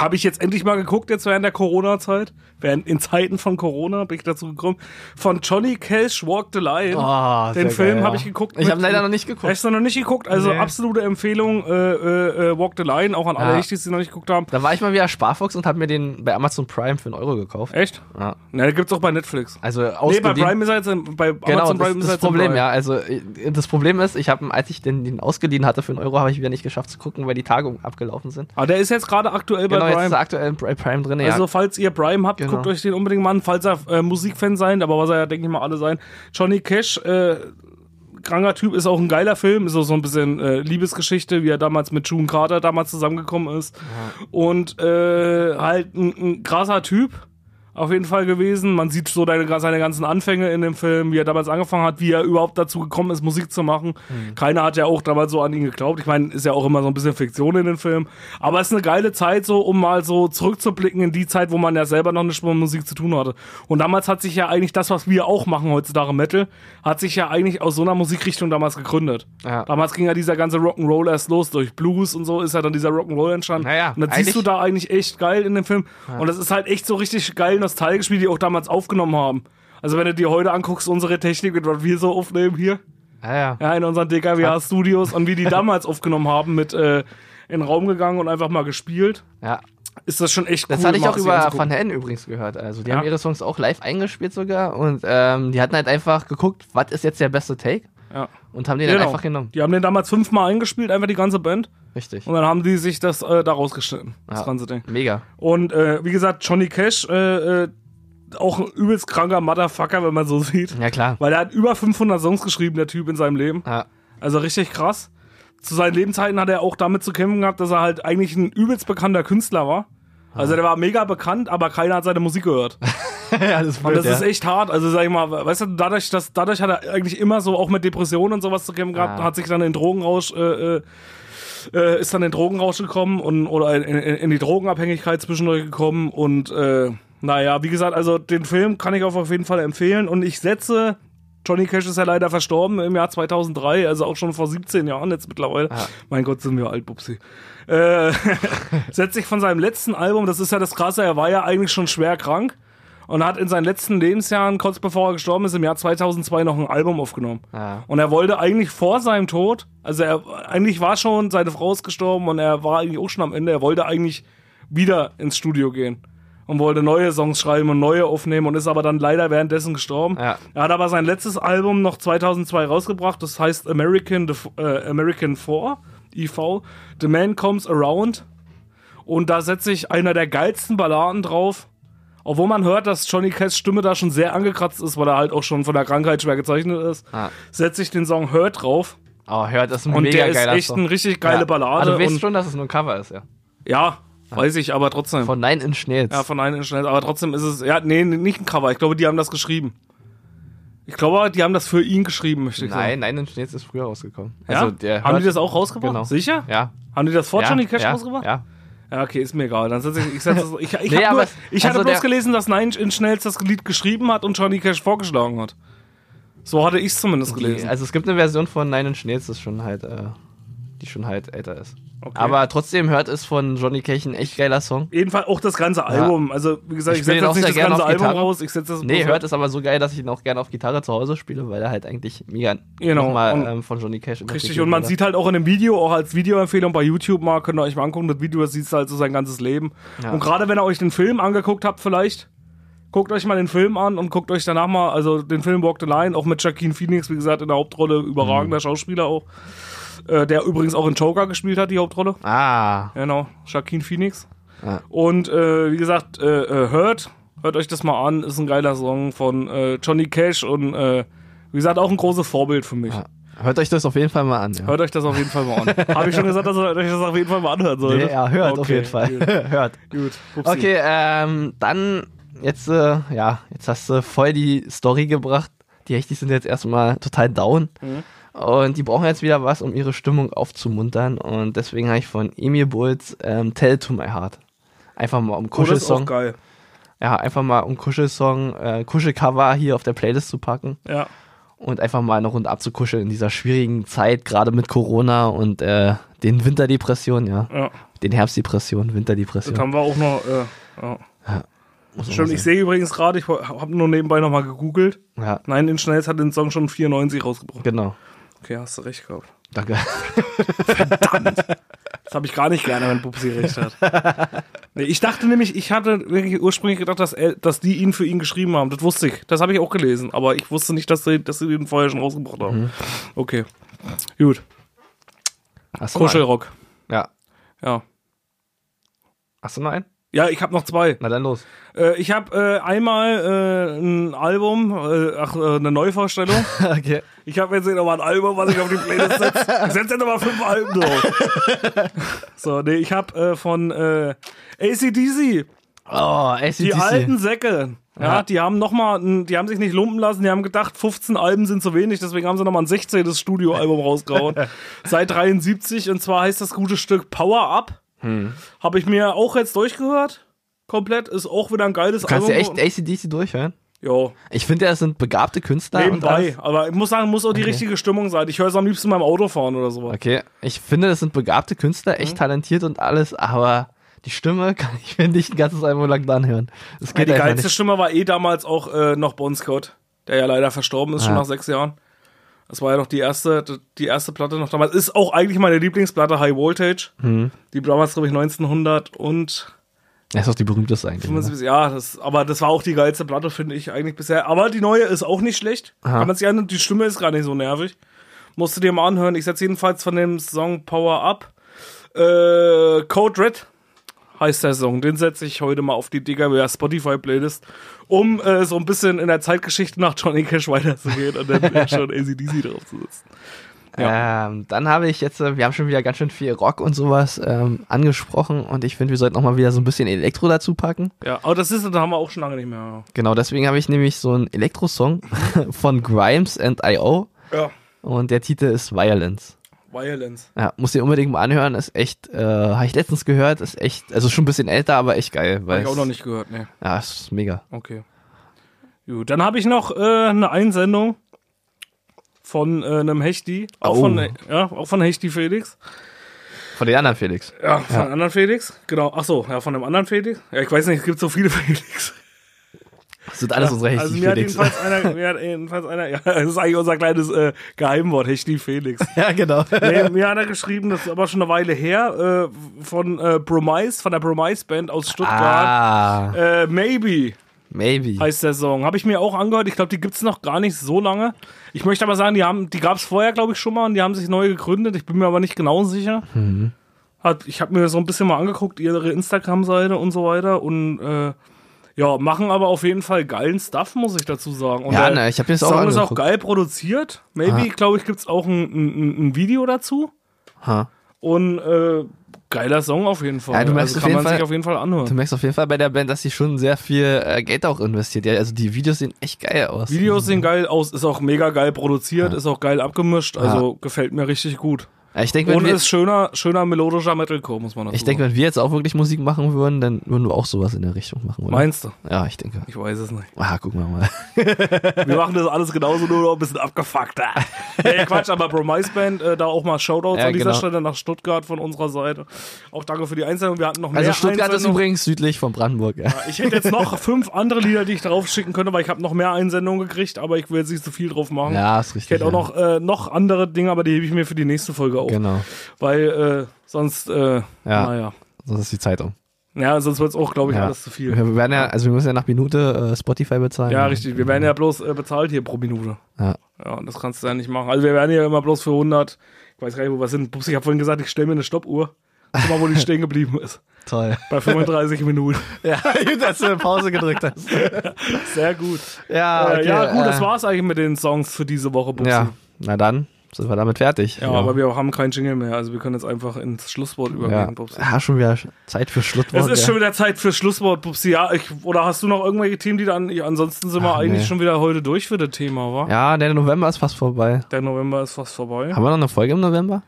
Speaker 2: Habe ich jetzt endlich mal geguckt, jetzt während der Corona-Zeit. Während in Zeiten von Corona bin ich dazu gekommen. Von Johnny Cash Walk the Line.
Speaker 3: Ah, sehr
Speaker 2: Den Film
Speaker 3: geil,
Speaker 2: habe
Speaker 3: ja.
Speaker 2: ich geguckt.
Speaker 3: Ich
Speaker 2: mit-
Speaker 3: habe leider noch nicht geguckt.
Speaker 2: Hast du noch nicht geguckt? Also
Speaker 3: Nee.
Speaker 2: absolute Empfehlung, äh, äh, äh, Walk the Line, auch an alle
Speaker 3: Ja.
Speaker 2: echt, die es noch nicht geguckt haben.
Speaker 3: Da war ich mal wieder Sparfuchs und habe mir den bei Amazon Prime für einen Euro gekauft.
Speaker 2: Echt?
Speaker 3: Ja.
Speaker 2: Na, den gibt's auch bei Netflix.
Speaker 3: Also
Speaker 2: Nee, bei
Speaker 3: ausgeliehen.
Speaker 2: Prime ist er jetzt, in- bei
Speaker 3: Genau,
Speaker 2: Amazon Prime ist halt
Speaker 3: das, das
Speaker 2: er
Speaker 3: ist das
Speaker 2: jetzt in
Speaker 3: Problem,
Speaker 2: Prime.
Speaker 3: ja. Also äh, das Problem ist, ich habe, als ich den, den ausgeliehen hatte für einen Euro, habe ich wieder nicht geschafft zu gucken, weil die Tagungen abgelaufen sind.
Speaker 2: Aber der ist jetzt gerade aktuell
Speaker 3: Genau,
Speaker 2: bei
Speaker 3: jetzt ist
Speaker 2: Prime.
Speaker 3: aktuell bei Prime drin.
Speaker 2: Also
Speaker 3: ja.
Speaker 2: falls ihr Prime habt,
Speaker 3: Genau.
Speaker 2: guckt euch den unbedingt mal an. Falls ihr äh, Musikfan seid, aber was er ja, denke ich mal, alle sein. Johnny Cash, äh, kranker Typ, ist auch ein geiler Film. Ist auch so ein bisschen äh, Liebesgeschichte, wie er damals mit June Carter damals zusammengekommen ist. Und äh, halt ein, ein krasser Typ. auf jeden Fall gewesen. Man sieht so deine, seine ganzen Anfänge in dem Film, wie er damals angefangen hat, wie er überhaupt dazu gekommen ist, Musik zu machen.
Speaker 3: Mhm.
Speaker 2: Keiner hat ja auch damals so an ihn geglaubt. Ich meine, ist ja auch immer so ein bisschen Fiktion in den Filmen. Aber es ist eine geile Zeit, so um mal so zurückzublicken in die Zeit, wo man ja selber noch nicht mit Musik zu tun hatte. Und damals hat sich ja eigentlich das, was wir auch machen heutzutage Metal, hat sich ja eigentlich aus so einer Musikrichtung damals gegründet.
Speaker 3: Ja.
Speaker 2: Damals ging ja dieser ganze Rock'n'Roll erst los durch Blues und so ist ja dann dieser Rock'n'Roll entstanden.
Speaker 3: Naja,
Speaker 2: und dann siehst du
Speaker 3: eigentlich-
Speaker 2: da eigentlich echt geil in dem Film. Und das ist halt echt so richtig geil nostalgisch, wie die auch damals aufgenommen haben. Also wenn du dir heute anguckst, unsere Technik und was wir so aufnehmen hier,
Speaker 3: Ja, ja.
Speaker 2: ja, in unseren DKWH-Studios und wie die damals aufgenommen haben mit äh, in den Raum gegangen und einfach mal gespielt,
Speaker 3: ja.
Speaker 2: ist das schon echt
Speaker 3: Das
Speaker 2: cool.
Speaker 3: hatte ich
Speaker 2: gemacht,
Speaker 3: auch
Speaker 2: sich
Speaker 3: über
Speaker 2: anzugucken.
Speaker 3: Van Halen übrigens gehört. Also die
Speaker 2: Ja.
Speaker 3: haben ihre Songs auch live eingespielt sogar und ähm, die hatten halt einfach geguckt, was ist jetzt der beste Take
Speaker 2: Ja.
Speaker 3: und haben den dann
Speaker 2: Genau.
Speaker 3: einfach genommen.
Speaker 2: Die haben den damals fünfmal eingespielt, einfach die ganze Band.
Speaker 3: Richtig.
Speaker 2: Und dann haben die sich das äh, daraus geschnitten, das
Speaker 3: Ja.
Speaker 2: ganze Ding.
Speaker 3: Mega.
Speaker 2: Und äh, wie gesagt, Johnny Cash, äh, äh, auch ein übelst kranker Motherfucker, wenn man so sieht.
Speaker 3: Ja klar.
Speaker 2: Weil er hat über 500 Songs geschrieben, der Typ in seinem Leben.
Speaker 3: Ja.
Speaker 2: Also richtig krass. Zu seinen Lebenszeiten hat er auch damit zu kämpfen gehabt, dass er halt eigentlich ein übelst bekannter Künstler war. Also der war mega bekannt, aber keiner hat seine Musik gehört.
Speaker 3: ja, das ist
Speaker 2: Und das ist echt hart. Also sag ich mal, weißt du, dadurch, dass, dadurch hat er eigentlich immer so auch mit Depressionen und sowas zu kämpfen gehabt,
Speaker 3: Ah.
Speaker 2: hat sich dann in Drogenrausch, äh, äh, äh, ist dann in Drogenrausch gekommen und oder in, in, in die Drogenabhängigkeit zwischendurch gekommen und äh, naja, wie gesagt, also den Film kann ich auch auf jeden Fall empfehlen und ich setze. Johnny Cash ist ja leider verstorben im Jahr 2003, also auch schon vor 17 Jahren jetzt mittlerweile. Mein Gott, sind wir alt, Bubsi. Äh, setzt sich von seinem letzten Album, das ist ja das Krasse, er war ja eigentlich schon schwer krank und hat in seinen letzten Lebensjahren, kurz bevor er gestorben ist, im Jahr 2002 noch ein Album aufgenommen.
Speaker 3: Ja.
Speaker 2: Und er wollte eigentlich vor seinem Tod, also er, eigentlich war schon, seine Frau ist gestorben und er war eigentlich auch schon am Ende, er wollte eigentlich wieder ins Studio gehen und wollte neue Songs schreiben und neue aufnehmen und ist aber dann leider währenddessen gestorben.
Speaker 3: Ja.
Speaker 2: Er hat aber sein letztes Album noch 2002 rausgebracht, das heißt American, the, äh, American 4, IV, The Man Comes Around. Und da setze ich einer der geilsten Balladen drauf. Obwohl man hört, dass Johnny Cash Stimme da schon sehr angekratzt ist, weil er halt auch schon von der Krankheit schwer gezeichnet ist,
Speaker 3: Ah.
Speaker 2: setze ich den Song Hurt drauf.
Speaker 3: Oh, hört, das ist ein
Speaker 2: Und
Speaker 3: mega
Speaker 2: der ist
Speaker 3: geiler
Speaker 2: echt
Speaker 3: Song.
Speaker 2: ein richtig geile
Speaker 3: ja.
Speaker 2: Ballade.
Speaker 3: Ah, du weißt
Speaker 2: und
Speaker 3: schon, dass es nur ein Cover ist, ja.
Speaker 2: ja, weiß ich, aber trotzdem.
Speaker 3: Von Nine Inch Nails.
Speaker 2: ja, von einem schnell. Aber trotzdem ist es. Ja, nee, nicht ein Cover. Ich glaube, die haben das geschrieben. Ich glaube, die haben das für ihn geschrieben, möchte ich
Speaker 3: Nein, Nine Inch Nails ist früher rausgekommen.
Speaker 2: sagen. Ja?
Speaker 3: Also der
Speaker 2: haben die
Speaker 3: hört-
Speaker 2: das auch rausgebracht?
Speaker 3: Genau.
Speaker 2: Sicher?
Speaker 3: Ja.
Speaker 2: Haben die das vor
Speaker 3: ja,
Speaker 2: Johnny Cash
Speaker 3: ja,
Speaker 2: rausgebracht?
Speaker 3: Ja.
Speaker 2: Ja, okay, ist mir egal. Dann setze ich, ich, setze es, ich, ich,
Speaker 3: Nee,
Speaker 2: hab
Speaker 3: aber
Speaker 2: nur,
Speaker 3: es-
Speaker 2: ich hatte
Speaker 3: also
Speaker 2: bloß
Speaker 3: der-
Speaker 2: gelesen, dass Nine Inch Nails das Lied geschrieben hat und Johnny Cash vorgeschlagen hat. So hatte ich es zumindest
Speaker 3: Die,
Speaker 2: gelesen.
Speaker 3: also es gibt eine Version von Nine Inch Nails, das schon halt, äh, die schon halt älter ist.
Speaker 2: Okay.
Speaker 3: Aber trotzdem hört es von Johnny Cash ein echt geiler Song.
Speaker 2: Jedenfalls auch das ganze Album. Also, wie gesagt, ich,
Speaker 3: Ich
Speaker 2: setze
Speaker 3: spiele
Speaker 2: jetzt
Speaker 3: auch
Speaker 2: nicht
Speaker 3: sehr
Speaker 2: das
Speaker 3: gerne
Speaker 2: ganze
Speaker 3: auf
Speaker 2: Album
Speaker 3: Gitarre.
Speaker 2: raus. Ich setze das
Speaker 3: Nee,
Speaker 2: bloß-
Speaker 3: hört ist aber so geil, dass ich ihn auch gerne auf Gitarre zu Hause spiele, weil er halt eigentlich mega
Speaker 2: Genau, und-
Speaker 3: nochmal ähm, von Johnny Cash
Speaker 2: Richtig,
Speaker 3: interpretiert
Speaker 2: und man
Speaker 3: wurde.
Speaker 2: sieht halt auch in dem Video, auch als Videoempfehlung bei YouTube mal, könnt ihr euch mal angucken, das Video, das siehst du halt so sein ganzes Leben.
Speaker 3: Ja.
Speaker 2: Und gerade wenn ihr euch den Film angeguckt habt, vielleicht, guckt euch mal den Film an und guckt euch danach mal, also den Film Walk the Line, auch mit Joaquin Phoenix, wie gesagt, in der Hauptrolle, überragender Schauspieler auch, äh, der übrigens auch in Joker gespielt hat, die Hauptrolle.
Speaker 3: Ah,
Speaker 2: Genau, Joaquin Phoenix.
Speaker 3: Ja.
Speaker 2: Und äh, wie gesagt, äh, äh, hört, hört euch das mal an, ist ein geiler Song von äh, Johnny Cash und äh, wie gesagt, auch ein großes Vorbild für mich.
Speaker 3: hört euch das auf jeden Fall mal an. Ja.
Speaker 2: Hört euch das auf jeden Fall mal an. Habe ich schon gesagt, dass ihr euch das auf jeden Fall mal anhören solltet?
Speaker 3: Nee, ja, hört auf
Speaker 2: Okay,
Speaker 3: jeden Fall. hört.
Speaker 2: Gut, gut. Pupsi.
Speaker 3: Okay, ähm, dann jetzt, äh, ja, jetzt hast du voll die Story gebracht. Die Hechtis sind jetzt erstmal total down.
Speaker 2: Mhm.
Speaker 3: Und die brauchen jetzt wieder was, um ihre Stimmung aufzumuntern. Und deswegen habe ich von Emil Bulls ähm, Tell to My Heart. Einfach mal um
Speaker 2: Oh, das ist auch
Speaker 3: Kuschelsong.
Speaker 2: geil.
Speaker 3: ja, einfach mal um Kuschelsong, äh, Kuschelcover hier auf der Playlist zu packen
Speaker 2: Ja.
Speaker 3: und einfach mal eine Runde abzukuscheln in dieser schwierigen Zeit, gerade mit Corona und äh, den Winterdepressionen, ja.
Speaker 2: Ja,
Speaker 3: Den Herbstdepressionen,
Speaker 2: das
Speaker 3: Winterdepressionen.
Speaker 2: haben wir auch noch. Äh, ja.
Speaker 3: Muss man
Speaker 2: Stimmt, ich
Speaker 3: sagen.
Speaker 2: sehe übrigens gerade, ich habe nur nebenbei nochmal gegoogelt.
Speaker 3: Ja,
Speaker 2: Nein, in Schnells hat den Song schon 94 rausgebracht.
Speaker 3: genau.
Speaker 2: Okay, hast du recht gehabt.
Speaker 3: Danke.
Speaker 2: Das habe ich gar nicht gerne, wenn Pupsi recht hat. Nee, ich dachte nämlich, ich hatte wirklich ursprünglich gedacht, dass, er, dass die ihn für ihn geschrieben haben. Das wusste ich. Das habe ich auch gelesen. Aber ich wusste nicht, dass sie, dass sie den vorher schon rausgebracht haben.
Speaker 3: Mhm.
Speaker 2: Okay. Gut.
Speaker 3: Hast du noch einen?
Speaker 2: Kuschelrock.
Speaker 3: Ja.
Speaker 2: Ja.
Speaker 3: Hast du noch einen?
Speaker 2: Ja, ich habe noch zwei.
Speaker 3: Na dann los.
Speaker 2: Äh, ich habe äh, einmal äh, ein Album, äh, ach, äh, eine Neuvorstellung.
Speaker 3: Okay.
Speaker 2: Ich habe jetzt nochmal ein Album, was ich auf die Playlist setze. Ich setze jetzt nochmal fünf Alben drauf. So, nee, ich habe äh, von äh, ACDC
Speaker 3: Oh, ACDC.
Speaker 2: Die alten Säcke, ja,
Speaker 3: Ja.
Speaker 2: die haben noch mal, n- die haben sich nicht lumpen lassen, die haben gedacht, 15 Alben sind zu wenig, deswegen haben sie nochmal ein 16. Studioalbum rausgehauen. Seit 73 und zwar heißt das gute Stück Power Up.
Speaker 3: Hm.
Speaker 2: Habe ich mir auch jetzt durchgehört. Komplett ist auch wieder ein geiles
Speaker 3: Du kannst ja
Speaker 2: Album.
Speaker 3: echt ACDC durchhören.
Speaker 2: Jo,
Speaker 3: Ich finde, das sind begabte Künstler. Ah, und alles.
Speaker 2: nebenbei. Aber ich muss sagen, muss auch die richtige Stimmung sein. Ich höre es am liebsten beim Autofahren oder sowas.
Speaker 3: Okay, ich finde, das sind begabte Künstler, echt talentiert und alles, aber die Stimme kann ich mir nicht ein ganzes Album lang anhören. Das
Speaker 2: Ja,
Speaker 3: geht
Speaker 2: die
Speaker 3: einfach
Speaker 2: geilste
Speaker 3: nicht.
Speaker 2: Stimme war eh damals auch äh, noch Bon Scott, der ja leider verstorben ist, schon
Speaker 3: Ja.
Speaker 2: nach sechs Jahren. Das war ja noch die erste, die erste Platte noch damals. Ist auch eigentlich meine Lieblingsplatte, High Voltage.
Speaker 3: Mhm.
Speaker 2: Die damals, glaube ich, 1900 und
Speaker 3: Das ist auch die berühmteste eigentlich. Ne?
Speaker 2: 75, ja, das, aber das war auch die geilste Platte, finde ich eigentlich bisher. Aber die neue ist auch nicht schlecht. Kann man sich anhören, die Stimme ist gar nicht so nervig. Musst du dir mal anhören. Ich setze jedenfalls von dem Song Power Up. Äh, Code Red heißt der Song. Den setze ich heute mal auf die DKWR Spotify Playlist, um äh, so ein bisschen in der Zeitgeschichte nach Johnny Cash weiterzugehen und dann äh, schon ACDC draufzusetzen.
Speaker 3: Ähm, dann habe ich jetzt, äh, wir haben schon wieder ganz schön viel Rock und sowas ähm, angesprochen und ich finde, wir sollten auch mal wieder so ein bisschen Elektro dazu packen.
Speaker 2: Ja, aber das ist, da haben wir auch schon lange nicht mehr.
Speaker 3: Genau, deswegen habe ich nämlich so einen Elektro-Song von Grimes and I.O.
Speaker 2: Ja,
Speaker 3: und der Titel ist Violence.
Speaker 2: Violence.
Speaker 3: Ja, muss dir unbedingt mal anhören, ist echt, äh, habe ich letztens gehört, ist echt, also schon ein bisschen älter, aber echt geil. Weil
Speaker 2: Habe ich auch
Speaker 3: es-
Speaker 2: noch nicht gehört, ne.
Speaker 3: Ja, es ist mega.
Speaker 2: Okay. Gut, dann habe ich noch äh, eine Einsendung von äh, einem Hechti. Auch,
Speaker 3: Oh.
Speaker 2: von, äh, ja, auch von Hechti Felix.
Speaker 3: Von den anderen Felix.
Speaker 2: Ja, von einem anderen Felix. Genau. Ach so, ja, von einem anderen Felix. Ja, ich weiß nicht, es gibt so viele Felix.
Speaker 3: Das sind alles unsere
Speaker 2: also
Speaker 3: Hechti
Speaker 2: mir
Speaker 3: Felix.
Speaker 2: hat jedenfalls einer, mir hat jedenfalls einer, ja, das ist eigentlich unser kleines äh, Geheimwort, Hechti Felix.
Speaker 3: ja, genau.
Speaker 2: Nee, mir hat er geschrieben, das ist aber schon eine Weile her, äh, von äh, Bromise, von der Bromise Band aus Stuttgart.
Speaker 3: ah,
Speaker 2: Äh, maybe.
Speaker 3: maybe.
Speaker 2: heißt der Song. Habe ich mir auch angehört. Ich glaube, die gibt's noch gar nicht so lange. Ich möchte aber sagen, die, haben, die gab's vorher, glaube ich, schon mal und die haben sich neu gegründet. Ich bin mir aber nicht genau sicher.
Speaker 3: Mhm.
Speaker 2: Hat, ich habe mir so ein bisschen mal angeguckt, ihre Instagram-Seite und so weiter. Und äh, ja, machen aber auf jeden Fall geilen Stuff, muss ich dazu sagen. Und
Speaker 3: Ja,
Speaker 2: der
Speaker 3: ne, ich hab mir das auch
Speaker 2: Song ist auch
Speaker 3: angeguckt. Ah.
Speaker 2: geil produziert. Maybe, glaube ich, gibt's auch ein, ein, ein- ein Video dazu.
Speaker 3: Ha.
Speaker 2: Und äh, geiler Song auf jeden Fall.
Speaker 3: Ja, du merkst
Speaker 2: also
Speaker 3: auf
Speaker 2: kann
Speaker 3: jeden
Speaker 2: man sich
Speaker 3: Fall-
Speaker 2: auf jeden Fall anhören.
Speaker 3: Du merkst auf jeden Fall bei der Band, dass sie schon sehr viel äh, Geld auch investiert. Ja, also die Videos sehen echt geil aus.
Speaker 2: Videos sehen geil aus, ist auch mega geil produziert, ist auch geil abgemischt, also gefällt mir richtig gut.
Speaker 3: Ja, ich denke, wenn,
Speaker 2: Und
Speaker 3: wir-
Speaker 2: ist schöner, schöner melodischer Metalcore, muss man dazu
Speaker 3: ich denk,
Speaker 2: sagen.
Speaker 3: wenn wir jetzt auch wirklich Musik machen würden, dann würden wir auch sowas in der Richtung machen, oder?
Speaker 2: Meinst du?
Speaker 3: Ja, ich denke.
Speaker 2: Ich weiß es nicht.
Speaker 3: Ah, gucken wir mal.
Speaker 2: Wir machen das alles genauso, nur noch ein bisschen abgefuckter. Nee, Quatsch, aber Bromise Band, äh, da auch mal Shoutouts
Speaker 3: Ja,
Speaker 2: an dieser
Speaker 3: genau.
Speaker 2: Stelle nach Stuttgart von unserer Seite. Auch danke für die Einsendung, wir hatten noch mehr
Speaker 3: Also Stuttgart ist
Speaker 2: Einsendungen.
Speaker 3: übrigens südlich von Brandenburg. Ja.
Speaker 2: Ich hätte jetzt noch fünf andere Lieder, die ich drauf schicken könnte, weil ich habe noch mehr Einsendungen gekriegt, aber ich will jetzt nicht so viel drauf machen.
Speaker 3: Ja, ist richtig.
Speaker 2: ich hätte auch noch,
Speaker 3: ja.
Speaker 2: äh, noch andere Dinge, aber die hebe ich mir für die nächste Folge auf.
Speaker 3: Genau.
Speaker 2: Weil äh, sonst, äh, naja.
Speaker 3: Sonst ist die Zeitung.
Speaker 2: Ja, sonst wird's auch, glaube ich, alles zu
Speaker 3: Wir
Speaker 2: viel.
Speaker 3: wir werden ja, also wir müssen ja nach Minute äh, Spotify bezahlen.
Speaker 2: Ja, richtig. Wir werden ja bloß äh, bezahlt hier pro Minute.
Speaker 3: Ja.
Speaker 2: Ja, und das kannst du ja nicht machen. Also wir werden hier immer bloß für 100, ich weiß gar nicht, wo wir sind. Pups, ich habe vorhin gesagt, ich stelle mir eine Stoppuhr. Guck mal, wo die stehen geblieben ist.
Speaker 3: Toll.
Speaker 2: Bei 35 Minuten.
Speaker 3: Ja, gut, dass du eine Pause gedrückt hast.
Speaker 2: Sehr gut.
Speaker 3: Ja,
Speaker 2: äh,
Speaker 3: okay,
Speaker 2: ja gut,
Speaker 3: äh,
Speaker 2: das war's eigentlich mit den Songs für diese Woche, Bubsi.
Speaker 3: Ja, na dann sind wir damit fertig.
Speaker 2: Ja, aber wir haben keinen Jingle mehr, also wir können jetzt einfach ins Schlusswort
Speaker 3: ja.
Speaker 2: übergehen, Bubsi.
Speaker 3: ja, schon wieder Zeit für Schlusswort.
Speaker 2: Es ist
Speaker 3: ja.
Speaker 2: schon wieder Zeit für Schlusswort, Bubsi. Ja, ich, oder hast du noch irgendwelche Themen, die dann. ja, Ansonsten sind wir
Speaker 3: Ach,
Speaker 2: eigentlich
Speaker 3: nee.
Speaker 2: schon wieder heute durch für das Thema, wa?
Speaker 3: ja, der November ist fast vorbei.
Speaker 2: Der November ist fast vorbei.
Speaker 3: Haben wir noch eine Folge im November?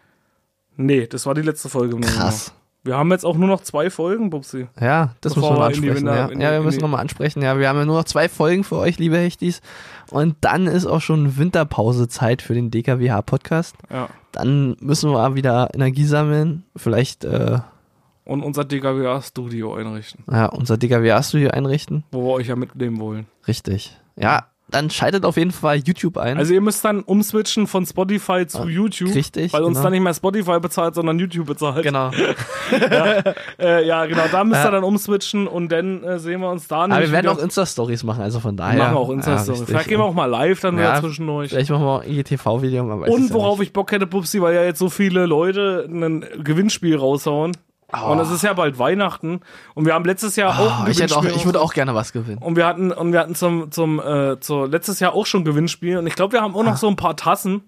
Speaker 2: Nee, das war die letzte Folge. im November.
Speaker 3: Krass.
Speaker 2: Wir haben jetzt auch nur noch zwei Folgen, Bubsi.
Speaker 3: Ja, das
Speaker 2: Bevor
Speaker 3: müssen wir mal
Speaker 2: wir in die
Speaker 3: ansprechen.
Speaker 2: Winter-
Speaker 3: Ja.
Speaker 2: in die-
Speaker 3: ja, wir
Speaker 2: in die-
Speaker 3: müssen nochmal ansprechen. Ja, wir haben ja nur noch zwei Folgen für euch, liebe Hechtis. Und dann ist auch schon Winterpause Zeit für den DKWH-Podcast.
Speaker 2: Ja.
Speaker 3: Dann müssen wir mal wieder Energie sammeln. Vielleicht äh,
Speaker 2: Und unser DKWA-Studio einrichten,
Speaker 3: ja, unser DKWH-Studio einrichten.
Speaker 2: wo wir euch ja mitnehmen wollen.
Speaker 3: Richtig. Ja, dann schaltet auf jeden Fall YouTube ein.
Speaker 2: Also ihr müsst dann umswitchen von Spotify zu YouTube.
Speaker 3: Ah, richtig,
Speaker 2: Weil uns
Speaker 3: genau.
Speaker 2: dann nicht mehr Spotify bezahlt, sondern YouTube bezahlt.
Speaker 3: genau.
Speaker 2: Äh, ja, genau. Da müsst ihr
Speaker 3: Ja.
Speaker 2: dann umswitchen und dann äh, sehen wir uns da.
Speaker 3: Aber
Speaker 2: nämlich
Speaker 3: wir werden
Speaker 2: wieder.
Speaker 3: auch Insta-Stories machen, also von daher.
Speaker 2: Wir machen auch Insta-Story.
Speaker 3: Ja,
Speaker 2: Vielleicht gehen wir auch mal live dann wieder
Speaker 3: Ja,
Speaker 2: zwischendurch.
Speaker 3: Vielleicht machen wir auch ein IGTV-Video. man weiß es
Speaker 2: Und
Speaker 3: ja
Speaker 2: worauf
Speaker 3: nicht.
Speaker 2: ich Bock hätte, Pupsi, weil ja jetzt so viele Leute ein Gewinnspiel raushauen. Und es ist ja bald Weihnachten. Und wir haben letztes Jahr auch Oh, ein
Speaker 3: Oh, ich, hätte auch,
Speaker 2: Gewinnspiel
Speaker 3: ich würde auch gerne was gewinnen.
Speaker 2: Und wir hatten,
Speaker 3: Ah.
Speaker 2: und wir hatten zum, zum, äh, zu letztes Jahr auch schon Gewinnspiel. Und ich glaube, wir haben auch noch so ein paar Tassen.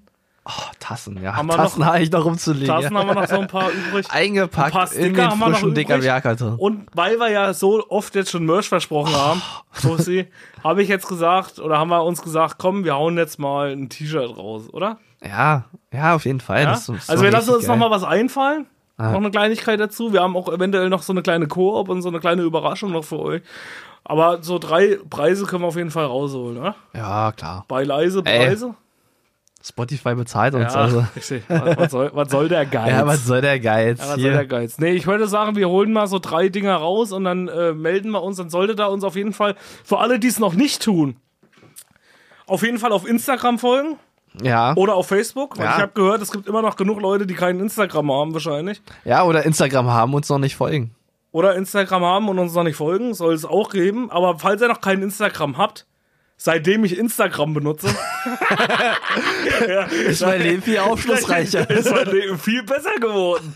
Speaker 3: Oh, Tassen, ja.
Speaker 2: Haben wir
Speaker 3: Tassen
Speaker 2: noch-
Speaker 3: habe ich noch rumzulegen.
Speaker 2: Tassen
Speaker 3: ja.
Speaker 2: haben wir noch so ein paar übrig.
Speaker 3: Eingepackt
Speaker 2: Ein paar
Speaker 3: in
Speaker 2: Sticker
Speaker 3: den
Speaker 2: haben wir noch
Speaker 3: frischen
Speaker 2: übrig.
Speaker 3: DKW-Karton.
Speaker 2: Und weil wir ja so oft jetzt schon Merch versprochen haben,
Speaker 3: Oh.
Speaker 2: Susi, habe ich jetzt gesagt, oder haben wir uns gesagt, komm, wir hauen jetzt mal ein T-Shirt raus, oder?
Speaker 3: Ja, ja, auf jeden Fall.
Speaker 2: Ja?
Speaker 3: Das ist so
Speaker 2: also wir lassen uns
Speaker 3: richtig geil.
Speaker 2: nochmal was einfallen.
Speaker 3: Ah.
Speaker 2: Noch eine Kleinigkeit dazu. Wir haben auch eventuell noch so eine kleine Koop und so eine kleine Überraschung noch für euch. Aber so drei Preise können wir auf jeden Fall rausholen, oder?
Speaker 3: Ja, klar.
Speaker 2: Bei leise
Speaker 3: Ey,
Speaker 2: Preise.
Speaker 3: Spotify bezahlt
Speaker 2: ja,
Speaker 3: uns also.
Speaker 2: richtig. Was, was, soll, was soll der Geiz?
Speaker 3: Ja, was soll der Geiz?
Speaker 2: Ja, was soll
Speaker 3: Hier.
Speaker 2: der Geiz? Nee, ich würde sagen, wir holen mal so drei Dinger raus und dann äh, melden wir uns. Dann sollte da uns auf jeden Fall, für alle, die es noch nicht tun, auf jeden Fall auf Instagram folgen
Speaker 3: ja.
Speaker 2: oder auf Facebook. Weil
Speaker 3: Ja.
Speaker 2: ich habe gehört, es gibt immer noch genug Leute, die keinen Instagram haben wahrscheinlich.
Speaker 3: ja, oder Instagram haben uns noch nicht folgen.
Speaker 2: Oder Instagram haben und uns noch nicht folgen, soll es auch geben. Aber falls ihr noch keinen Instagram habt, seitdem ich Instagram benutze,
Speaker 3: Ist mein Leben viel aufschlussreicher.
Speaker 2: ist mein Leben viel besser geworden.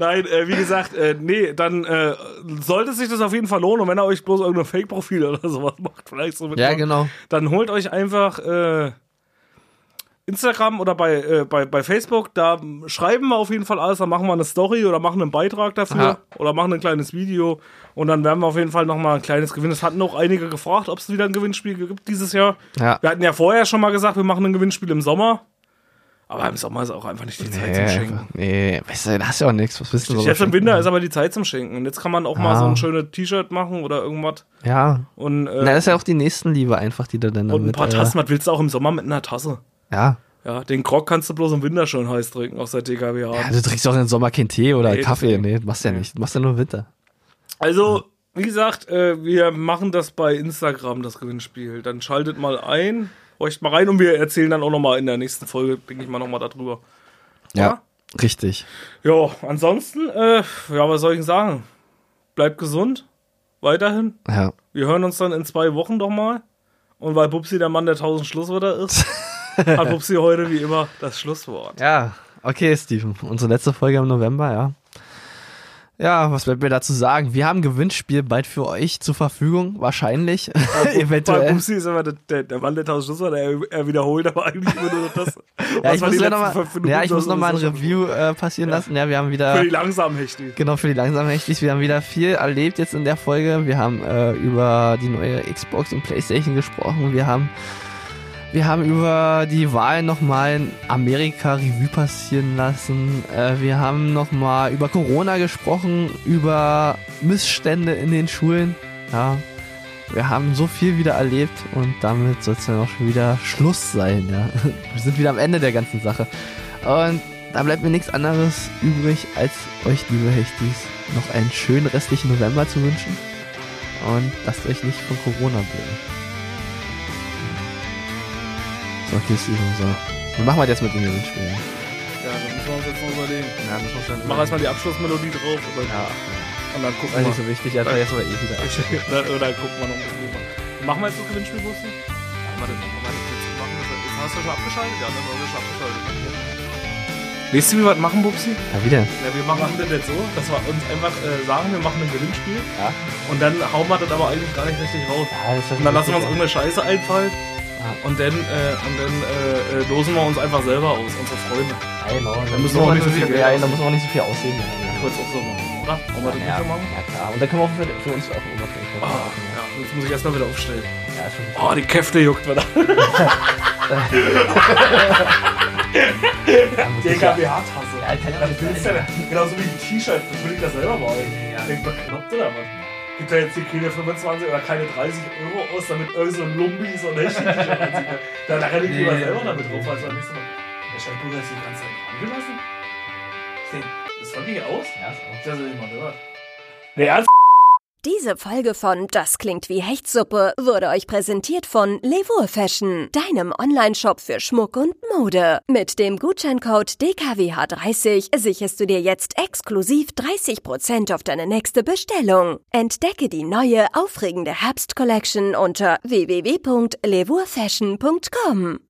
Speaker 2: Nein, äh, wie gesagt, äh, nee, dann äh, sollte sich das auf jeden Fall lohnen. Und wenn ihr euch bloß irgendein Fake-Profil oder sowas macht, vielleicht so mit
Speaker 3: Ja, genau.
Speaker 2: dann holt euch einfach äh, Instagram oder bei, äh, bei, bei Facebook, da m, schreiben wir auf jeden Fall alles, da machen wir eine Story oder machen einen Beitrag dafür
Speaker 3: Aha.
Speaker 2: oder machen ein kleines Video und dann werden wir auf jeden Fall nochmal ein kleines Gewinn. Es hatten auch einige gefragt, ob es wieder ein Gewinnspiel gibt dieses Jahr.
Speaker 3: Ja.
Speaker 2: Wir hatten ja vorher schon mal gesagt, wir machen ein Gewinnspiel im Sommer. Aber im Sommer ist auch einfach nicht die Zeit zum Schenken.
Speaker 3: nee, weißt du, da hast du auch nichts. Was wissen
Speaker 2: Jetzt im Winter also- ist aber die Zeit zum Schenken. Und jetzt kann man auch mal
Speaker 3: Ah.
Speaker 2: so ein schönes T-Shirt machen oder irgendwas.
Speaker 3: Ja.
Speaker 2: Und, äh,
Speaker 3: Na, das ist ja auch die Nächstenliebe einfach, die du
Speaker 2: und
Speaker 3: dann
Speaker 2: ein
Speaker 3: damit,
Speaker 2: paar
Speaker 3: äh,
Speaker 2: Tassen. Was willst du auch im Sommer mit einer Tasse?
Speaker 3: Ja.
Speaker 2: Ja, den Grog kannst du bloß im Winter schon heiß trinken aus der TKWH.
Speaker 3: ja. Du trinkst auch im Sommer keinen Tee oder
Speaker 2: Nee,
Speaker 3: Kaffee.
Speaker 2: deswegen.
Speaker 3: Nee, das machst du ja nicht. Das machst du nur im Winter.
Speaker 2: Also, wie gesagt, äh, wir machen das bei Instagram, das Gewinnspiel. Dann schaltet mal ein, horcht mal rein und wir erzählen dann auch nochmal in der nächsten Folge, denke ich mal, nochmal darüber. Ja.
Speaker 3: Richtig.
Speaker 2: Ja, ansonsten, äh, ja, was soll ich denn sagen? Bleibt gesund, weiterhin.
Speaker 3: Ja.
Speaker 2: Wir hören uns dann in zwei Wochen doch mal. Und weil Bubsi der Mann der tausend Schlusswörter ist, hat Bubsi heute wie immer das Schlusswort.
Speaker 3: Ja, okay, Steven. Unsere letzte Folge im November, ja. Ja, was bleibt mir dazu sagen? Wir haben ein Gewinnspiel bald für euch zur Verfügung, wahrscheinlich,
Speaker 2: Bei
Speaker 3: eventuell.
Speaker 2: Bubsi ist immer der, der, der Mann der tausend Schlusswörter, er, er wiederholt aber eigentlich immer nur das.
Speaker 3: Ja, ich
Speaker 2: war
Speaker 3: muss,
Speaker 2: die
Speaker 3: ja
Speaker 2: letzten
Speaker 3: noch mal,
Speaker 2: fünf Minuten,
Speaker 3: ja, ich muss
Speaker 2: das
Speaker 3: noch mal ein
Speaker 2: ist schon-
Speaker 3: Review äh, passieren lassen. Ja, wir haben
Speaker 2: Für
Speaker 3: wieder,
Speaker 2: die langsamen Hechti.
Speaker 3: genau für die langsamen Hechtis, wir haben wieder viel erlebt jetzt in der Folge. Wir haben äh, über die neue Xbox und Playstation gesprochen. Wir haben, wir haben über die Wahl nochmal in Amerika Revue passieren lassen. Äh, wir haben nochmal über Corona gesprochen, über Missstände in den Schulen. Ja, wir haben so viel wieder erlebt und damit soll es dann auch schon wieder Schluss sein. Ja. Wir sind wieder am Ende der ganzen Sache. Und da bleibt mir nichts anderes übrig, als euch, liebe Hechtis, noch einen schönen restlichen November zu wünschen. Und lasst euch nicht von Corona bringen. So, okay, Steven, so. Wir machen wir das mit dem Gewinnspiel.
Speaker 2: Ja, dann müssen wir uns jetzt mal überlegen.
Speaker 3: Ja, das muss
Speaker 2: Mach erstmal die Abschlussmelodie drauf und dann,
Speaker 3: Ja,
Speaker 2: und dann gucken
Speaker 3: war
Speaker 2: wir.
Speaker 3: nicht so wichtig, einfach jetzt mal eh wieder.
Speaker 2: Oder, oder gucken wir noch ein bisschen lieber. Machen wir jetzt das Gewinnspiel, Bubsi? Machen wir das- machen wir das jetzt- machen wir das- Hast du schon abgeschaltet? Ja, dann haben wir schon abgeschaltet. Weißt du, wie wir was machen, Bubsi?
Speaker 3: Ja, wieder.
Speaker 2: Ja, wir machen das jetzt so, dass wir uns einfach äh, sagen, wir machen ein Gewinnspiel.
Speaker 3: Ja.
Speaker 2: Und dann hauen wir das aber eigentlich gar nicht richtig raus.
Speaker 3: Ja, das ist
Speaker 2: Und dann lassen wir uns irgendeine Scheiße einfallen.
Speaker 3: Ja.
Speaker 2: Und dann, äh, und dann äh, äh, losen wir uns einfach selber aus, unsere Freunde.
Speaker 3: Da
Speaker 2: müssen wir auch nicht so viel Geld
Speaker 3: ja, da
Speaker 2: ausgeben.
Speaker 3: muss man auch nicht so viel ausheben. Ja.
Speaker 2: Ich wollte es auch so machen, oder? Wollen wir das nicht
Speaker 3: Ja,
Speaker 2: so machen?
Speaker 3: ja, klar. Und dann können wir auch für, für uns auch Oberfläche
Speaker 2: Ah,
Speaker 3: machen.
Speaker 2: ja, jetzt muss ich erstmal wieder aufstellen.
Speaker 3: Ja, ist schon-
Speaker 2: Oh, die Käfte juckt wieder. Der KBH-Tasse.
Speaker 3: Ja, kann ja
Speaker 2: Das
Speaker 3: nicht
Speaker 2: willst du ja nicht. Genauso wie ein T-Shirt, das würde ich da selber machen. Ja. Denk bekloppt oder was? Gibt da jetzt hier keine 25 oder keine 30 Euro aus, damit irgend so ein Lumbi so ein Häschchen T-Shirt anzieht? Da, da renne ich lieber selber damit rum, als beim nächsten Mal. Der Shampoo hat sich die ganze Zeit angelassen. Ist der- Ist wirklich aus?
Speaker 3: Ja, ist auch-
Speaker 2: Ich hab das nicht mal gehört. Nee, ernst?
Speaker 1: Diese Folge von Das klingt wie Hechtsuppe wurde euch präsentiert von Levour Fashion, deinem Onlineshop für Schmuck und Mode. Mit dem Gutscheincode DKWH30 sicherst du dir jetzt exklusiv 30% auf deine nächste Bestellung. Entdecke die neue, aufregende Herbst-Collection unter www.levourfashion.com.